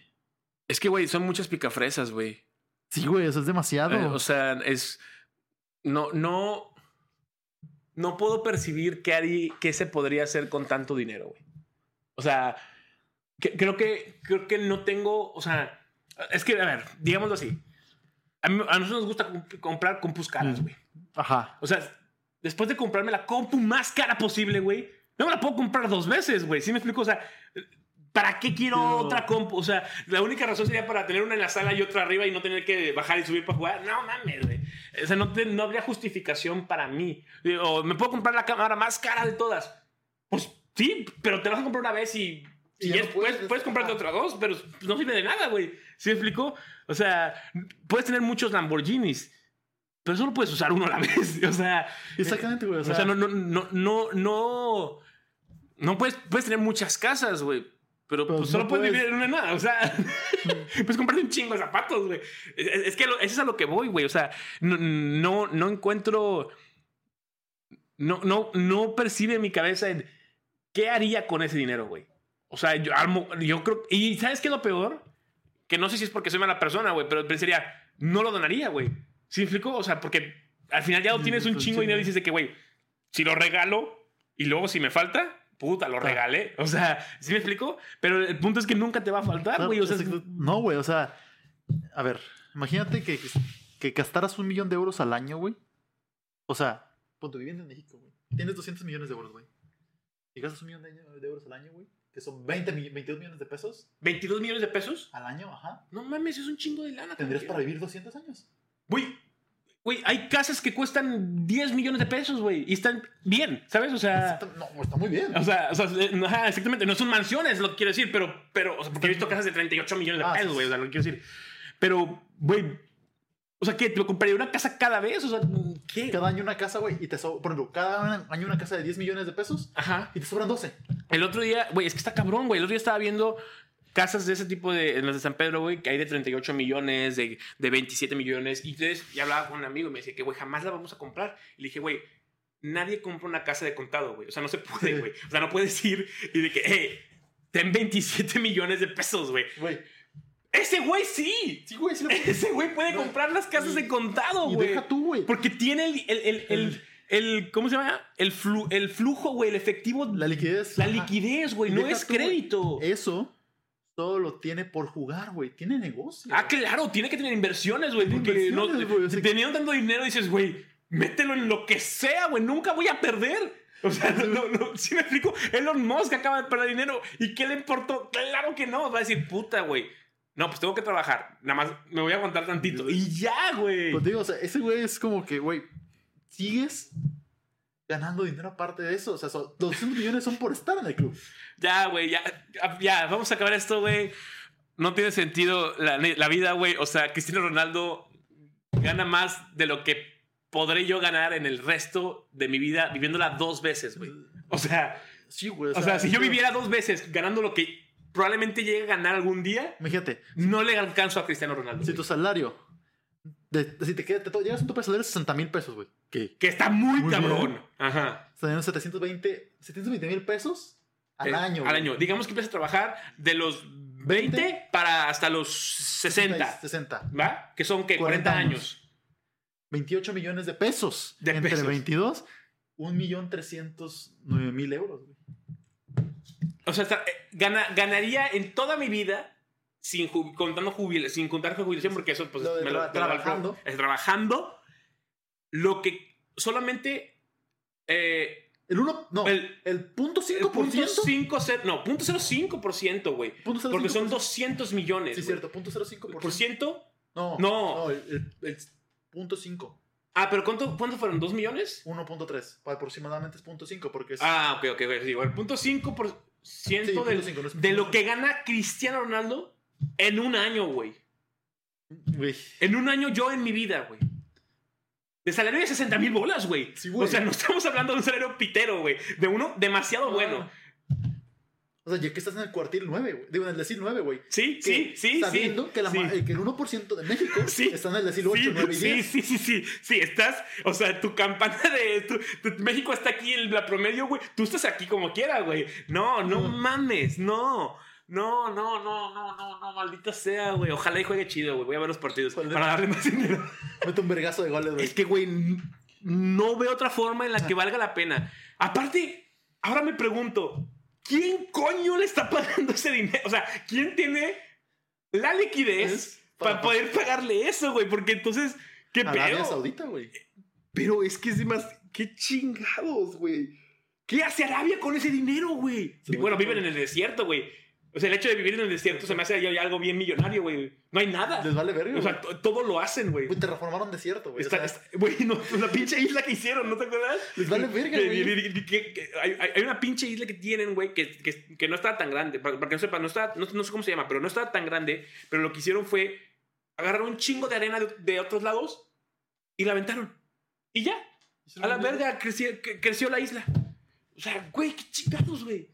B: Es que, güey, son muchas picafresas, güey.
A: Sí, güey, eso es demasiado.
B: Eh, o sea, es. No, no. No puedo percibir qué, harí- qué se podría hacer con tanto dinero, güey. O sea, que- creo que creo que no tengo. O sea, es que, a ver, digámoslo así. A, mí- a nosotros nos gusta comp- comprar compus caras,
A: Mm.
B: güey.
A: Ajá.
B: O sea, después de comprarme la compu más cara posible, güey, no me la puedo comprar dos veces, güey. ¿Sí me explico? O sea, ¿para qué quiero
A: No.
B: otra compu? O sea, la única razón sería para tener una en la sala y otra arriba y no tener que bajar y subir para jugar. No mames, güey. O sea, no, te- no habría justificación para mí. O me puedo comprar la cámara más cara de todas. Pues sí, pero te la vas a comprar una vez y.
A: Y
B: y
A: ya
B: ya
A: no
B: después
A: puedes.
B: puedes comprarte otra dos, pero no sirve de nada, güey. ¿Sí me explico? O sea, puedes tener muchos Lamborghinis, pero solo puedes usar uno a la vez. O sea,
A: Exactamente, güey.
B: o sea, no, no, no, no, no, no puedes, puedes tener muchas casas, güey. Pero
A: Pero
B: pues,
A: no
B: solo puedes,
A: puedes.
B: vivir en una nada. O sea, puedes comprarte un chingo de zapatos, güey. Es, es que a lo- eso es a lo que voy, güey. O sea, no, no, no encuentro. No, no, no percibe en mi cabeza en qué haría con ese dinero, güey. O sea, yo, armo- yo creo. ¿Y sabes qué es lo peor? Que no sé si es porque soy mala persona, güey, pero pensaría, no lo donaría, güey. ¿Sí me explico? O sea, porque al final ya lo
A: Mm,
B: tienes un
A: pues,
B: chingo
A: sí.
B: de dinero y dices de que, güey, si lo regalo y luego si me falta, puta,
A: Ah.
B: lo regalé. O sea, ¿sí me explico? Pero el punto es que nunca te va a faltar, güey. O sea,
A: Ah, exacto. no, güey, o sea, a ver, imagínate que, que gastaras un millón de euros al año, güey. O sea, punto viviendo en México, güey. Tienes 200 millones de euros, güey. Y gastas un millón de, de euros al año, güey. Que son 20, mi- 22 millones de pesos
B: 22 millones de pesos.
A: al año, ajá.
B: No mames, es un chingo de lana.
A: Tendrías
B: cabrón.
A: para vivir 200 años.
B: Güey, Güey, hay casas que cuestan 10 millones de pesos, güey, y están bien, ¿sabes? O sea,
A: Está- No, está muy bien.
B: o sea, o sea, eh, no, ajá, exactamente, no son mansiones, lo que quiero decir, pero, pero, o sea, porque he visto casas de 38 millones de
A: Ah, sí,
B: pesos,
A: sí.
B: güey, o sea, lo que quiero decir. Pero, güey, o sea, ¿qué? ¿Te lo compraría una casa cada vez? O sea, ¿qué?
A: Cada año una casa, güey, y te sobra, por ejemplo, cada año una casa de 10 millones de pesos
B: Ajá.
A: y te sobran 12.
B: El otro día, güey, es que está cabrón, güey. El otro día estaba viendo casas de ese tipo de, en las de San Pedro, güey, que hay de 38 millones, de, de 27 millones. Y entonces, y hablaba con un amigo y me decía que, güey, jamás la vamos a comprar. Y le dije, güey, nadie compra una casa de contado, güey. O sea, no se puede, güey. O sea, no puedes ir y de que, hey, ten 27 millones de pesos, güey.
A: Güey,
B: Ese güey sí.
A: sí, güey, sí lo
B: Ese güey puede
A: No,
B: comprar las casas
A: y-
B: de contado,
A: Y
B: güey.
A: deja tú, güey.
B: Porque tiene el, el, el, el, el- ¿cómo se llama? El, flu, el flujo, güey, el efectivo
A: La liquidez.
B: la
A: ajá.
B: liquidez, güey,
A: Y
B: no
A: deja
B: es
A: tú, güey.
B: crédito.
A: Eso todo lo tiene por jugar, güey. Tiene negocio.
B: Ah, claro, tiene que tener inversiones, güey.
A: Tiene
B: Porque no,
A: inversiones, güey, o sea
B: si
A: que-
B: teniendo tanto dinero dices, güey, mételo en lo que sea, güey, nunca voy a perder. O sea, no, no, si me explico, Elon Musk acaba de perder dinero y ¿qué le importó? Claro que no, va a decir, puta, güey. No, pues tengo que trabajar, nada más me voy a aguantar tantito. Y ya, güey.
A: Pues digo, o sea, ese güey es como que, güey, sigues ganando dinero aparte de eso. O sea, son- 200 millones son por estar en el club.
B: Ya, güey, ya, ya, ya, vamos a acabar esto, güey. No tiene sentido la, la vida, güey. O sea, Cristiano Ronaldo gana más de lo que podré yo ganar en el resto de mi vida viviéndola dos veces, güey. O sea,
A: Sí, güey.
B: o sea, si yo viviera dos veces ganando lo que probablemente llegue a ganar algún día,
A: Imagínate,
B: no le alcanzo a Cristiano Ronaldo.
A: si
B: güey.
A: tu salario. de- de- si te quedas, te to- llegas a un tope de salario de 60 mil pesos, güey. Que
B: Que está muy,
A: Muy
B: cabrón.
A: bien.
B: Ajá.
A: están en 720 mil pesos al
B: Eh,
A: año.
B: Al
A: güey.
B: año. Digamos que empieza a trabajar de los 20,
A: 20
B: para hasta los 60.
A: 60.
B: ¿Va? Que son, ¿qué? 40,
A: 40
B: años.
A: 28 millones de pesos.
B: De
A: entre
B: pesos.
A: 22, 1.309.000 euros, güey.
B: O sea, está- eh, gana- ganaría en toda mi vida sin ju- contando jubile- sin contar con jubilación, porque eso pues
A: Lo de
B: me lo-
A: tra-
B: me lo da el
A: trabajando.
B: pro- es trabajando lo que solamente eh,
A: El 1, no, el,
B: el,
A: punto
B: el punto
A: 5%.
B: 5 no, punto 05%, güey, porque son 200 millones.
A: Sí,
B: güey.
A: cierto, punto 0.5%.
B: Por ciento?
A: No,
B: No.
A: el, el- el punto 5,
B: Ah, pero ¿cuánto, cuánto fueron? ¿2 millones?
A: 1.3, aproximadamente es punto 5 porque es
B: Ah, ok, ok, ok, sí, bueno, punto 5%
A: Pues, sí, punto
B: del-
A: cinco, no es
B: de
A: punto
B: lo que gana Cristiano Ronaldo en un año, güey.
A: cinco. Güey.
B: En un año yo en mi vida, güey. De salario de 60 mil bolas, güey.
A: Sí,
B: o
A: güey.
B: sea, no estamos hablando de un salario pitero, güey. De uno demasiado
A: Ah,
B: bueno.
A: O sea, ya que estás en el cuartil 9, güey. Digo, en el decil 9, güey.
B: Sí,
A: Que
B: sí, sí, sí.
A: Sabiendo que, la
B: sí.
A: ma- eh, que el 1% de México
B: Sí.
A: está en el decil 8,
B: Sí,
A: 9 y
B: sí,
A: 10.
B: sí, sí, sí, sí, estás, o sea, tu campana de tu- tu- México está aquí en la promedio, güey, tú estás aquí como quiera, güey, no, no
A: No.
B: mames, no, no, no, no, no, no, no, maldita sea, güey, ojalá y juegue chido, güey, voy a ver los partidos
A: Ojalá.
B: para darle más dinero.
A: Mete un vergazo de goles,
B: Es
A: güey.
B: que, güey, n- no veo otra forma en la que valga la pena. Aparte, ahora me pregunto, ¿quién coño le está pagando ese dinero? O sea, ¿quién tiene la liquidez
A: Es para-
B: para, poder pagarle eso, güey? Porque entonces, ¿qué
A: Arabia
B: pedo?
A: Saudita, güey.
B: Pero es que es más, qué chingados, güey. ¿Qué hace Arabia con ese dinero, güey?
A: Se
B: Bueno,
A: vuelve-
B: viven en el desierto, güey. O sea, el hecho de vivir en el desierto se me hace ya- ya algo bien millonario, güey. No hay nada.
A: Les vale verga.
B: O sea,
A: güey.
B: to- todo lo hacen, güey.
A: Güey, te reformaron desierto, güey. O
B: Está-
A: sea,
B: está- Güey, no, la pinche isla que hicieron, ¿no te acuerdas?
A: Les vale verga,
B: Que-
A: güey.
B: que- que- que Hay, hay- hay una pinche isla que tienen, güey, que, que- que no estaba tan grande. Para, para que no sepa, no, estaba, no, no sé cómo se llama, pero no estaba tan grande. Pero lo que hicieron fue agarrar un chingo de arena de, de otros lados y la aventaron. Y ya, a la verga, creció, cre- creció la isla. O sea, güey, qué chingados, güey.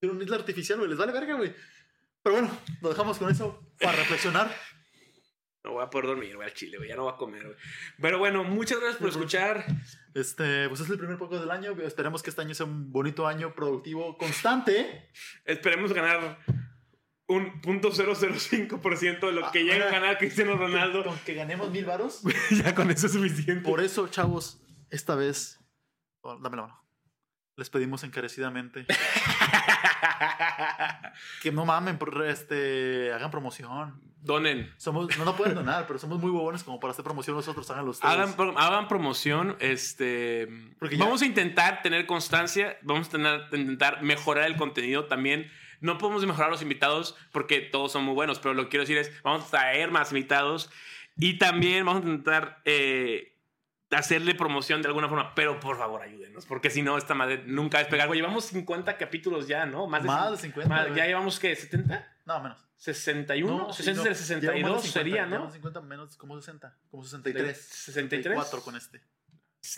A: Tiene una isla artificial, güey. Les vale verga, güey. Pero bueno, lo dejamos con eso para reflexionar.
B: No voy a poder dormir, güey, al chile, güey. Ya no voy a comer, güey. Pero bueno, muchas gracias por escuchar.
A: Este, pues es el primer poco del año. Esperemos que este año sea un bonito año productivo constante.
B: Esperemos ganar un punto 005% de lo que
A: Ah,
B: llega a
A: ah.
B: ganar Cristiano Ronaldo.
A: Con que ganemos mil varos.
B: ya con eso es suficiente.
A: Por eso, chavos, esta vez. oh, dame la mano. Les pedimos encarecidamente que no mamen, por este, hagan promoción.
B: Donen.
A: Somos, no, no pueden donar, pero somos muy bobones como para hacer promoción nosotros, háganlo ustedes.
B: Hagan, pro- hagan promoción, este...
A: Porque ya-
B: vamos a intentar tener constancia, vamos a tener, intentar mejorar el contenido también. No podemos mejorar los invitados porque todos son muy buenos, pero lo que quiero decir es, vamos a traer más invitados Y también vamos a intentar eh, hacerle promoción de alguna forma, pero por favor ayúdenos, porque si no, esta madre nunca despega. Güey, llevamos 50 capítulos ya, ¿no? Más de,
A: Más de 50.
B: más-
A: güey.
B: ya llevamos, ¿qué? ¿70?
A: No, menos.
B: ¿61?
A: No, sí,
B: 60,
A: no. Llevamos más
B: 62
A: de 50,
B: sería, ¿no?
A: llevamos 50 menos como 60. Como 63.
B: 63.
A: 4 con este.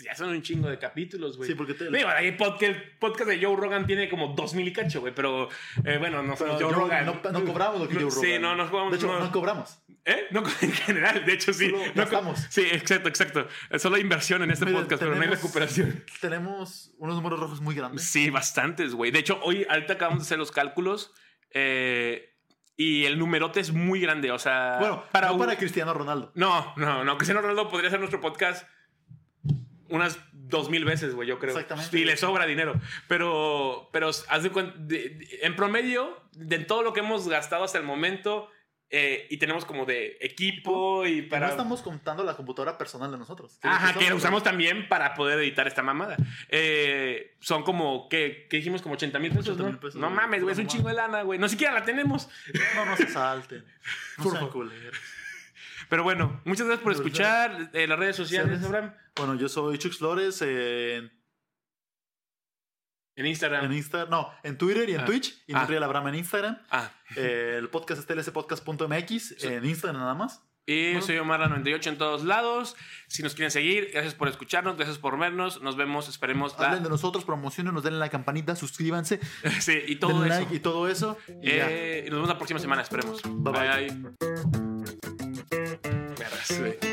B: Ya son un chingo de capítulos, güey.
A: Sí, porque te,
B: Digo, ahí pod- el podcast de Joe Rogan tiene como 2000 y cacho, güey, pero eh, bueno, no
A: pero
B: somos
A: yo-
B: Joe Rogan.
A: No, no cobramos lo que
B: No,
A: yo
B: sí, no, no cobramos,
A: De hecho,
B: no.
A: no, cobramos.
B: ¿Eh? No, en general, de hecho sí.
A: Solo
B: No,
A: gastamos.
B: sí, exacto, exacto. Solo hay inversión en este
A: Mira,
B: podcast, pero no hay
A: tenemos- ¿Eh?
B: recuperación.
A: Tenemos unos números rojos muy grandes.
B: Sí, bastantes, güey. De hecho, hoy ahorita acabamos de hacer los cálculos eh, y el numerote es muy grande, o sea...
A: Bueno,
B: Ah, para
A: no
B: un-
A: para Cristiano Ronaldo.
B: No, no, no. Cristiano Ronaldo podría hacer nuestro podcast unas dos mil veces, güey, yo creo.
A: Exactamente.
B: Y le sobra dinero. Pero, pero haz de cuen- de- de- en promedio, de todo lo que hemos gastado hasta el momento, eh, y tenemos como de equipo y
A: Pero
B: para...
A: no estamos contando la computadora personal de nosotros. que es lo
B: Ajá, que
A: usamos,
B: usamos también para poder editar esta mamada. Eh, son como, ¿qué, qué dijimos? Como 80 mil pesos,
A: 80
B: ¿no?
A: mil pesos,
B: no
A: güey,
B: mames, güey, es
A: pura
B: un chingo de lana, güey. No siquiera la tenemos.
A: güey. No nos asalten. No
B: Por
A: sean
B: favor.
A: culeros.
B: Pero bueno, muchas gracias por
A: Pero,
B: escuchar eh, las redes sociales,
A: ¿sabes?
B: Abraham.
A: Bueno, yo soy Chux Flores en,
B: En Instagram.
A: en Instagram. No, en Twitter y en
B: Ah.
A: Twitch. Y
B: Ah.
A: Nurriel Abraham en Instagram.
B: Ah,
A: Eh, el podcast es tlspodcast.mx.
B: Sí.
A: En Instagram nada más.
B: Y
A: Bueno.
B: soy Omar98 en todos lados. Si nos quieren seguir, gracias por escucharnos, gracias por vernos. Nos vemos, esperemos. la-
A: Hablen de nosotros, promocionen, nos den la campanita, suscríbanse,
B: Sí, y todo
A: den
B: eso.
A: like y todo eso. Y ya.
B: Eh, nos vemos la próxima semana, esperemos.
A: Bye, bye.
B: Vergas, güey.